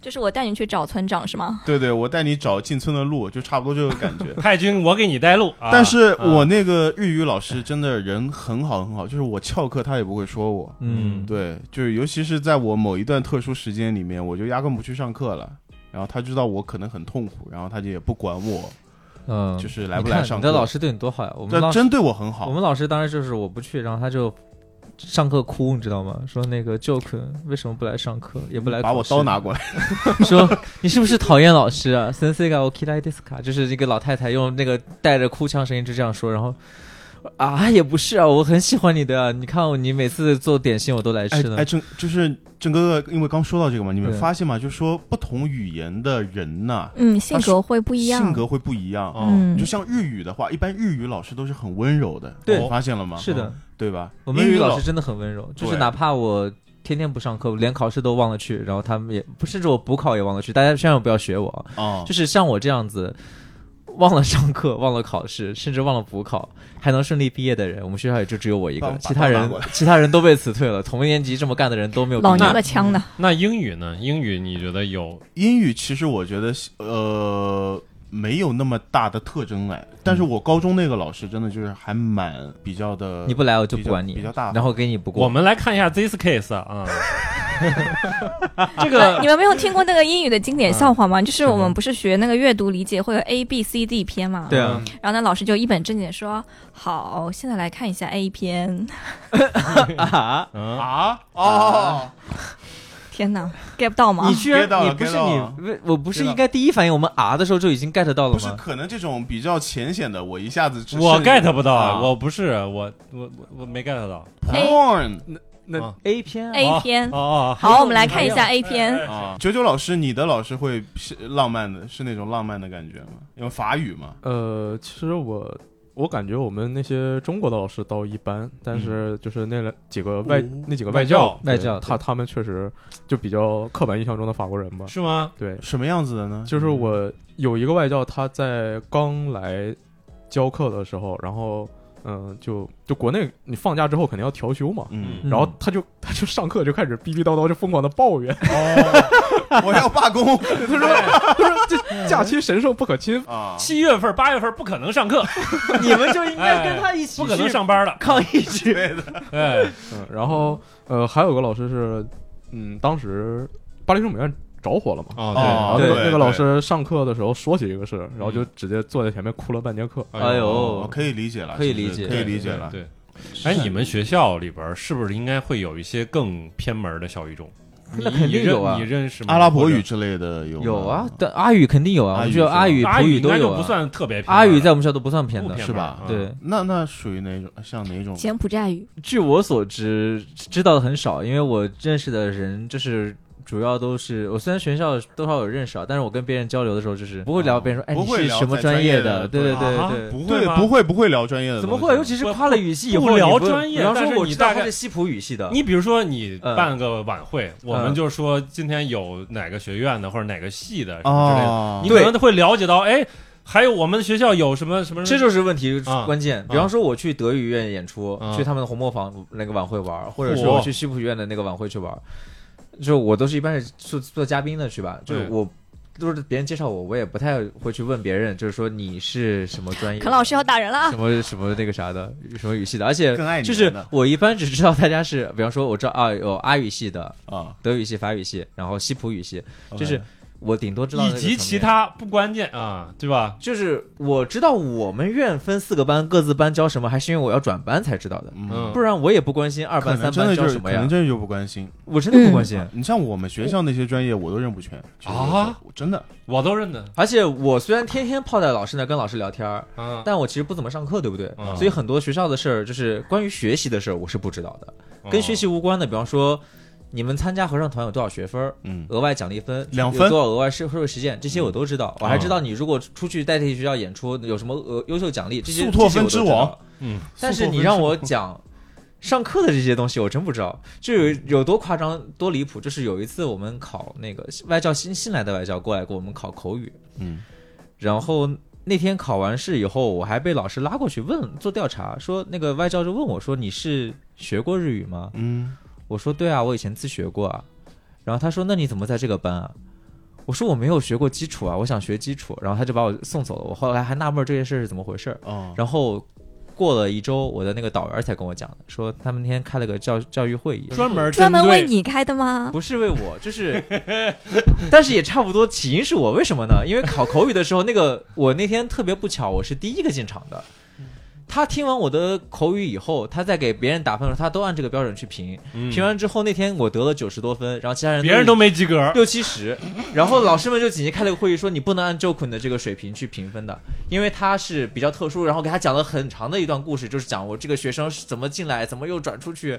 C: 就是我带你去找村长是吗？
B: 对对，我带你找进村的路，就差不多这个感 觉
F: 派军，我给你带路。啊
B: 但是我
F: 啊
B: 那个日语老师真的人很好很好，就是我翘课他也不会说我。
D: 嗯，
B: 对，就是尤其是在我某一段特殊时间里面，我就压根不去上课了。然后他知道我可能很痛苦，然后他就也不管我，
D: 嗯，
B: 就是来不
D: 你
B: 来
D: 看
B: 上
D: 你
B: 课。
D: 的老师对你多好呀！我们
B: 这
D: 老
B: 真对我很
D: 我
B: 好。
D: 们老师当时就是我不去，然后他就上课哭，你知道吗？说那个 Joke 为什么不来上课，也不来
B: 把我
D: 考试
B: 刀拿过来，
D: 说你是不是讨厌老师啊？Sensei ga o k i d a i d e s a 就是这个老太太用那个带着哭腔声音就这样说，然后啊也不是啊，我很喜欢你的啊，你看我你每次做点心我都来
B: 哎
D: 吃呢。
B: 哎，郑就是郑哥哥，因为刚说到这个嘛，你们
D: 对
B: 发现吗？就说不同语言的人呐、
C: 嗯，性格会不一样。
B: 性格会不一样。哦
C: 嗯
B: 就像日语的话，一般日语老师都是很温柔的，
D: 对
B: 你发现了吗？哦
D: 是的，
B: 对吧？
D: 我们日语
B: 英
D: 老师真的很温柔，就是
B: 对
D: 哪怕我天天不上课，连考试都忘了去，然后他们也不甚至我补考也忘了去，大家千万不要学我啊，
B: 啊，
D: 就是像我这样子。忘了上课， 忘了考试，甚至忘了补考，还能顺利毕业的人，我们学校也就只有我一
B: 把
D: 个，
B: 把
D: 其他
B: 刀拿
D: 人
B: 过来
D: 其他人都被辞退了。同一年级这么干的人都没有毕业。
C: 老娘的枪呢？
F: 那英语呢？英语你觉得有
B: 英语其实我觉得呃没有那么大的特征哎，但
D: 嗯
B: 是我高中那个老师真的就是还蛮比较的，
D: 你不来我就
B: 比
D: 不
B: 较
D: 管你，
B: 比较大
D: 然后给你不过。
F: 我们来看一下 this case 啊，啊这
C: 呃
F: 个
C: 你们没有听过那个英语的经典笑话吗？就是我
D: 什么
C: 们不是学那个阅读理解会有 A B C D 篇嘛？
D: 对啊，
C: 然后那老师就一本正经地说：“好，现在来看一下 A 篇。
D: 啊，
F: 嗯，
B: 啊哦，
C: 天哪，get 不到吗
D: 你？居然
B: get 到了
D: 你不是
B: get 到了
D: 你不我不是
B: 知道
D: 应该第一反应我们啊的时候就已经 get 到
B: 不
D: 了
B: 是
D: 吗？
B: 可能这种比较浅显的，我一下子只
A: 我
B: 是
A: get 不到，
B: 啊
A: 我不是，我我我我没 get 到。
B: porn
E: 那
D: A 片啊
C: A 片
A: 哦哦，
C: 好，我们来看一下 A 片。
B: 啊。九九老师，你的老师会是浪漫的，是那种浪漫的感觉吗？因为法语嘛，
E: 呃，其实我我感觉我们那些中国的老师倒一般，但是就是那了几
B: 哦
E: 个外、那几个
A: 外
E: 教
A: 教
E: 对
D: 外教
E: 他他们确实就比较刻板印象中的法国人吧。
A: 是吗？
E: 对，
B: 什么样子的呢？
E: 就是我有一个外教，他在刚来教课的时候，然后嗯、就就国内你放假之后肯定要调休嘛。
B: 嗯，
D: 嗯
E: 然后他就他就上课就开始逼逼叨叨，就疯狂的抱怨，
B: 我要罢工
E: 假期神圣不可侵
B: 啊！
A: 七月份、八月份不可能上课，
D: 你们就应该跟他一起
A: 不可能
D: 去
A: 上班了。
D: 抗议去。
A: 哎，
E: 嗯，然后呃，还有个老师是，嗯，当时巴黎圣母院着火了嘛，
A: 哦
B: 哦
E: 然后那个
B: 对
E: 那个
B: 对
E: 老师上课的时候说起这个事，然后就直接坐在前面哭了半节课。
A: 对
D: 哎
B: 哦，
D: 呦，
B: 可以理解了，
D: 可以
B: 其实
D: 理解
B: 可
A: 对
B: 以理解了。
A: 对，对哎，你们学校里边是不是应该会有一些更偏门的小语种？你
D: 那肯定有啊
A: 你认你认识吗？
B: 阿拉伯语之类的有
D: 有
B: 吗
D: 啊，，但阿语肯定有啊，我
B: 阿
D: 们
B: 语
D: 学
B: 是
D: 校
B: 吧
D: 阿语、
A: 阿
D: 普
A: 语
D: 语
A: 应
D: 都
A: 该
D: 有
A: 就
D: 啊。
A: 不算特别偏门了，
D: 阿语在我们学校都不算偏
A: 不
D: 的。
A: 偏
B: 是吧
A: 门啊
D: 对，
B: 那那属于哪种？像哪种？
C: 柬埔寨语，
D: 据我所知，知道的很少，因为我认识的人就是。主要都是我虽然学校多少有认识啊，但是我跟别人交流的时候就是不会聊别人说，哎，
B: 不
D: 你
B: 会
D: 是
B: 聊
D: 什么
B: 在
D: 专
B: 专
D: 业
B: 业
D: 的？
B: 的
D: 对对
A: 对啊
D: 对对，
B: 不
A: 对
B: 会
A: 吗
B: 不会不会聊专业的？
D: 怎么会？尤其是
A: 不
D: 跨了语系以
A: 不
D: 后，你
A: 聊
D: 不
A: 专业
D: 比方
A: 但
D: 说
A: 是
D: 我
A: 你
D: 知道
A: 大
D: 他
A: 概
D: 是西普语系的，
A: 你比如说，你
D: 嗯
A: 办个晚会，我们就说今天有哪个学院的或者哪个系的什么之类
D: 哦
A: 的，
B: 啊
A: 你？可能会了解到，哎，还有我们学校有什么什么，
D: 这就是问题
A: 嗯啊
D: 关键。比方说，我去德语院演出，
A: 啊
D: 去他们的红磨坊那个晚会玩，或者
A: 嚯
D: 说我去西普院的那个晚会去玩，就我都是一般是做做嘉宾的去吧，就是
A: 对
D: 我。都是别人介绍我，我也不太会去问别人，就是说你是什么专业的，
C: 肯老师要打人了啊
D: 什！么什么那个啥的，什么语系的，而且
B: 更爱你
D: 就是
B: 们的
D: 我一般只知道大家是，比方说我知道啊有阿语系的、
B: 啊，
D: 德语系、法语系，然后西普语系，
B: OK
D: 就是我顶多知道那
A: 以
D: 个
A: 及
D: 层
A: 其
D: 面
A: 他不关键啊，对吧？
D: 就是我知道我们院分四个班，各自班教什么，还是因为我要转班才知道的，
A: 嗯
B: 嗯，
D: 不然我也不关心二
B: 可
D: 班、
B: 能
D: 三
B: 真
D: 班
B: 的就
D: 教
B: 是
D: 什么
B: 可能
D: 呀，
B: 真的就嗯不关心。啊
D: 我真的不关心。
B: 你像我们学校那些专业，我都认不全
A: 啊，
B: 我真的
A: 我都认得
D: 而且我虽然天天泡在老师那跟老师聊天儿，
A: 啊，
D: 但我其实不怎么上课，对不对？
A: 嗯
D: 所以很多学校的事儿，就是关于学习的事儿，我是不知道的，
B: 嗯
A: 哦
D: 跟学习无关的。比方说，你们参加合唱团有多少学分儿，
B: 嗯
D: 额外奖励分
B: 两
D: 有
B: 分嗯啊
D: 多少额外社会实践，这些我都知道。我还知道你如果出去代替学校演出有什么额优秀奖励，这些
B: 速拓分之，
D: 这些我都知
B: 王
D: 道
A: 嗯，
D: 但是你让我 讲上课的这些东西，我真不知道，就有有多夸张、多离谱。就是有一次我们考那个外教新新来的外教过来给我们考口语，
B: 嗯，
D: 然后那天考完试以后，我还被老师拉过去问做调查，说那个外教就问我说你是学过日语吗？
B: 嗯，
D: 我说对啊，我以前自学过啊。然后他说那你怎么在这个班啊？我说我没有学过基础啊，我想学基础。然后他就把我送走了。我后来还纳闷这件事是怎么回事儿。
B: 哦，
D: 然后过了一周，我的那个导员才跟我讲的，说他们那天开了个教教育会议，
A: 哦专门
C: 专门
A: 针对
C: 为你开的吗？
D: 不是为我，就是，但是也差不多，起因是我，为什么呢？因为考口语的时候，那个我那天特别不巧，我是第一个进场的。他听完我的口语以后，他在给别人打分的时候，他都按这个标准去评。
A: 嗯
D: 评完之后，那天我得了九十多分，然后其他人
A: 别人都
D: 都
A: 没及格，
D: 六七十，然后老师们就紧急开了个会议，说你不能按 Joe 坤的这个水平去评分的，因为他是比较特殊，然后给他讲了很长的一段故事，就是讲我这个学生是怎么进来，怎么又转出去，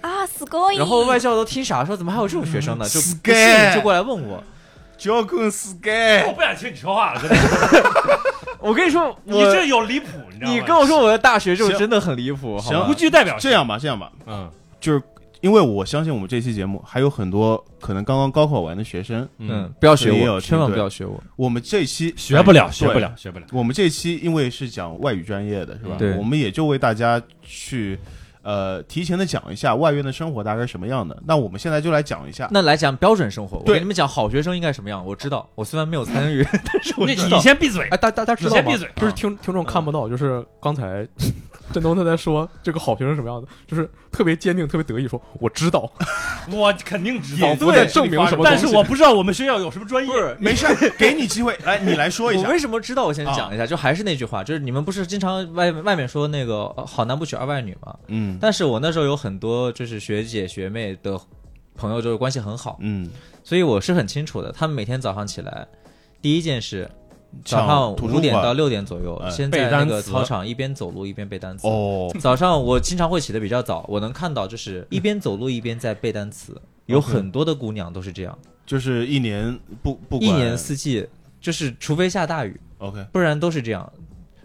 C: 啊，scoring！
D: 然后外教都听傻，说怎么还有这种学生呢？就不
B: Scam
D: 信就过来问我，
B: 交更 sky
A: 我不想听你说话了，真的，
D: 我跟你说，
A: 你
D: 我
A: 这有离谱，你知道吗？
D: 你跟我说我的大学就
B: 行
D: 真的很离谱，好
B: 行
D: 吧
A: 不？具代表性，
B: 这样吧，这样吧，
A: 嗯
B: 就是因为我相信我们这期节目还有很多可能刚刚高考完的学生，
D: 嗯
A: 嗯，，
D: 不要学
B: 也有
D: 我，千万
B: 对
D: 不要学我。
B: 我们这期
A: 学不了，
B: 对
A: 学不了，学不了，
B: 我们这期因为是讲外语专业的，是吧？
D: 对
B: 我们也就为大家去，呃，提前的讲一下外院的生活大概是什么样的。那我们现在就来讲一下，
D: 那来讲标准生活，我
B: 对
D: 给你们讲好学生应该什么样，我知道，我虽然没有参与，但是我
A: 那
D: 知
A: 你
D: 道。
A: 先闭嘴，
E: 哎，大大家知
A: 你
E: 道
A: 先
E: 吗
A: 闭？嘴，
E: 就是听听众看不到，就是刚才 振东他在说这个好学生什么样子，就是特别坚定、特别得意说我知道，
A: 我肯定知道
E: 仿，佛在证明什么东西。
A: 但是我不知道我们学校有什么专业
D: 不，是
B: 没事儿，给你机会，来，你来说一
D: 我
B: 下。啊
D: 为什么知道？我先讲一下，就还是那句话，就是你们不是经常外外面说那个呃好男不娶二外女吗？
B: 嗯
D: 但是我那时候有很多就是学姐学妹的朋友就是关系很好，
B: 嗯，
D: 所以我是很清楚的。他们每天早上起来，第一件事，早上
B: 上图书
D: 五点
B: 馆
D: 到六点左右，
B: 哎
D: 先
A: 背
D: 在那
A: 单
D: 个
A: 词
D: 操场一边走路一边背单词。
B: 哦，
D: 早上我经常会起得比较早，我能看到就是一边走路一边在背单词，有很多的姑娘都是这样，
B: 就是一年不不管
D: 一年四季就是除非下大雨，
B: OK，
D: 不然都是这样。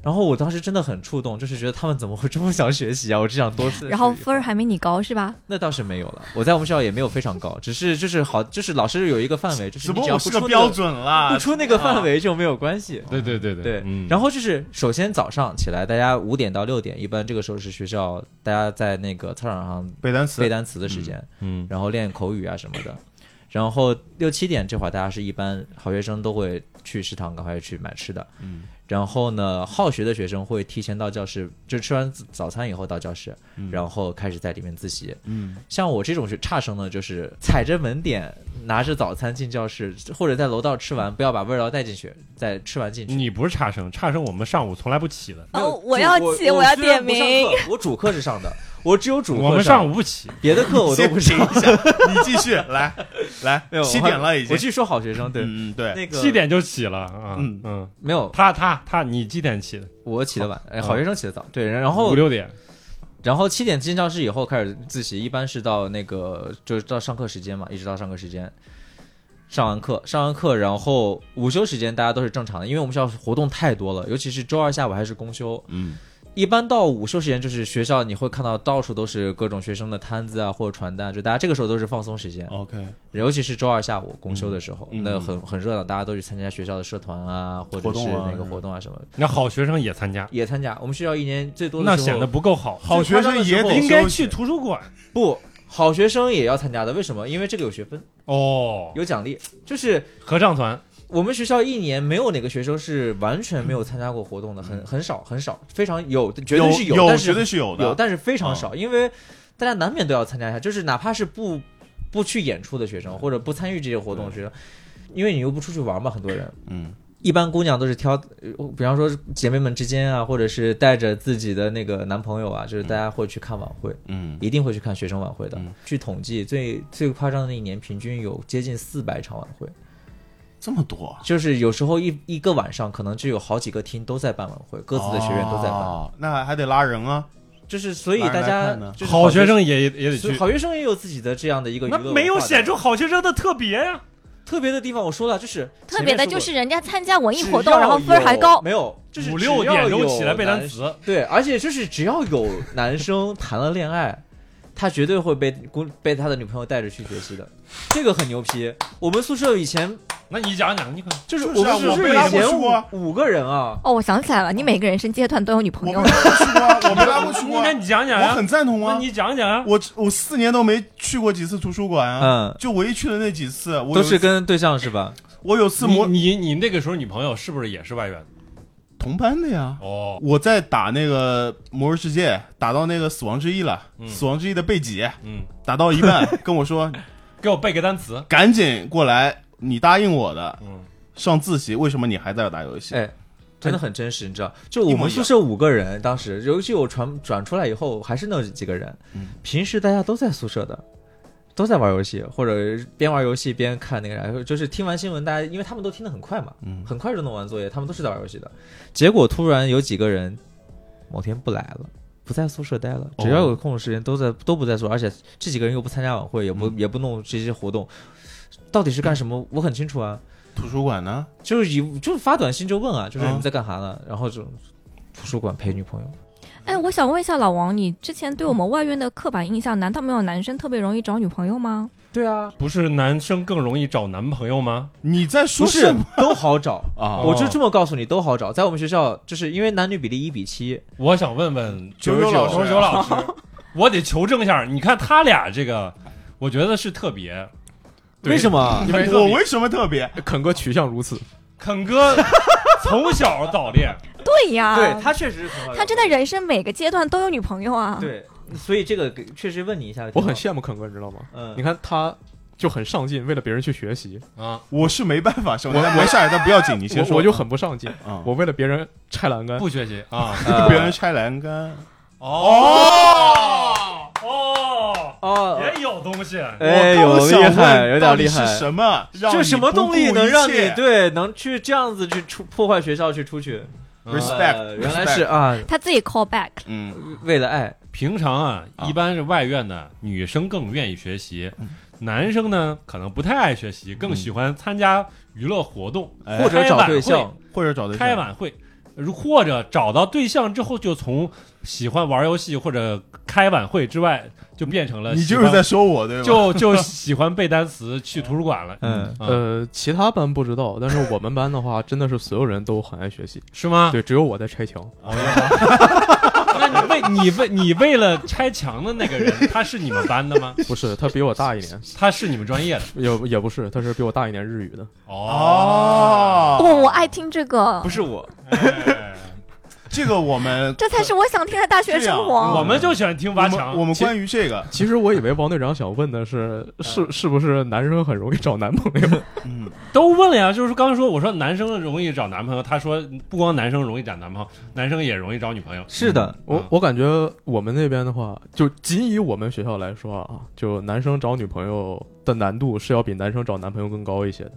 D: 然后我当时真的很触动，就是觉得他们怎么会这么想学习啊？我只想多试。
C: 然后分儿还没你高是吧？
D: 那倒是没有了，我在我们学校也没有非常高，只是就是好，就是老师有一个范围，就是
B: 只
D: 你
B: 不过
D: 只要
B: 我
D: 不
B: 是
D: 出那
B: 个标准啊啦
D: 不，出那个范围就没有关系。
A: 对对对
D: 对，
A: 嗯，
D: 然
A: 后
D: 后就是首先早上起来，大家五点到六点，一般这个时候是学校大家在那个操场上
B: 背单词
D: 背单词的时间，
A: 嗯
D: 然后练口语啊什么的。然后六七点这会儿，大家是一般好学生都会去食堂赶快去买吃的。
B: 嗯，
D: 然后呢，好学的学生会提前到教室，就吃完自早餐以后到教室，
B: 嗯
D: 然后开始在里面自习。
B: 嗯，
D: 像我这种学差生呢，就是踩着门点拿着早餐进教室，或者在楼道吃完，不要把味道带进去，再吃完进去。
A: 你不是差生，差生我们上午从来不起的，
D: 没有
C: 哦
D: 就
C: 我要起
D: 我
C: 我要
D: 虽
C: 点
D: 然不上课，我主课是上的，我只有主课
A: 我们
D: 上
A: 上午不起，
D: 别的课我都不
B: 先
D: 上。
B: 停一下， 你继续来来
D: 没有，，
B: 七点了已经
D: 哎我，去说好学生，对，
B: 嗯嗯对，
D: 那个
A: 七点就起了啊，
B: 嗯
A: 嗯，
D: 没有，
A: 他他他，你几点起的？
D: 我起得晚，哎，
B: 哦
A: 嗯
D: 好学生起得早，对，然后
A: 五六点，
D: 然后七点进教室以后开始自习，一般是到那个就是到上课时间嘛，一直到上课时间。上完课，上完课，然后午休时间大家都是正常的，因为我们学校活动太多了，尤其是周二下午还是公休。
B: 嗯，
D: 一般到午休时间，就是学校你会看到到处都是各种学生的摊子啊，或者传单，就大家这个时候都是放松时间。
B: OK，
D: 尤其是周二下午公休的时候，
B: 嗯嗯
D: 那很很热闹，大家都去参加学校的社团啊，或
B: 活
D: 者是
B: 动啊
D: 那个活动啊什么，
A: 那好学生也参加，
D: 也参加。我们学校一年最多的
A: 那
D: 时候
A: 显得不够好，
B: 好学生也得
A: 应该去图书馆
D: 不好学生也要参加的，为什么？因为这个有学分，
A: 哦。
D: 有奖励。就是
A: 合唱团
D: 我们学校一年没有哪个学生是完全没有参加过活动的，很很少很少，非常有，绝对是
B: 有，
D: 但是
B: 绝对是有的，啊
D: 有，但是非常少，因为大家难免都要参加一下，就是哪怕是不不去演出的学生，或者不参与这些活动的学生，因为你又不出去玩嘛，很多人。
B: 嗯，
D: 一般姑娘都是挑，呃比方说姐妹们之间啊，或者是带着自己的那个男朋友啊，就是大家会去看晚会，
B: 嗯，
D: 一定会去看学生晚会的。
B: 嗯
D: 据统计，最最夸张的一年，平均有接近四百场晚会，
B: 这么多，
D: 就是有时候一一个晚上可能就有好几个厅都在办晚会，各自的学院都在办，
B: 哦，那还得拉人啊，
D: 就是所以
B: 哪儿
D: 大
B: 来
D: 家
B: 看呢
D: 就是
A: 好学生也也得
D: 所以
A: 去，
D: 好学生也有自己的这样的一个娱
A: 那
D: 乐文化的，
A: 没有显出好学生的特别呀、
D: 特别的地方。我说了，就是
C: 特别的
D: 前面
C: 就
D: 说过
C: 是人家参加文艺活
D: 只
C: 动，
D: 要
C: 然后分儿还
D: 有
C: 高，
D: 没有，就是
A: 五六
D: 只要
A: 点
D: 有
A: 钟起来背单
D: 男生。
A: 词，
D: 对，而且就是只要有男生谈了恋爱，他绝对会被姑被他的女朋友带着去学习的，这个很牛批。我们宿舍以前
A: 那你讲讲，你看
D: 就是
B: 就是
D: 我
B: 啊
D: 们宿
B: 我
D: 舍
B: 被拉
D: 以
B: 过
D: 前
B: 去过啊
D: 五五个人啊，
C: 哦，我想起来了，你每个人生阶段都有女朋
B: 我没
C: 友
B: 拉。过去过 啊，我没拉过去过
A: 那
B: 啊，
A: 你讲讲
B: 我
A: 呀、
B: 很赞同
A: 那
B: 啊，
A: 你讲讲啊，
B: 我我四年都没去过几次图书馆啊，
D: 嗯，
B: 就唯一去的那几次，我
D: 都
B: 有
D: 是
B: 一次
D: 跟对象是吧？
B: 我有次
A: 你
B: 模
A: 你你那个时候女朋友是不是也是外援？
B: 同班的呀，
A: 哦，
B: 我在打那个《魔兽世界》，打到那个死亡之翼了，
A: 嗯
B: 死亡之翼的贝姐
A: 嗯，
B: 打到一半跟我说
A: 给我背个单词：“，
B: 赶紧过来，你答应我的，
A: 嗯，
B: 上自习，为什么你还在打游戏？”
D: 哎。真的很真实，你知道？就我
B: 一模
D: 们
B: 一
D: 宿
B: 样
D: 舍五个人，当时尤其我传转出来以后，还是那几个人。
B: 嗯
D: 平时大家都在宿舍的，都在玩游戏，或者边玩游戏边看那个啥，然后就是听完新闻，大家因为他们都听得很快嘛，
B: 嗯
D: 很快就弄完作业，他们都是在玩游戏的。结果突然有几个人某天不来了，不在宿舍待了，只要有空的时间都在都不在宿舍，而且这几个人又不参加晚会，也不、也不弄这些活动，到底是干什么？我很清楚啊，
B: 图书馆呢？
D: 就是以就是发短信就问啊，就是
B: 嗯
D: 你们在干啥呢？然后就图书馆陪女朋友。
C: 哎，我想问一下老王，你之前对我们外院的刻板印象，难道没有男生特别容易找女朋友吗？
D: 对啊，
A: 不是男生更容易找男朋友吗？
B: 你在
D: 不
B: 说
D: 是
B: 什么
D: 都好找。
B: 啊？
D: 我就这么告诉你，都好找。在我们学校，就是因为男女比例一比七，
A: 我想问问
B: 九九老师啊
A: 九九老 师，我得求证一下，你看他俩这个，我觉得是特别。
D: 为什么？
A: 你们
B: 我为什么特别？
E: 肯哥取向如此，
A: 肯哥从小早恋，
C: 对呀，
D: 对他确实很好，
C: 啊他真的人生每个阶段都有女朋友啊。，
D: 对，所以这个给确实问你一下，
E: 我很羡慕肯哥，你知道吗？
D: 嗯
E: 你看他就很上进，为了别人去学习，
A: 啊，
B: 我是没办法，我没事，但不要紧，你先
E: 我
B: 说。
E: 我就很不上进，
B: 啊，
E: 我为了别人拆栏杆，
A: 不学
B: 呃
D: 呃
A: 习啊。
B: 跟别人拆栏杆，
A: 哦哦，
F: 有，
D: 哦，
F: 也有东西。
D: 哎，有
B: 我刚
D: 厉
B: 想
D: 害，
B: 问
D: 有
B: 到
D: 点
B: 底
D: 厉害。
B: 是什么？让
D: 就什么
B: 你不
D: 动力
B: 顾
D: 能
B: 一
D: 让你
B: 切
D: 对能去这样子去出破坏学校去出去
A: 嗯
B: respect？
D: 呃原来是啊，
C: 他自己 call back，
B: 嗯，
D: 为了爱，
A: 平常啊，
B: 啊
A: 一般是外院的女生更愿意学习，男生呢可能不太爱学习，更喜欢参加娱乐活动，
B: 哎
D: 或者找对象，
B: 或者找对象
A: 开晚会，如或者找到对象之后，就从喜欢玩游戏或者开晚会之外，就变成了
B: 你
A: 喜
B: 就
A: 欢
B: 是在说我对 吧？
A: 就就喜欢背单词，去图书馆了，
D: 嗯，
A: 啊
E: 呃，其他班不知道，但是我们班的话，真的是所有人都很爱学习，
A: 是吗？哦
E: 对，只有我在拆墙。
A: 那你为你为你为了拆墙的那个人，他是你们班的吗？
E: 不是，他比我大一年，
A: 他是你们专业的
E: 也也不是，他是比我大一年日语的。
B: 哦，
C: 哦，我爱听这个
D: 不，是我，
A: 哎
B: 这个我们
C: 这才是我想听的大学生
A: 哦我
C: 活。
A: 们就喜欢听
B: 我
A: 挖
B: 们
A: 墙。
B: 我们
A: 其
B: 关于这个，
E: 其实我以为王队长想问的是，是是不是男生很容易找男朋友？
B: 嗯，
A: 都问了呀，就是刚刚说我说男生容易找男朋友，他说不光男生容易找男朋友，男生也容易找女朋友。
D: 是的，
B: 嗯
A: 嗯
E: 我我感觉我们那边的话，就仅以我们学校来说啊，就男生找女朋友的难度是要比男生找男朋友更高一些的。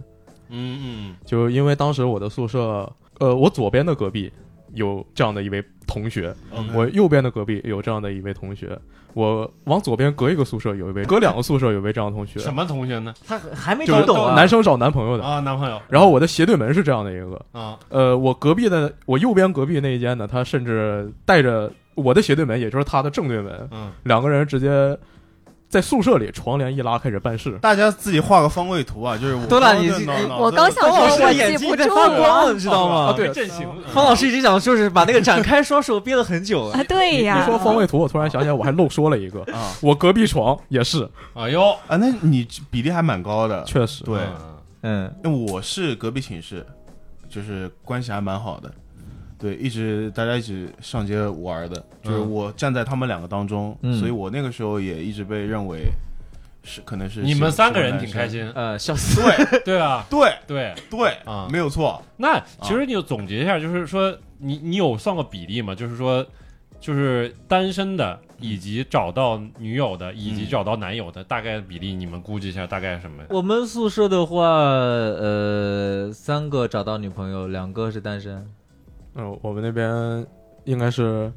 A: 嗯
E: 就因为当时我的宿舍，呃，我左边的隔壁有这样的一位同学，
A: 嗯
B: OK
E: 我右边的隔壁有这样的一位同学，我往左边隔一个宿舍有一位，隔两个宿舍有一位这样的同学
A: 嗯，，什么同学呢？
D: 他还没
E: 就
D: 搞
E: 是
D: 懂啊，
E: 男生找男朋友的。
A: 啊，男朋友
E: 然后我的斜对门是这样的一个，
A: 啊，
E: 呃，我隔壁的我右边隔壁那一间呢，他甚至带着我的斜对门，也就是他的正对门，
A: 嗯，
E: 两个人直接在宿舍里床帘一拉开始办事。
B: 大家自己画个方位图啊，就是我
D: 多大你
B: 脑脑
C: 哎我
B: 子
C: 刚想
D: 方老
C: 说，
D: 师
C: 我
D: 的眼
C: 记
D: 睛
C: 不
D: 在
C: 住
D: 发
C: 了
D: 光，你知道
A: 啊
D: 吗？
E: 对
A: 被震醒
E: 哦
A: 了。
D: 方老师已经想就是把那个展开双手憋了很久了
C: 啊，，对呀，
E: 你说方位图，我突然想起来，我还漏说了一个，
B: 啊
E: 我隔壁床也 是，
A: 哎呦，
B: 啊，那你比例还蛮高的，
E: 确实，
B: 对，
A: 嗯
D: 嗯，
B: 因为我是隔壁寝室，就是关系还蛮好的，对，一直大家一起上街玩的，就是
A: 嗯
B: 我站在他们两个当中，
D: 嗯
B: 所以我那个时候也一直被认为是可能是
A: 你们三个人挺开
B: 心，
A: 心，
D: 呃，笑死，
A: 对吧？
B: 对
A: 对，
B: 对
A: 啊
B: 没有错，
A: 那其实你就总结一下，就是说你你有算过比例吗？就是说，就是单身的以及找到女友的以及
B: 嗯
A: 找到男友的大概比例，你们估计一下大概什么？
D: 我们宿舍的话，呃，三个找到女朋友，两个是单身。
E: 嗯，我们那边应该是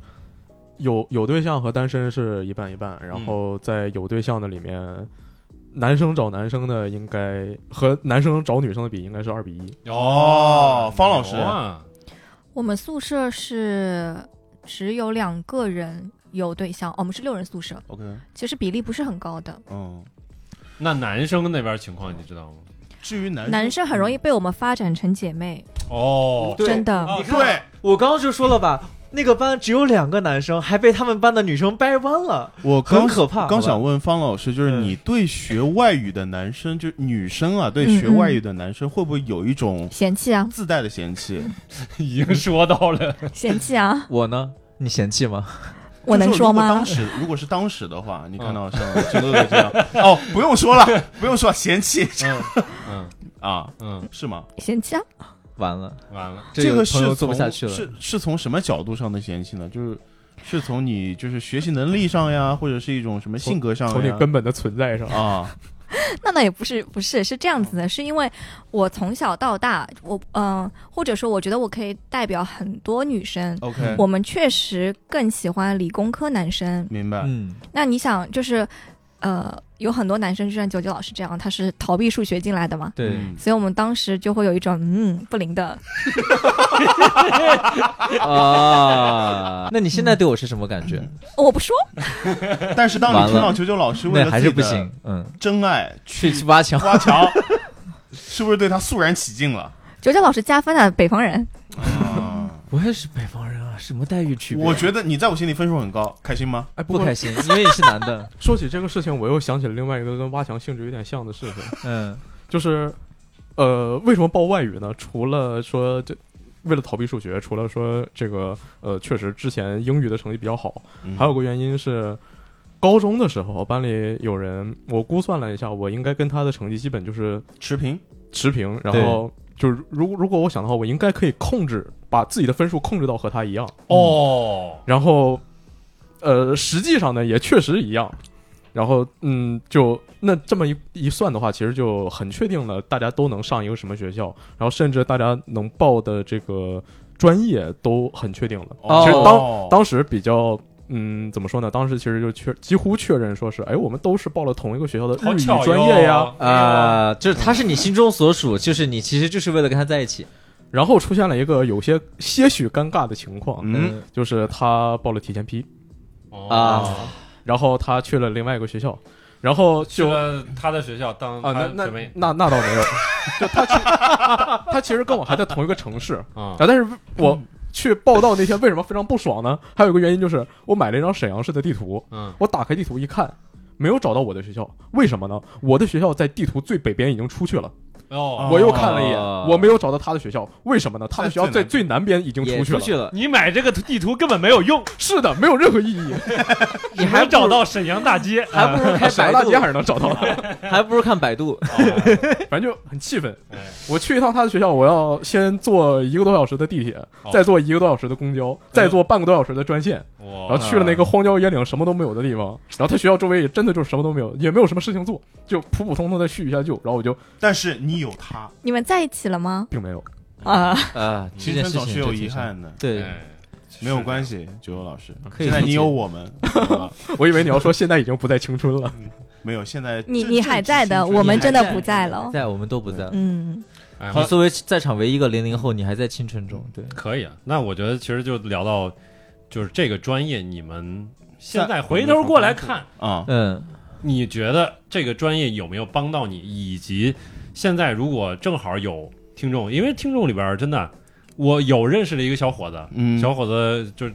E: 有有对象和单身是一半一半，然后在有对象的里面，男生找男生的应该和男生找女生的比应该是二比一。
B: 哦方老师
A: 牛啊，
C: 我们宿舍是只有两个人有对象，哦我们是六人宿舍，
B: OK，
C: 其实比例不是很高的。
B: 嗯，
A: 那男生那边情况你知道吗？
B: 至于男嗯
C: 男生很容易被我们发展成姐妹，
A: 哦，
D: 对
C: 真的。
A: 啊
D: 你看，
B: 对
D: 我刚刚就说了吧，那个班只有两个男生，还被他们班的女生掰弯了，
B: 我
D: 很
B: 刚
D: 可怕。
B: 刚
D: 好
B: 想
D: 吧，
B: 问方老师，就是
D: 嗯
B: 你对学外语的男生，就是女生啊，对学
C: 嗯嗯
B: 外语的男生会不会有一种
C: 嫌弃啊，
B: 自带的嫌弃？
A: 已经说到了，
C: 嫌弃 啊，
D: 我呢？你嫌弃吗？
C: 我能
B: 就是
C: 说
B: 如果
C: 吗
B: 当？时如果是当时的话，你看到像金哥哥这 样，哦，不用说了，不用说，嫌弃
A: 嗯嗯
B: 啊，
A: 嗯，
B: 是吗？
C: 嫌弃啊，
D: 完了，
A: 完了，
B: 这个
D: 朋友
B: 是
D: 做
B: 从
D: 不下去了。
B: 是是从什么角度上的嫌弃呢？就是是从你就是学习能力上呀，或者是一种什么性格上
E: 从你
B: 呀
E: 根本的存在上，
B: 啊，
C: 那那也不是，不是是这样子的，是因为我从小到大，我嗯、或者说我觉得我可以代表很多女生。
B: OK，
C: 我们确实更喜欢理工科男生。
B: 明白，
D: 嗯，
C: 那你想，就是，呃，有很多男生就像九九老师这样，他是逃避数学进来的嘛，
D: 对，
B: 嗯
C: 所以我们当时就会有一种嗯不灵的
D: 啊，嗯 那你现在对我是什么感觉？
C: 我不说，
B: 但是当
D: 完
B: 你
D: 了
B: 听到九九老师为
D: 那
B: 了
D: 还
B: 自
D: 是
B: 己
D: 不
B: 的
D: 行，嗯，
B: 真爱
D: 去
B: 去
D: 去挖墙。
B: 挖墙，是不是对他肃然起敬了？
C: 九九老师加分啊，北方人。
B: 啊，
D: 我也是北方人啊，什么待遇区别？
B: 我觉得你在我心里分数很高，开心吗？
E: 哎，不
D: 不
E: 过
D: 开心， 因为你是男的。
E: 说起这个事情，我又想起了另外一个跟挖墙性质有点像的事情，
D: 嗯
E: 就是，呃，为什么报外语呢？除了说这。为了逃避数学，除了说这个，呃，确实之前英语的成绩比较好，
B: 嗯
E: 还有个原因是，高中的时候班里有人，我估算了一下，我应该跟他的成绩基本就是
B: 持平，
E: 持平，然后就是如如果我想的话，我应该可以控制把自己的分数控制到和他一样，
A: 哦，
E: 然后，呃，实际上呢也确实一样，然后嗯，就那这么一一算的话，其实就很确定了，大家都能上一个什么学校，然后甚至大家能报的这个专业都很确定了。
D: 哦
E: 其实当当时比较。嗯，怎么说呢？当时其实就确几乎确认说是，哎，我们都是报了同一个学校的
F: 好
E: 日语
F: 巧哟哎
E: 专业呀，
D: 啊，就是他是你心中所属，就是你其实就是为了跟他在一起。
E: 然后出现了一个有些些许尴尬的情况，
B: 嗯，
E: 就是他报了提前批，
F: 哦
D: 啊，
E: 然后他去了另外一个学校，然后
F: 去
E: 就啊，
F: 了他的学校当他
E: 啊那那
F: 学妹
E: 那那倒没有，就他其他他其实跟我还在同一个城市啊，
F: 啊，
E: 但是我去报道那天为什么非常不爽呢？还有一个原因就是我买了一张沈阳市的地图，
F: 嗯，
E: 我打开地图一看。没有找到我的学校，为什么呢？我的学校在地图最北边已经出去了。
F: 哦，
E: 我又看了一眼，
D: 哦
E: 我没有找到他的学校，为什么呢？他的学校在
B: 在最南
E: 最南边已经
D: 也
E: 出去
D: 出
E: 了。
D: 去了，
F: 你买这个地图根本没有用，
E: 是的，没有任何意义。
D: 你
F: 还
D: 还
F: 找到沈阳大街，
D: 还不 如开
E: 沈阳
D: 百
E: 大街还
D: 度，
E: 是能找到的，
D: 还不如看百度。
E: 反正就很气愤
F: 哎。
E: 我去一趟他的学校，我要先坐一个多小时的地铁，
F: 哦
E: 再坐一个多小时的公交，再坐半个多小时的专线，然后
F: 哇，
E: 去了那个荒郊野岭什么都没有的地方。然后他学校周围也真的就是什么都没有，也没有什么事情做，就普普通通的叙一下旧。然后我就
B: 但是你有他，
C: 你们在一起了吗？
E: 并没有，
C: 啊，
D: 啊，这
B: 青
D: 件
B: 春
D: 事
B: 总
D: 情
B: 是有
D: 真
B: 遗
D: 挺伤。
B: 憾的。
D: 对，
A: 哎
B: 没有关
F: 系，
B: 系，九九老师，
D: 可以
B: 现在
D: 理
B: 你
D: 解
B: 有我 们，好吧
E: 我以为你要说现在已经不在青春了。
B: 没有现在
C: 你
B: 正
C: 你还在的，我们真的不在了。
D: 在我们都不在。
C: 嗯，
F: 哎
D: 你作为在场唯一一个零零后，你还在青春中，对，
A: 可以啊。那我觉得其实就聊到就是这个专业，你们现在
B: 在
A: 回头过来看，
B: 啊，
D: 嗯，
A: 你觉得这个专业有没有帮到你？以及现在如果正好有听众，因为听众里边儿真的，我有认识的一个小伙子，
B: 嗯，
A: 小伙子就是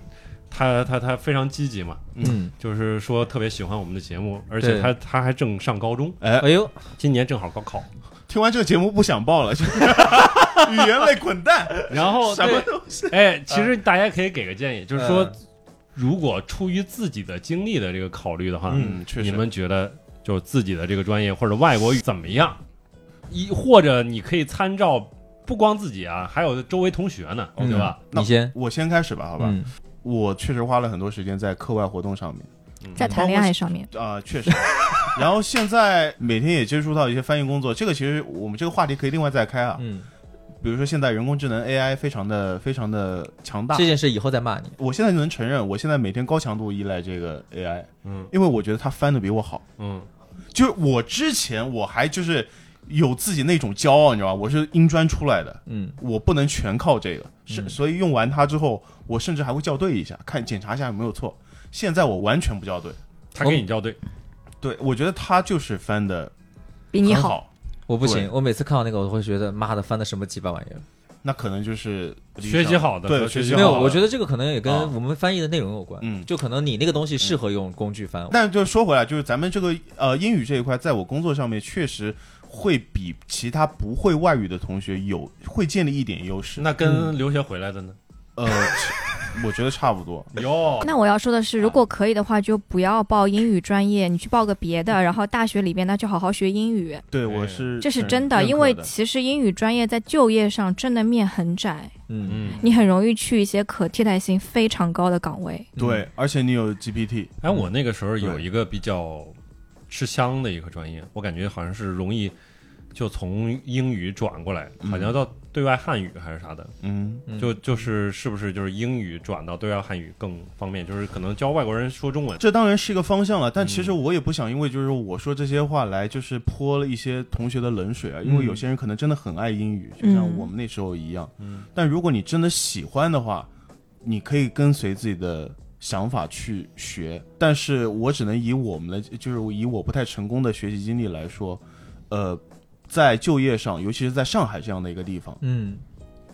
A: 他他他非常积极嘛，
D: 嗯，
A: 就是说特别喜欢我们的节目，而且
D: 对
A: 他他还正上高中，
B: 哎，
D: 哎呦，
A: 今年正好高考，
B: 听完这个节目不想报了，就 语言类滚蛋，
A: 然
D: 哦
A: 后
B: 什
A: 对
B: 么东西？
A: 哎，其实大家可以给个建议，就是说
D: 嗯，
A: 如果出于自己的经历的这个考虑的话，
B: 嗯，确实，
A: 你们觉得就自己的这个专业或者外国语怎么样？一或者你可以参照不光自己啊，还有周围同学呢，
D: 嗯
A: 哦对吧？
B: 那
D: 你先，嗯
B: 我先开始吧，好
D: 好
B: 吧，我确实花了很多时间在课外活动上面。
C: 在谈恋爱上面，
B: 啊、确实。 然后现在每天也接触到一些翻译工作，这个其实我们这个话题可以另外再开啊。
D: 嗯，
B: 比如说现在人工智能 AI 非常的非常的强大
D: 这，件事以后再骂你。
B: 我现在就能承认，我现在每天高强度依赖这个 AI，
F: 嗯
B: 因为我觉得它翻的比我好。
F: 嗯，
B: 就是我之前我还就是有自己那种骄傲，你知道吧？我是英专出来的，
D: 嗯，
B: 我不能全靠这个，是、
D: 嗯
B: 所以用完它之后，我甚至还会校对一下，看检查一下有没有错。现在我完全不校对，
A: 他给你校对，
B: 对我觉得它就是翻的
C: 比你
B: 很
C: 好。
B: 好
D: 我不行
B: 对，
D: 我每次看到那个，我会觉得妈的翻的什么鸡巴玩意儿。
B: 那可能就是理想
A: 学习好的和
B: 对
A: 学
B: 学
A: 习
B: 习
A: 好
D: 没
A: 的
D: 有，
B: 好的
D: 我觉得这个可能也跟
B: 啊
D: 我们翻译的内容有关。
B: 嗯
D: 就可能你那个东西适合用工具翻。
B: 但就说回来，就是咱们这个呃英语这一块，在我工作上面确实会比其他不会外语的同学有会建立一点优势。
A: 那跟留学回来的呢？
B: 呃， 我觉得差不多。
A: 哟，
C: 那我要说的是，如果可以的话，就不要报英语专业，你去报个别的，然后大学里边呢就好好学英语，
A: 对
B: 对，我是
C: 这是
B: 很
C: 真的。
B: 认可
C: 因为其实英语专业在就业上真的面很窄，
D: 嗯，
A: 嗯，
C: 你很容易去一些可替代性非常高的岗位。
B: 对，而且你有 GPT，
A: 哎，我那个时候有一个比较吃香的一个专业，我感觉好像是容易就从英语转过来，好像到对外汉语还是啥的，
B: 嗯，
D: 嗯
A: 就就是是不是就是英语转到对外汉语更方便，就是可能教外国人说中文。
B: 这当然是一个方向了。但
A: 嗯
B: 其实我也不想因为就是我说这些话来就是泼了一些同学的冷水啊，因为有些人可能真的很爱英语，就像
C: 嗯
B: 我们那时候一样。
A: 嗯，
B: 但如果你真的喜欢的话，你可以跟随自己的想法去学。但是我只能以我们的，就是以我不太成功的学习经历来说，呃，在就业上，尤其是在上海这样的一个地方，
D: 嗯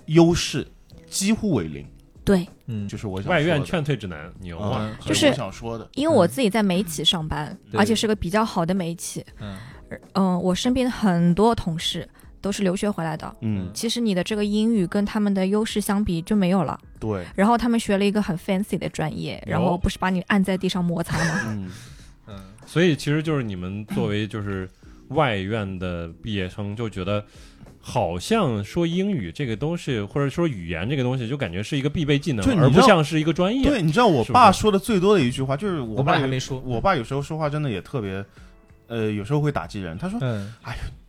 B: 优势几乎为零，
C: 对，
D: 嗯，
B: 就是我想
A: 外院
B: 说的
A: 劝退指南，牛啊！
B: 嗯，
C: 就是
B: 所以我想说的，
C: 因为我自己在美企上班，
D: 对
C: 而且是个比较好的美企，
D: 嗯
C: 嗯，我身边很多同事都是留学回来的。
B: 嗯，
C: 其实你的这个英语跟他们的优势相比就没有了，
B: 对，
C: 然后他们学了一个很 fancy 的专业，然后
A: 哦
C: 不是把你按在地上摩擦吗？
B: 嗯，
D: 嗯
A: 所以其实就是你们作为就是外院的毕业生，就觉得好像说英语这个都是，或者说语言这个东西，就感觉是一个必备技能
B: 就，你
A: 而不
B: 知道
A: 像是一个专业。
B: 对，你知道我
A: 是不
B: 爸
A: 是
B: 说的最多的一句话就是我
D: 我爸
B: 爸
D: 还
B: 有
D: 没说
B: 我爸有时候说话真的也特别，呃，有时候会打击人。他说
D: 嗯，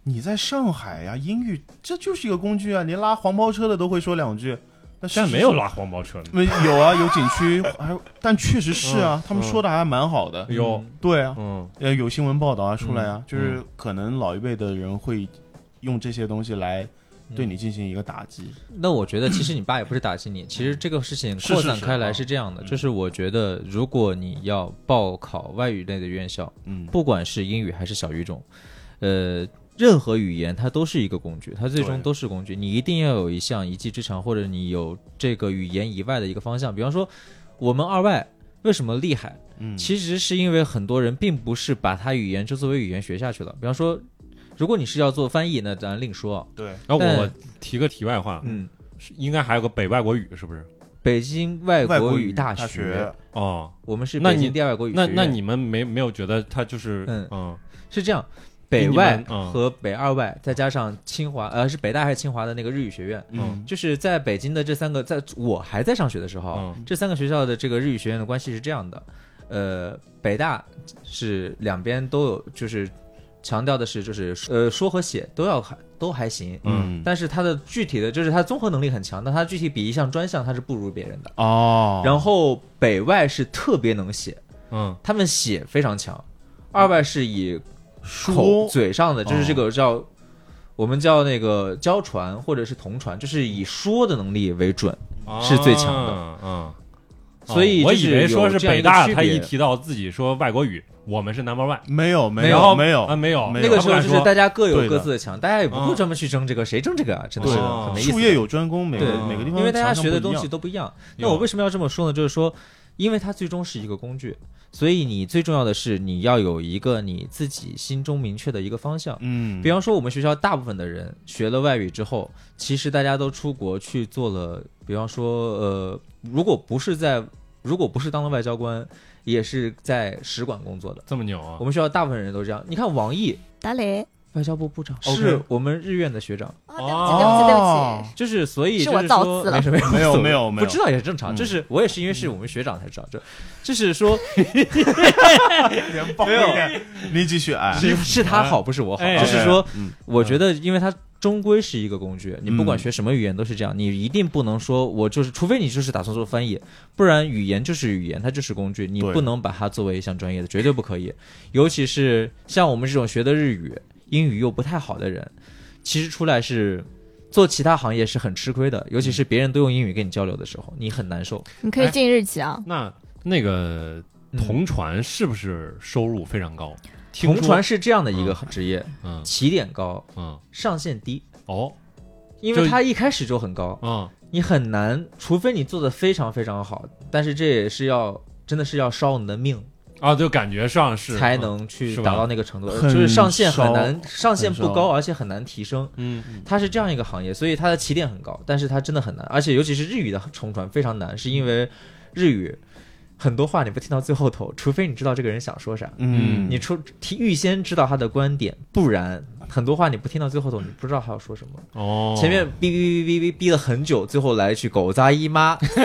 B: 你在上海呀、英语这就是一个工具啊，连拉黄包车的都会说两句。但
A: 现
B: 是
A: 在没有拉黄包车呢。
B: 没有啊，有景区，还有但确实是
D: 嗯
B: 啊，他们说的还蛮好的。
A: 有，
B: 对啊，
A: 嗯，
B: 呃，有新闻报道啊
D: 嗯
B: 出来啊，就是可能老一辈的人会用这些东西来
D: 嗯
B: 对你进行一个打击。
D: 那我觉得其实你爸也不是打击你，其实这个事情
B: 是
D: 扩
B: 是
D: 散
B: 是
D: 开
B: 啊
D: 来是这样的，
B: 嗯
D: 就是我觉得如果你要报考外语类的院校，
B: 嗯，
D: 不管是英语还是小语种，呃，任何语言它都是一个工具，它最终
B: 对
D: 都是工具。你一定要有一项一技之长，或者你有这个语言以外的一个方向。比方说，我们二外为什么厉害？
B: 嗯，
D: 其实是因为很多人并不是把它语言就作为语言学下去了。比方说，如果你是要做翻译，那咱另说啊。
B: 对，
A: 然后
D: 但
A: 我我提个题外话，
D: 嗯，
A: 是应该还有个北外国语，是不是？
D: 北京外
B: 外
D: 国
B: 语
D: 大
B: 学，
A: 哦，
D: 我们是
A: 那
D: 北
A: 你
D: 京第二外国语
A: 那
D: 学
A: 那
D: 院
A: 你们没没有觉得他就是
D: 嗯
A: 嗯
D: 是这样，
A: 比
D: 北
A: 你
D: 外
A: 们嗯
D: 和北二外，再加上清华，呃，是北大还是清华的那个日语学院，
B: 嗯，
D: 就是在北京的这三个，在我还在上学的时候，
A: 嗯
D: 这三个学校的这个日语学院的关系是这样的，呃，北大是两边都有，就是强调的是就是呃说和写都要还都还行，
B: 嗯
D: 但是它的具体的就是它综合能力很强，但它具体比一项专项它是不如别人的。
B: 哦，
D: 然后北外是特别能写，
A: 嗯
D: 他们写非常强，
B: 嗯
D: 二外是以口
B: 说
D: 嘴上的，就是这
B: 哦
D: 个叫、我们叫那个教传或者是同传，就是以说的能力为准，是最强的
A: 啊嗯。
D: 所以
A: 哦我
D: 就
A: 以
D: 是
A: 为说是
D: 有这样
A: 北
D: 一个
A: 大，
D: 区
A: 他一
D: 别
A: 提到自己说外国语，我们是 number one，
B: 没有没
A: 然后
B: 有没有
A: 啊，
D: 嗯
A: 没有
B: 没
D: 那
B: 有
D: 个
A: 他
D: 时
A: 不
D: 候
A: 敢
D: 就是
A: 说
D: 大家各
B: 对
D: 有
B: 的
D: 各自的强，大家也不
A: 嗯
D: 会专门去争这个，谁争这个啊？真的
B: 对
D: 是
A: 哦
D: 很没意思的。
B: 术业有专攻，每个
D: 对
B: 每个地方
D: 因为大家
B: 强项
D: 学的
B: 不一
D: 东
B: 样啊
D: 西都不一样。那
A: 有
D: 我为什么要这么说呢？就是说，因为它最终是一个工具，所以你最重要的是你要有一个你自己心中明确的一个方向。
B: 嗯，
D: 比方说，我们学校大部分的人学了外语之后，其实大家都出国去做了，比方说，呃，如果不是在，如果不是当了外交官，也是在使馆工作的。
A: 这么牛啊
D: 我！们学校大部分人都这样。你看王毅，
C: 打雷
D: 外交部部长
B: OK
D: 是我们日院的学长，
C: 啊，
A: 哦
C: 对不起，对不起，
D: 就是所以
C: 是
D: 就是
C: 我造
D: 说
C: 次了
D: 没 事没
B: 没有
D: 有无所谓
B: 没有没有
D: 不知道也是正常。
B: 嗯
D: 就是我也是因为是我们学长才知道，这就是说
B: 人抱怨，你继续 哎，
D: 是是他好不是我好，
A: 哎
D: 就是说
B: 嗯
D: 我觉得，因为它终归是一个工具，你不
A: 嗯
D: 管学什么语言都是这样，你一定不能说我就是，除非你就是打算做翻译，不然语言就是语言，它就是工具，你
B: 对
D: 不能把它作为一项专业的，绝对不可以。尤其是像我们这种学的日语、英语又不太好的人，其实出来是。做其他行业是很吃亏的，尤
A: 嗯
D: 其是别人都用英语跟你交流的时候，你很难受。
C: 你可以
A: 哎
C: 进日企啊。
A: 那那个
D: 嗯
A: 同传是不是收入非常高？听
D: 同
A: 说
D: 传，是这样的一个职业，
A: 嗯
D: 起点高，
A: 嗯，
D: 上限低，
A: 哦，
D: 因为
A: 就
D: 它一开始就很高。
A: 嗯，
D: 你很难，除非你做的非常非常好，但是这也是要真的是要烧你的命
A: 啊，就感觉上是嗯
D: 才，能去
A: 是吧
D: 达到那个程度，
B: 很
D: 就是上限很
B: 烧
D: 难，上限
B: 很
D: 不
B: 烧
D: 高，而且很难提升。
A: 嗯
D: 它是这样一个行业，所以它的起点很高，但是它真的很难，而且尤其是日语的重传非常难，是因为日语很多话你不听到最后头，除非你知道这个人想说啥，
B: 嗯，
D: 你出提预先知道他的观点，不然很多话你不听到最后头，你不知道他要说什么。
A: 嗯，哦，
D: 前面哔哔哔哔哔哔了很久，最后来一句“狗杂姨妈”，四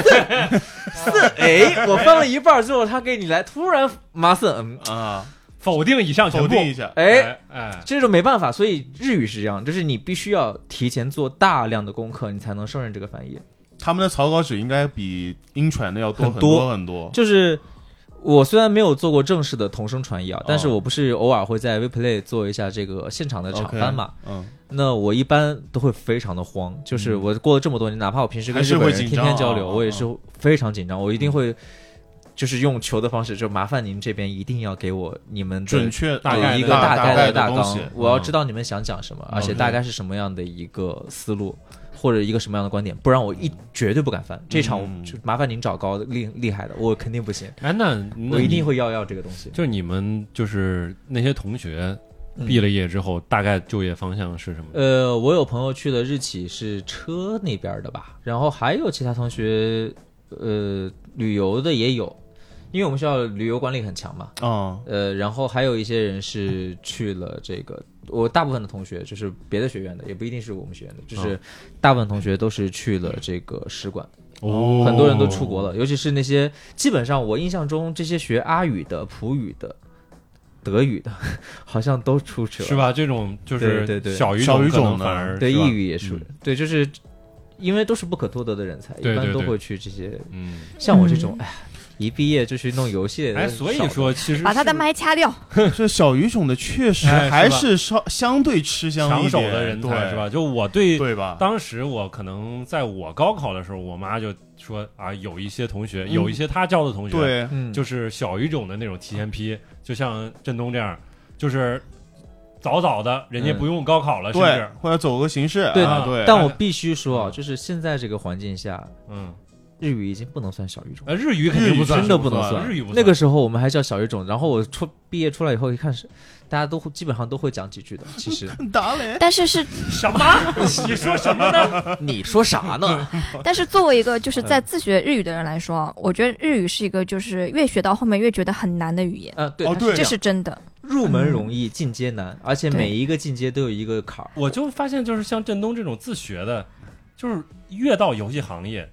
D: 哎，我翻了一半，最后他给你来，突然马森，嗯，
B: 啊，
A: 否定以上全
B: 否
A: 部，
B: 定一下，
D: 哎，
A: 哎，
D: 这种没办法，所以日语是这样，就是你必须要提前做大量的功课，你才能胜任这个翻译。
B: 他们的草稿纸应该比英传的要多
D: 很
B: 很
D: 多
B: 多很多，
D: 就是我虽然没有做过正式的同声传译啊，但是
B: 哦
D: 我不是偶尔会在 WePlay 做一下这个现场的场
B: OK，
D: 翻嘛。
B: 嗯，
D: 那我一般都会非常的慌，就是我过了这么多年，哪怕我平时跟
B: 还是
D: 日本
B: 会
D: 人
B: 紧
D: 天
B: 张
D: 天交流，
B: 啊嗯
D: 我也是非常紧张，我一定会就是用求的方式，就麻烦您这边一定要给我你们的
B: 准确呃
A: 大
D: 有
A: 概
D: 一
A: 的
D: 个
A: 大
D: 概
B: 的
D: 大
B: 东
D: 纲
B: 西，嗯
D: 我要
A: 嗯
D: 知道你们想讲什么，而且
B: OK
D: 大概是什么样的一个思路。或者一个什么样的观点，不然我一绝对不敢翻这场，我
B: 嗯
D: 就麻烦您找高的厉厉害的，我肯定不行，
A: 哎，那
D: 我一定
A: 会，
D: 会要要这个东西。
A: 就你们就是那些同学
D: 嗯
A: 毕了业之后，大概就业方向是什么？
D: 呃，我有朋友去的日企是车那边儿的吧，然后还有其他同学，呃，旅游的也有，因为我们学校旅游管理很强嘛，
B: 嗯
D: 呃，然后还有一些人是去了这个，我大部分的同学就是别的学院的，也不一定是我们学院的，就是大部分同学都是去了这个使馆，
B: 哦
D: 很多人都出国了，尤其是那些基本上我印象中这些学阿语的、普语的、德语的， 好像都出去了，
A: 是？吧？这种就是
D: 对对对
A: 小语
B: 小语
A: 可能
B: 种的
A: 反而
D: 对，
A: 是吧嗯
D: 意语也是，对，就是因为都是不可多得的人才，
A: 对
D: 一般
A: 对
D: 都
A: 对
D: 会去这些，
A: 嗯，
D: 像我这种，哎呀，一毕业就去弄游戏的，
A: 哎，所以
D: 少呃的
A: 说其实
C: 把他的
A: 是
C: 麦掐掉。
B: 这小语种的确实
A: 哎是吧
B: 还是稍相对吃香
A: 抢
B: 一
A: 手
B: 点
A: 的人才
B: 对
A: 是吧？就我对
B: 对吧？
A: 当时我可能在我高考的时候，我妈就说啊，有一些同学，有一些她教的同学，，
B: 对，
D: 嗯，
A: 就是小语种的那种提前批，就像振东这样，就是早早的，人家
D: 嗯
A: 不用高考了，甚
B: 对
A: 至，
B: 或者走个形式，
D: 对
B: 啊
A: 的
B: 对，
D: 但我必须说啊，就是现在这个环境下，
A: 嗯，
D: 日语已经不能算小语种了，
A: 呃，日语肯定不算，
D: 真的不能
A: 算，日语不算
D: 那个时候我们还叫小语种，然后我出毕业出来以后一看是，大家都会基本上都会讲几句的。其 实
B: 打嘞，
C: 但是是，
A: 什么？ 你说什么呢？
D: 你说啥呢？
C: 但是作为一个就是在
A: 嗯
C: 自学日语的人来说，啊我觉得日语是一个就是越学到后面越觉得很难的语言，
D: 呃，对，
B: 哦
D: 它是
A: 啊
B: 对
C: 这
D: 这样
C: 是真的。
A: 嗯
D: 入门容易，进阶难，而且
C: 对
D: 每一个进阶都有一个坎儿。
A: 我就发现，就是像振东这种自学的，就是越到游戏行业，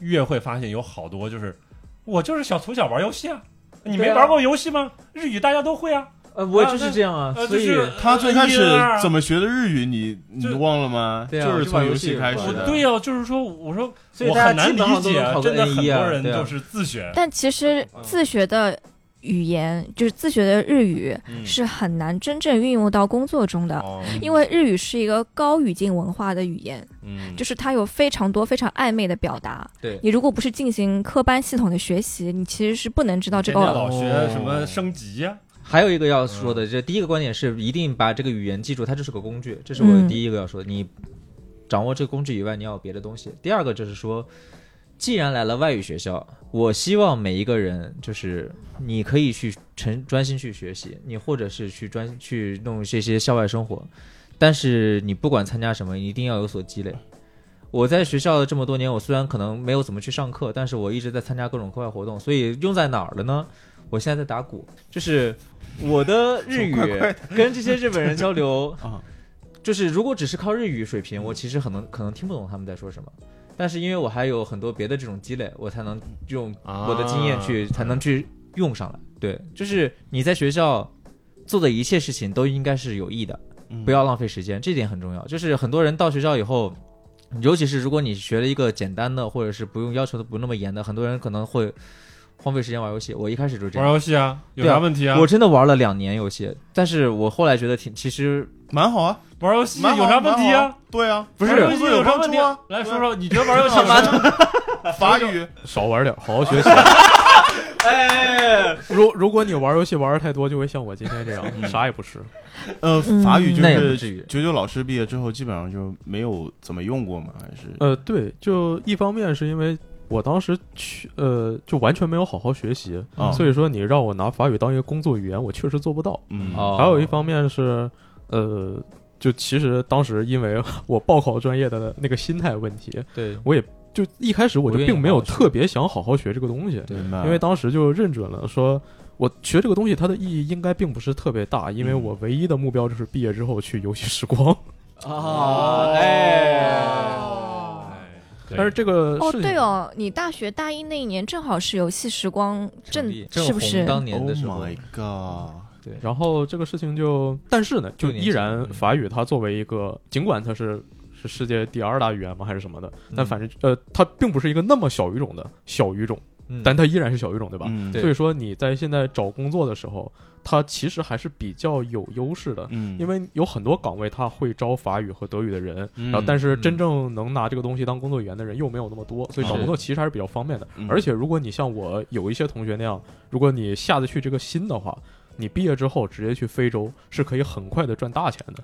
A: 越会发现有好多就是我就是小从小玩游戏啊，你没
D: 对啊
A: 玩过游戏吗？日语大家都会啊，
D: 呃，我就是这样啊，
A: 呃，
D: 所
A: 就
D: 以
A: 是呃
B: 他最开始怎
A: 么？
B: 么学的日语你，你
A: 哎就
B: 忘了吗？
D: 对啊
B: 就是
D: 就玩
B: 从
D: 游
B: 游
D: 戏
B: 戏开始
A: 我
B: 的。
A: 对呀、就是说，我说
D: 所以
A: 我
D: 大
A: 很
D: 家基
A: 难
D: 本上
A: 理
D: 都
A: 解
D: 能
A: 啊，
D: 考个
A: 真的
D: N
A: 很
D: 一
A: 多
D: 啊，
A: 人
D: 对啊
A: 就是自学，
C: 但其实自学的语言，就是自学的日语，
A: 嗯
C: 是很难真正运用到工作中的。
A: 哦，
D: 嗯
C: 因为日语是一个高语境文化的语言，
A: 嗯，
C: 就是它有非常多非常暧昧的表达。
D: 对
C: 你如果不是进行科班系统的学习，你其实是不能知道这
A: 天天
C: 个。
A: 老学什么升级啊呀、
D: 还有一个要说的，这第一个观点是一定把这个语言记住，它就是个工具，这是我
C: 嗯
D: 第一个要说的。你掌握这个工具以外，你要有别的东西。第二个就是说，既然来了外语学校，我希望每一个人就是你可以去沉专心去学习，你或者是去专去弄这些校外生活，但是你不管参加什么，你一定要有所积累。我在学校这么多年，我虽然可能没有怎么去上课，但是我一直在参加各种课外活动，所以用在哪儿了呢？我现在在打鼓，就是我的日语
B: 快快
D: 跟这些日本人交流
B: 啊，
D: 就是如果只是靠日语水平，
A: 嗯
D: 我其实可能可能听不懂他们在说什么。但是因为我还有很多别的这种积累，我才能用
A: 啊
D: 我的经验去、才能去用上来。对，就是你在学校做的一切事情都应该是有益的，
B: 嗯
D: 不要浪费时间，这点很重要。就是很多人到学校以后，尤其是如果你学了一个简单的，或者是不用要求的不那么严的，很多人可能会荒废时间玩游戏。我一开始就是这
A: 玩
D: 样，
A: 游戏啊，有
D: 对啊
A: 啥问题啊？
D: 我真的玩了两年游戏，但是我后来觉得挺，其实
B: 蛮好啊，
A: 玩游戏
B: 蛮好
A: 有啥问题
B: 蛮
A: 啊
B: 好？对啊，
D: 不是
A: 玩
B: 工
A: 游戏
B: 作有
A: 有啥
B: 帮
A: 问
B: 助
A: 题
B: 啊？？
A: 来说说，你 觉得玩游戏有
D: 妈
A: 啥问题？
B: 法语，
E: 少玩点，好好学 习。
D: 哎，
E: 如如果你玩游戏玩的太多，就会像我今天这样，嗯啥也不吃。
A: 哎
B: 呃，
C: 嗯
B: 法语就
D: 那也不
B: 是
D: 至于。
B: 九九老师毕业之后基本上就没有怎么用过嘛，还是
E: 呃，对，就一方面是因为我当时去，呃，就完全没有好好学习，
D: 哦
B: 啊
E: 所以说你让我拿法语当一个工作语言，我确实做不到。
B: 嗯
D: 哦
E: 还有一方面是，呃，就其实当时因为 我报考专业的那个心态问题，
D: 对
E: 我也就一开始我就
D: 不愿意
E: 并没有
D: 好好学嗯
E: 特别想好好学这个东西，
B: 明白
E: 因为当时就认准了说。我学这个东西，它的意义应该并不是特别大，因为
B: 嗯
E: 我唯一的目标就是毕业之后去游戏时光。
D: 啊，哎，
A: 哦
E: 但是这个
C: 哦，
E: 事情
C: 对哦，你大学大一那一年正好是游戏时光正
D: 郑
C: 是不
D: 嗯红
C: 是？
D: 当年
B: Oh
D: 的时候，
B: my god！
D: 对，
E: 然后这个事情就，但是呢，就
D: 就年
E: 依
D: 轻
E: 然
D: 嗯
E: 法语它作为一个，尽管它是是世界第二大语言吗，还是什么的，
D: 嗯
E: 但反正呃，它并不是一个那么小语种的小语种，
D: 嗯
E: 但它依然是小语种，对吧？
B: 嗯，
D: 对
E: 所以说你在现在找工作的时候，它其实还是比较有优势的，
B: 嗯，
E: 因为有很多岗位它会招法语和德语的人，
B: 嗯
E: 然后但是
D: 嗯
E: 真正能拿这个东西当工作语言的人又没有那么多，所以找
B: 是
E: 工作其实还是比较方便的
B: 嗯。
E: 而且如果你像我有一些同学那样，如果你下得去这个心的话，你毕业之后直接去非洲是可以很快的赚大钱
B: 嗯
E: 的。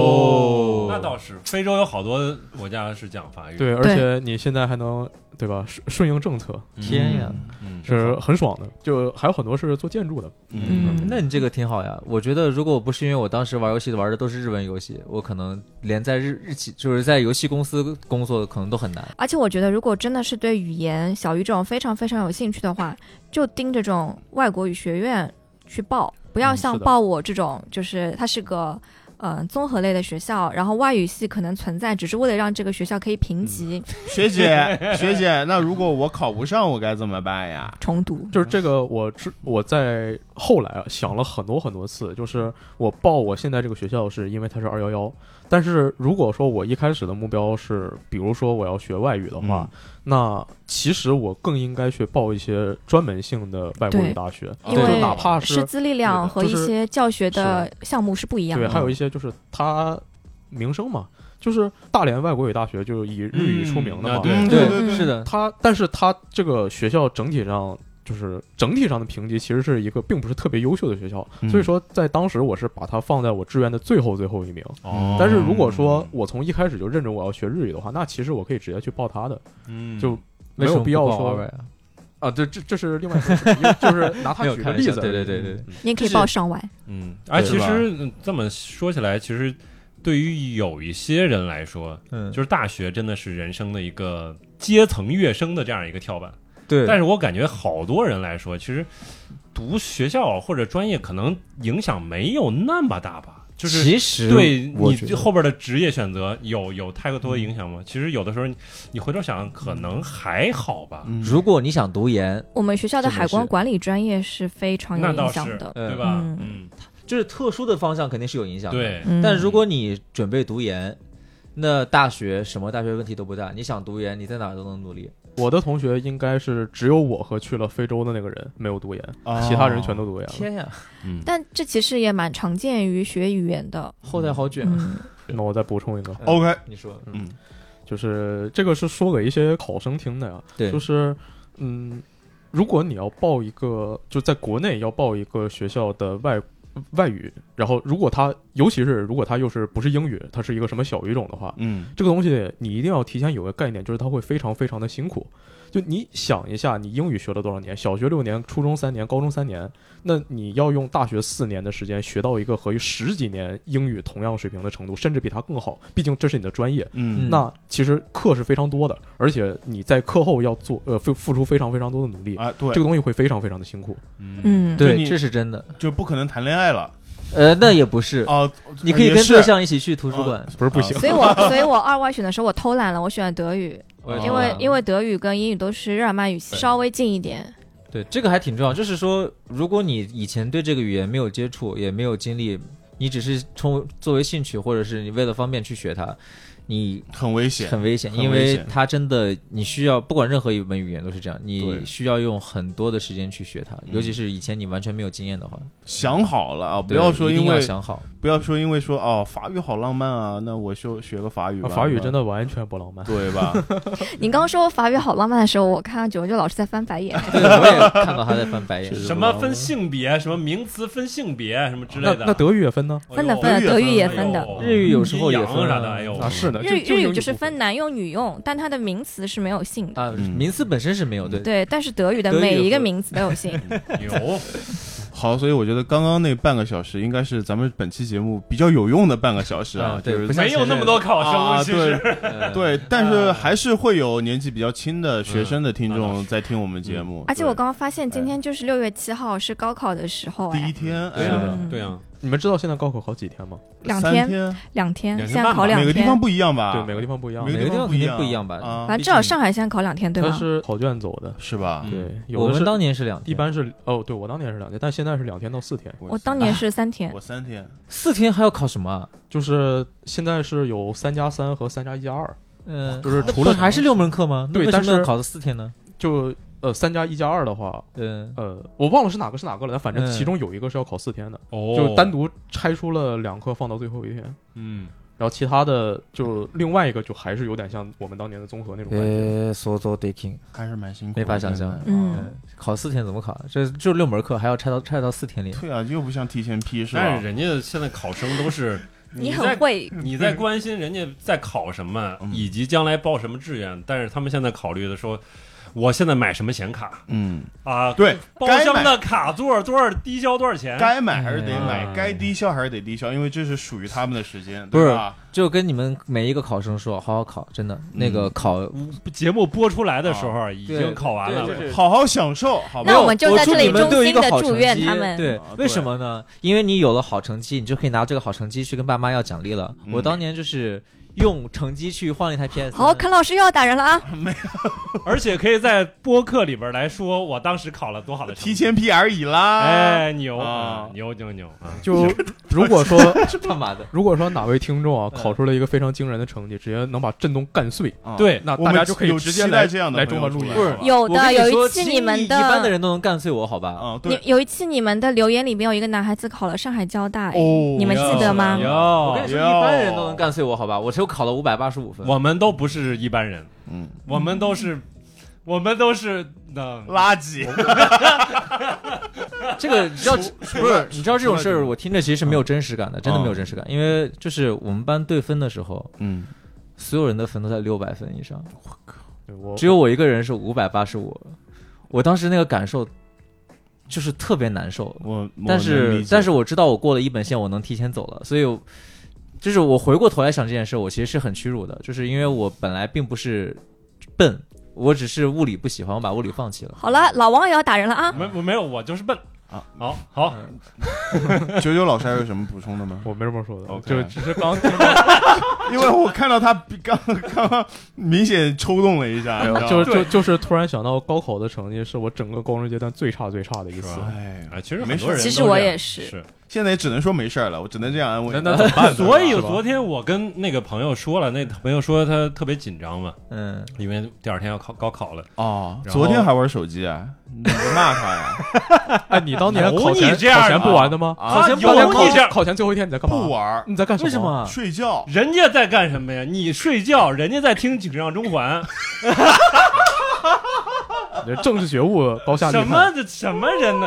A: 哦那倒是，非洲有好多国家是讲法语，，
E: 对，而
C: 对
E: 且你现在还能对吧？顺顺应政策
D: 天呀，
A: 嗯，
E: 是很爽的，就还有很多是做建筑的。
B: 嗯，
C: 嗯
D: 那你这个挺好呀。我觉得如果我不是因为我当时玩游戏玩的都是日文游戏，我可能连在日日企就是在游戏公司工作可能都很难。
C: 而且我觉得，如果真的是对语言小语这种非常非常有兴趣的话，就盯这种外国语学院去报，不要
E: 嗯
C: 像
E: 是的
C: 报我这种，就是它是个。嗯，综合类的学校，然后外语系可能存在，只是为了让这个学校可以评级、
B: 学姐学姐，那如果我考不上，我该怎么办呀？
C: 重读。
E: 就是这个，我之我在后来啊想了很多很多次，就是我报我现在这个学校是因为它是二幺幺，但是如果说我一开始的目标是，比如说我要学外语的话，那其实我更应该去报一些专门性的外国语
C: 对
E: 大学，
A: 啊
C: 因
E: 就
C: 为
E: 哪怕
C: 师
E: 是
C: 资力量和一些教学的项目是不一样
E: 对，啊
C: 的。
E: 还有一些就是它名声嘛，就是大连外国语大学就是以日语出名的
A: 嗯
E: 嘛，
A: 那对
B: 对
C: 对对
D: 是的，
E: 它，但是它这个学校整体上就是整体上的评级其实是一个并不是特别优秀的学校，
B: 嗯
E: 所以说在当时我是把它放在我志愿的最后最后一名。
A: 哦，
E: 但是如果
D: 嗯
E: 说我从一开始就认准我要学日语的话，那其实我可以直接去报它的
A: 嗯
E: 就
D: 为
E: 没
D: 什
E: 有
D: 么
E: 必要
D: 不报
E: 说
D: 二呀？
E: 啊，对，这这是另外一回事，因为 就是拿它
D: 没有
E: 举
D: 开
E: 个
D: 玩
E: 例
D: 笑
E: 子，
D: 对对对对，
C: 你也可以报上外，
A: 嗯，哎，
D: 对
A: 其
D: 吧
A: 实嗯这么说起来，其实对于有一些人来说，
D: 嗯，
A: 就是大学真的是人生的一个阶层跃升的这样一个跳板。
D: 对
A: 但是我感觉好多人来说，其实读学校或者专业可能影响没有那么大吧，就是。
D: 其实
A: 对
D: 我
A: 你
D: 觉得
A: 后边的职业选择有有太多的影响吗？其实有的时候你你回头想，可能还好吧，
B: 嗯
D: 如果你想读研，
C: 我们学校的
D: 这没
C: 海
D: 事
C: 关管理专业是非常有
A: 那倒
C: 影
A: 是
C: 响的。
A: 对吧？
C: 嗯
A: 嗯，
D: 就是特殊的方向肯定是有影响的。，
A: 对，
C: 嗯
D: 但如果你准备读研，那大学什么大学问题都不大，你想读研，你在哪儿都能努力。
E: 我的同学应该是只有我和去了非洲的那个人没有读研，
B: 哦
E: 其他人全都读研了。
D: 呀，
A: 嗯，
C: 但这其实也蛮常见于学语言的。
D: 后代好卷啊。
C: 嗯，
E: 那我再补充一个，
B: OK，
D: 你说，
B: 嗯
E: 就是这个是说给一些考生听的呀，
D: 对，
E: 就是嗯，如果你要报一个，就在国内要报一个学校的外外语，然后如果它，尤其是如果它又是不是英语，它是一个什么小语种的话，
B: 嗯
E: 这个东西你一定要提前有个概念，就是它会非常非常的辛苦。就你想一下，你英语学了多少年？小学六年，初中三年，高中三年，那你要用大学四年的时间学到一个和十几年英语同样水平的程度，甚至比它更好。毕竟这是你的专业，
B: 嗯
E: 那其实课是非常多的，而且你在课后要做呃付付出非常非常多的努力，
B: 啊，对
E: 这，个东西会非常非常的辛苦。
C: 嗯，
B: 就你
D: 对，这是真的。
B: 就不可能谈恋爱了
D: 呃，那也不是，
B: 哦。
D: 你可以
B: 也
D: 跟
B: 是
D: 对象一起去图书馆。
E: 不是不行，
C: 所以我所以我二外选的时候我偷懒了，我选了德语，
D: 我
B: 哦
D: 也觉
C: 因
D: 得
C: 为因为德语跟英语都是日耳曼语系，稍微近一点。
D: 对这个还挺重要，就是说，如果你以前对这个语言没有接触，也没有经历，你只是充作为兴趣，或者是你为了方便去学它，你
B: 很危险，
D: 很危险，
B: 很
D: 因
B: 危
D: 为
B: 险
D: 它真的你需要，不管任何一门语言都是这样，你
B: 对
D: 需要用很多的时间去学它，尤其是以前你完全没有经验的话，
B: 想好了啊，不
D: 对
B: 要说
D: 一定
B: 因
D: 要
B: 为
D: 想好，
B: 不要说因为说哦，法语好浪漫啊，那我就学个法语吧。
E: 啊法语真的完全不浪漫。
B: 对吧？
C: 你刚刚说法语好浪漫的时候，我看到九九老师在翻白眼。
D: 对，我也看到他在翻 白眼。
A: 什么分性别，什么名词分性别，什么之类
E: 那
A: 的。
E: 那德语也分呢？
A: 哎呦
C: 分的分的，
B: 德
C: 德
B: 语
C: 语
B: 也
C: 也
B: 分
C: 分的。
A: 哎呦
D: 日语有时候也
A: 阴
D: 分
A: 阳啥的，哎呦
E: 啊，是呢，
C: 日
E: 就
C: 日语就是。
E: 就英
C: 分男用女用，但它的名词是没有性的。
D: 啊，
B: 嗯
D: 名词本身是没有啊对，
C: 对，但是德语的
D: 德语
C: 每一
D: 和
C: 个名词都有性。
A: 有
B: 好，所以我觉得刚刚那半个小时应该是咱们本期节目比较有用的半个小时啊
D: 啊，对
B: 就是
D: 不像
A: 没有那么多考
B: 啊
A: 生？其实
B: 对
D: 呃，
B: 对，但是还是会有年纪比较轻的学生的听
A: 嗯那倒
B: 众在听我们节目，
C: 嗯而且我
B: 对
C: 刚刚发现，今天就是六月七号是高考的时候，
B: 第一
C: 哎，
B: 天，哎
A: 对
B: 呀
A: 啊
C: 嗯，
A: 对啊，
E: 你们知道现在高考考几天吗？
C: 两
B: 三
C: 天，
B: 天，
C: 两天，
A: 两天
C: 现在
A: 半
C: 考
A: 吧
C: 两
B: 每个地
C: 天
B: 方，不一样吧？
E: 对，每个地方不一样。
B: 啊每个
D: 每个地方肯定
B: 不
D: 不一样吧
B: 啊
C: 反正至少上海现在考两天，对
E: 它
C: 吧？
E: 是考卷走的，
B: 是吧？
A: 嗯
E: 对，有
D: 我
E: 的
D: 们
E: 是
D: 当年是两天，
E: 一般是哦，对我当年是两天，但现在是两天到四天。
C: 我当年是三天
B: 我，三天，哦
D: 四天还要考什么啊？
E: 就是现在是有三加三和三加一加二，
D: 嗯，
E: 就是
D: 那
E: 除
D: 不
E: 了
D: 是还是六门课吗？那
E: 对
D: 为什
E: 但
D: 么要
E: 是
D: 考到四天呢？
E: 就呃三加一加二的话，
D: 嗯，
E: 呃，我忘了是哪个是哪个了，但反正
D: 嗯
E: 其中有一个是要考四天的，
A: 哦，
E: 就单独拆出了两课放到最后一天。
A: 嗯，
E: 然后其他的就另外一个就还是有点像我们当年的综合那种感觉。
D: 呃，所做 dating
B: 还是蛮辛苦的，
D: 没法想象
B: 真的
C: 嗯，
D: 呃考四天怎么考？啊这就六门课，还要拆到拆到四天里。
B: 对啊，又不像提前批是
A: 但
B: 吧
A: 是？人家现在考生都是
C: 你
A: 在
C: 很会，
A: 你在关心人家在考什么，
B: 嗯
A: 以及将来报什么志愿，但是他们现在考虑的说，我现在买什么显卡
B: 嗯，
A: 啊？
B: 对，
A: 包
B: 该
A: 厢
B: 买
A: 的卡座多少低消多少钱？
B: 该买还是得
A: 嗯
B: 买，该低消还是得低消，因为这是属于他们的时间，
D: 不是
B: 对吧？
D: 就跟你们每一个考生说，好好考，真的，那
E: 嗯
D: 个考
A: 节目播出来的时
B: 啊
A: 候已经考完了，
D: 对
B: 好好享受，好吧
C: 那？我们就在这里
D: 我祝你们
C: 衷
D: 都有一
C: 心
D: 个
C: 的
D: 好
C: 祝愿
D: 成绩
C: 他们。
D: 对
B: 啊，对
D: 为什么呢？因为你有了好成绩，你就可以拿这个好成绩去跟爸妈要奖励了。
B: 嗯
D: 我当年就是用成绩去换了一台 PS。
C: 好，肯老师又要打人了啊！
A: 而且可以在播客里边来说我当时考了多好的成绩
B: 提。前批而已啦。
A: 哎，牛
B: 啊
A: 嗯牛牛牛啊！
E: 就如果说
D: 他妈的，
E: 如果说哪位听众啊
D: 嗯
E: 考出了一个非常惊人的成绩，直接能把震动干碎，
B: 啊，
A: 对，
E: 那
B: 我
E: 大
B: 们
E: 家就可以
B: 有
E: 直
B: 期
E: 接
B: 待
E: 来
B: 这样的
E: 来
B: 朋
E: 中
B: 友出
E: 华
B: 来
E: 录音。
B: 不是
C: 有
D: 我
C: 的，
D: 跟
C: 有
D: 说
C: 一期你们
D: 轻易一般的
C: 的，
D: 人都能干碎我，好吧？
B: 啊，
C: 你
B: 对，
C: 有一期你们的留言里面有一个男孩子考了上海交大，哎
B: 哦
C: 你们记得吗？
A: 哎
D: 我跟
A: 哟
D: 你，说，一般人都能干碎我，好吧？我只有考了五百八十五分。
A: 我们都不是一般人，
B: 嗯，
A: 我们都是，我们都是嗯那
B: 垃圾，
D: 这个你知道，不是你知道这种事
B: 除了嗯
D: 儿，我听着其实是没有真实感的，真的没有真实感，因为就是我们班对分的时候，
B: 嗯，
D: 所有人的分都在六百分以上，
E: 对我
D: 只有我一个人是五百八十五，我当时那个感受就是特别难受，
B: 我我
D: 但
B: 能
D: 是
B: 理解
D: 但是我知道我过了一本线，我能提前走了，所以我就是我回过头来想这件事，我其实是很屈辱的，就是因为我本来并不是笨，我只是物理不喜欢，我把物理放弃了。
C: 好了，老王也要打人了啊！
A: 没没有，我就是笨
B: 啊！
A: 好好，
D: 嗯
B: 九九老师还有什么补充的吗？
E: 我没什么说的，
B: OK
E: 就只是刚
B: 因为我看到他刚刚刚明显抽动了一下，你知道吗
E: 就就就是突然想到高考的成绩是我整个高中阶段最差最差的一次
A: 是。吧
B: 哎，
A: 啊，其实
B: 没
A: 很
B: 事
A: 多人都
C: 其实我
A: 这样
C: 也是
A: 是，
B: 现在也只能说没事儿了，我只能这样安慰。
E: 那那怎么 办呢？
A: 所以
E: 是吧
A: 昨天我跟那个朋友说了，那朋友说他特别紧张嘛，
D: 嗯，
A: 因为第二天要考高考了。
B: 哦，
A: 然后
B: 昨天还玩手机啊？你骂他呀？
E: 哎，你当年
A: 有
E: 考前
A: 你这样的
E: 考前不玩的吗？
B: 啊
E: 考前
A: 有
E: 当年
A: 你
E: 考
A: 这样
E: 考前最后一天你在干嘛？
B: 不啊玩儿，
E: 你在干什么？
D: 为什？么？
B: 睡觉。
A: 人家在干什么呀？你睡觉，人家在听《锦上中 环》
E: 政治觉悟高下立
A: 什
E: 判。
A: 么这什么人呢？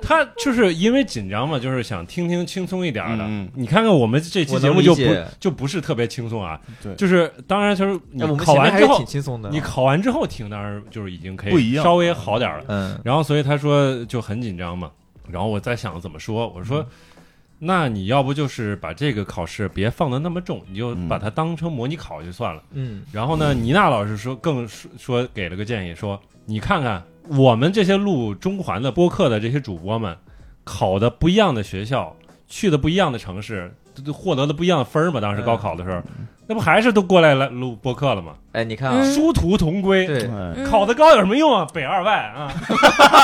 A: 他就是因为紧张嘛，就是想听听轻松一点的。
B: 嗯嗯
A: 你看看我们这期
D: 我
A: 节
D: 能
A: 目就
D: 理
A: 不
D: 解
A: 就不是特别轻松啊，
B: 对
A: 就是当然就是你
D: 哎，我们
A: 考
D: 前面
A: 完
D: 还
A: 之
D: 是
A: 后
D: 挺，轻松的。啊
A: 你考完之后听，当然就是已经可
B: 不一
A: 以
B: 样
A: 稍微好点了。
D: 嗯，
A: 然后所以他说就很紧张嘛，然后我在想怎么说，我说。那你要不就是把这个考试别放得那么重，你就
B: 嗯
A: 把它当成模拟考就算了。
D: 嗯，
A: 然后呢，倪娜老师说更说说给了个建议，说你看看我们这些录中环的播客的这些主播们，考的不一样的学校，去的不一样的城市，都都获得了不一样的分儿嘛。当时高考的时候，那不还是都过来来录播客了吗？
D: 哎，你看啊，
C: 嗯
A: 殊途同归，
D: 对，
B: 哎
C: 嗯
A: 考得高有什么用啊？北二外啊，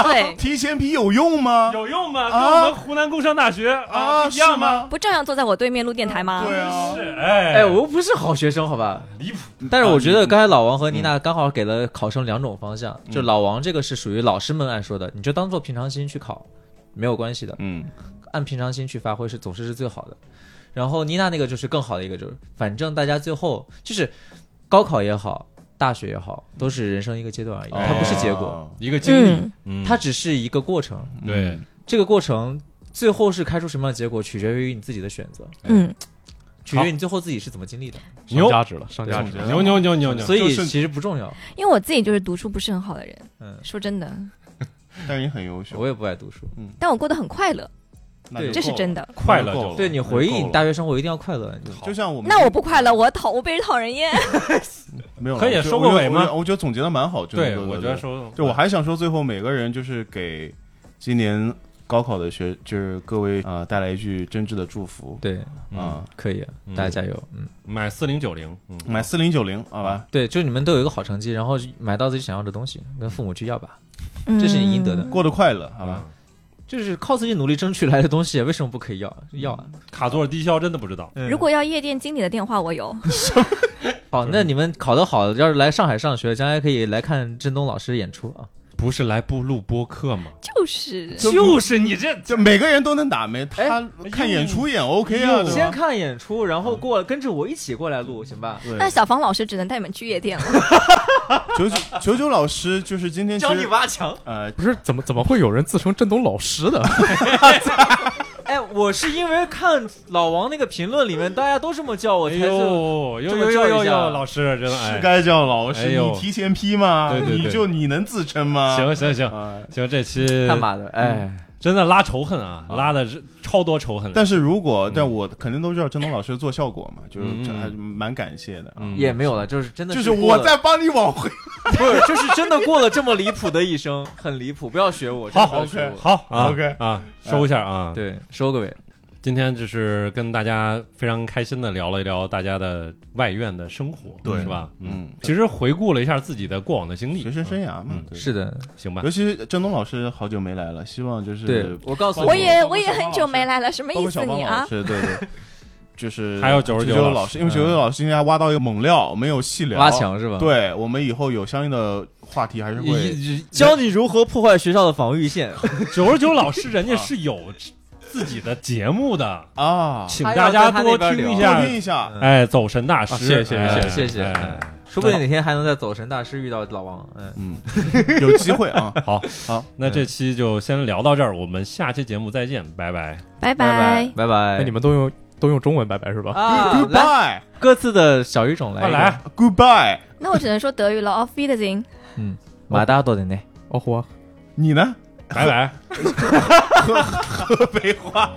C: 对，
B: 提前批有用吗？
A: 有用吗？跟
B: 啊
A: 我们湖南工商大学
B: 啊，
A: 一
B: 是
A: 样吗？
B: 吗？
C: 不照样坐在我对面录电台吗？
B: 对啊，
A: 是，哎
D: 哎，我又不是好学生，好吧？
A: 离谱，嗯
D: 但是我觉得刚才老王和妮娜刚好给了考生两种方向，就老王这个是属于老师们爱说的，你就当做平常心去考，没有关系的，
B: 嗯，
D: 按平常心去发挥是总是是最好的。然后妮娜那个就是更好的一个，就是反正大家最后就是高考也好，大学也好，都是人生一个阶段而已，它不是结果，
B: 哦，
A: 一个经历，
C: 嗯，
A: 嗯
D: 它只是一个过程。
B: 嗯
A: 对，
D: 这个过程最后是开出什么样的结果，取决于你自己的选择，
C: 嗯，
D: 取决于你最后自己是怎么经历的。
E: 上价值了，上价
B: 总
E: 值
B: 结
E: 了。
A: 牛牛牛牛牛，
D: 所以
B: 就是
D: 其实不重要，
C: 因为我自己就是读书不是很好的人，
D: 嗯，
C: 说真的，
B: 但是你很优秀，
D: 我也不爱读书。
C: 但我过得很快乐，
B: 那就
D: 对
C: 这是真的。
A: 快乐
B: 够了
A: 就
D: 对你回忆
B: 哦够了
D: 你大学生活一定要快乐。你
B: 就像我们
C: 那我不快乐，我讨我被人讨人厌。
B: 没有了
A: 可以
B: 我觉得
A: 收个
B: 我觉
A: 尾
B: 得
A: 吗
B: 我觉得我觉得总结的蛮好，真的
A: 对，
B: 对
A: 我
B: 对
A: 觉得
B: 对
A: 说
B: 就我还想说，最后每个人就是给今年高考的学，就是各位啊、呃带来一句真挚的祝福
D: 对，
A: 嗯
B: 啊、
D: 可以，
A: 嗯
D: 大家加油。嗯，
A: 买四零九零，嗯，啊
B: 买四零九零，好吧？
D: 对，就你们都有一个好成绩，然后买到自己想要的东西，跟父母去要吧，
C: 嗯
D: 这是你应得的。
B: 过得快乐，好
A: 好
B: 吧
A: 吧？，
D: 就是靠自己努力争取来的东西，为什么不可以要？要啊！
A: 卡座低消真的不知道，
B: 嗯
D: 嗯
C: 如果要夜店经理的电话，我有。
D: 好，那你们考得好，要是来上海上学，将来可以来看振东老师演出啊。
A: 不是来不录播客吗？
C: 就是
F: 就是你
A: 嗯
F: 这
B: 就每个人都能打没？
A: 哎
B: 他看演出也 OK 啊，对
D: 先
B: 吧？
D: 看演出，然后过跟着我一起过来录，行吧？
C: 那小房老师只能带你们去夜店了。
B: 九九九九老师就是今天其
D: 教你
B: 实
D: 挖墙。
B: 呃，
E: 不是怎么怎么会有人自称振东老师 的？
D: 哎，我是因为看老王那个评论里面大家都这么叫我，
A: 哎
D: 才是
A: 呦，呦
D: 这么
A: 呦呦
D: 叫一
A: 呦
D: 下
A: 呦，老师真的
B: 是
A: 哎，
B: 该叫老师，
A: 哎呦
B: 你提前批吗？
A: 对对对
B: 你就你能自称吗？
A: 行行行
B: 啊。
A: 行，这期
D: 他妈的，哎，
A: 真的拉仇恨啊，拉的是超多仇恨的。
B: 但是如果但我肯定都知道郑东老师做效果嘛，就是
A: 嗯嗯嗯
B: 这还
A: 嗯
B: 蛮感谢的啊。
A: 嗯
D: 也没有了，就是真的
B: 就是
D: 是过
B: 我
D: 了
B: 在帮你挽回，
D: 不是，就是真的过了这么离谱的一生，很离谱，不要学我。真的不要
A: 好
D: 学我
A: 好啊
B: OK
A: 啊，收一下啊。，
D: 对，收个尾。
A: 今天就是跟大家非常开心的聊了一聊大家的外院的生活，
B: 对
A: 是吧？
B: 嗯，
A: 其实回顾了一下自己的过往的经历，
B: 学生生涯嘛
A: 嗯，
B: 对
D: 是的，
A: 行吧
B: 尤？其郑东老师好久没来了，希望就是
D: 对我告诉你，
C: 我也
B: 包括
C: 我也
B: 哦小芳
C: 很久没来了，什么
B: 包
C: 意
B: 括小
C: 思
B: 芳
C: 你
B: 老
C: 啊？
B: 师，对 对，就是
A: 还有99
B: 九
A: 老
B: 老
A: 师
B: 师，因为九九老师今天还挖到一个猛料，没有细聊
D: 挖。墙是吧？，
B: 对我们以后有相应的话题还是会
D: 教你如何破坏学校的防御线，
A: 九十九老师人
D: 啊
A: 家是有自己的节目的，
B: 啊，
A: 请大家多听一
D: 一
B: 多
A: 下。
B: 听一下
D: 嗯
A: 哎，走神大师，
D: 啊谢谢
A: 哎
D: 谢谢谢谢
A: 哎
D: 说不定哪天还能在走神大师遇到老王。嗯，
B: 嗯，有机会 啊，
A: 好，
B: 好，
A: 那这期就先聊到这儿，我们下期节目再见，拜拜。
C: 拜
D: 拜。拜拜。
E: 那哎你们都用都用中文拜拜是吧？
D: 啊，来
B: ，goodbye，goodbye，
D: 各自的小语种来一个，
C: 那我只能说德语了，Auf Wiedersehen。
D: 马达多的呢？
E: 哦豁。
B: 你呢？
A: 拜拜。
B: 河北话。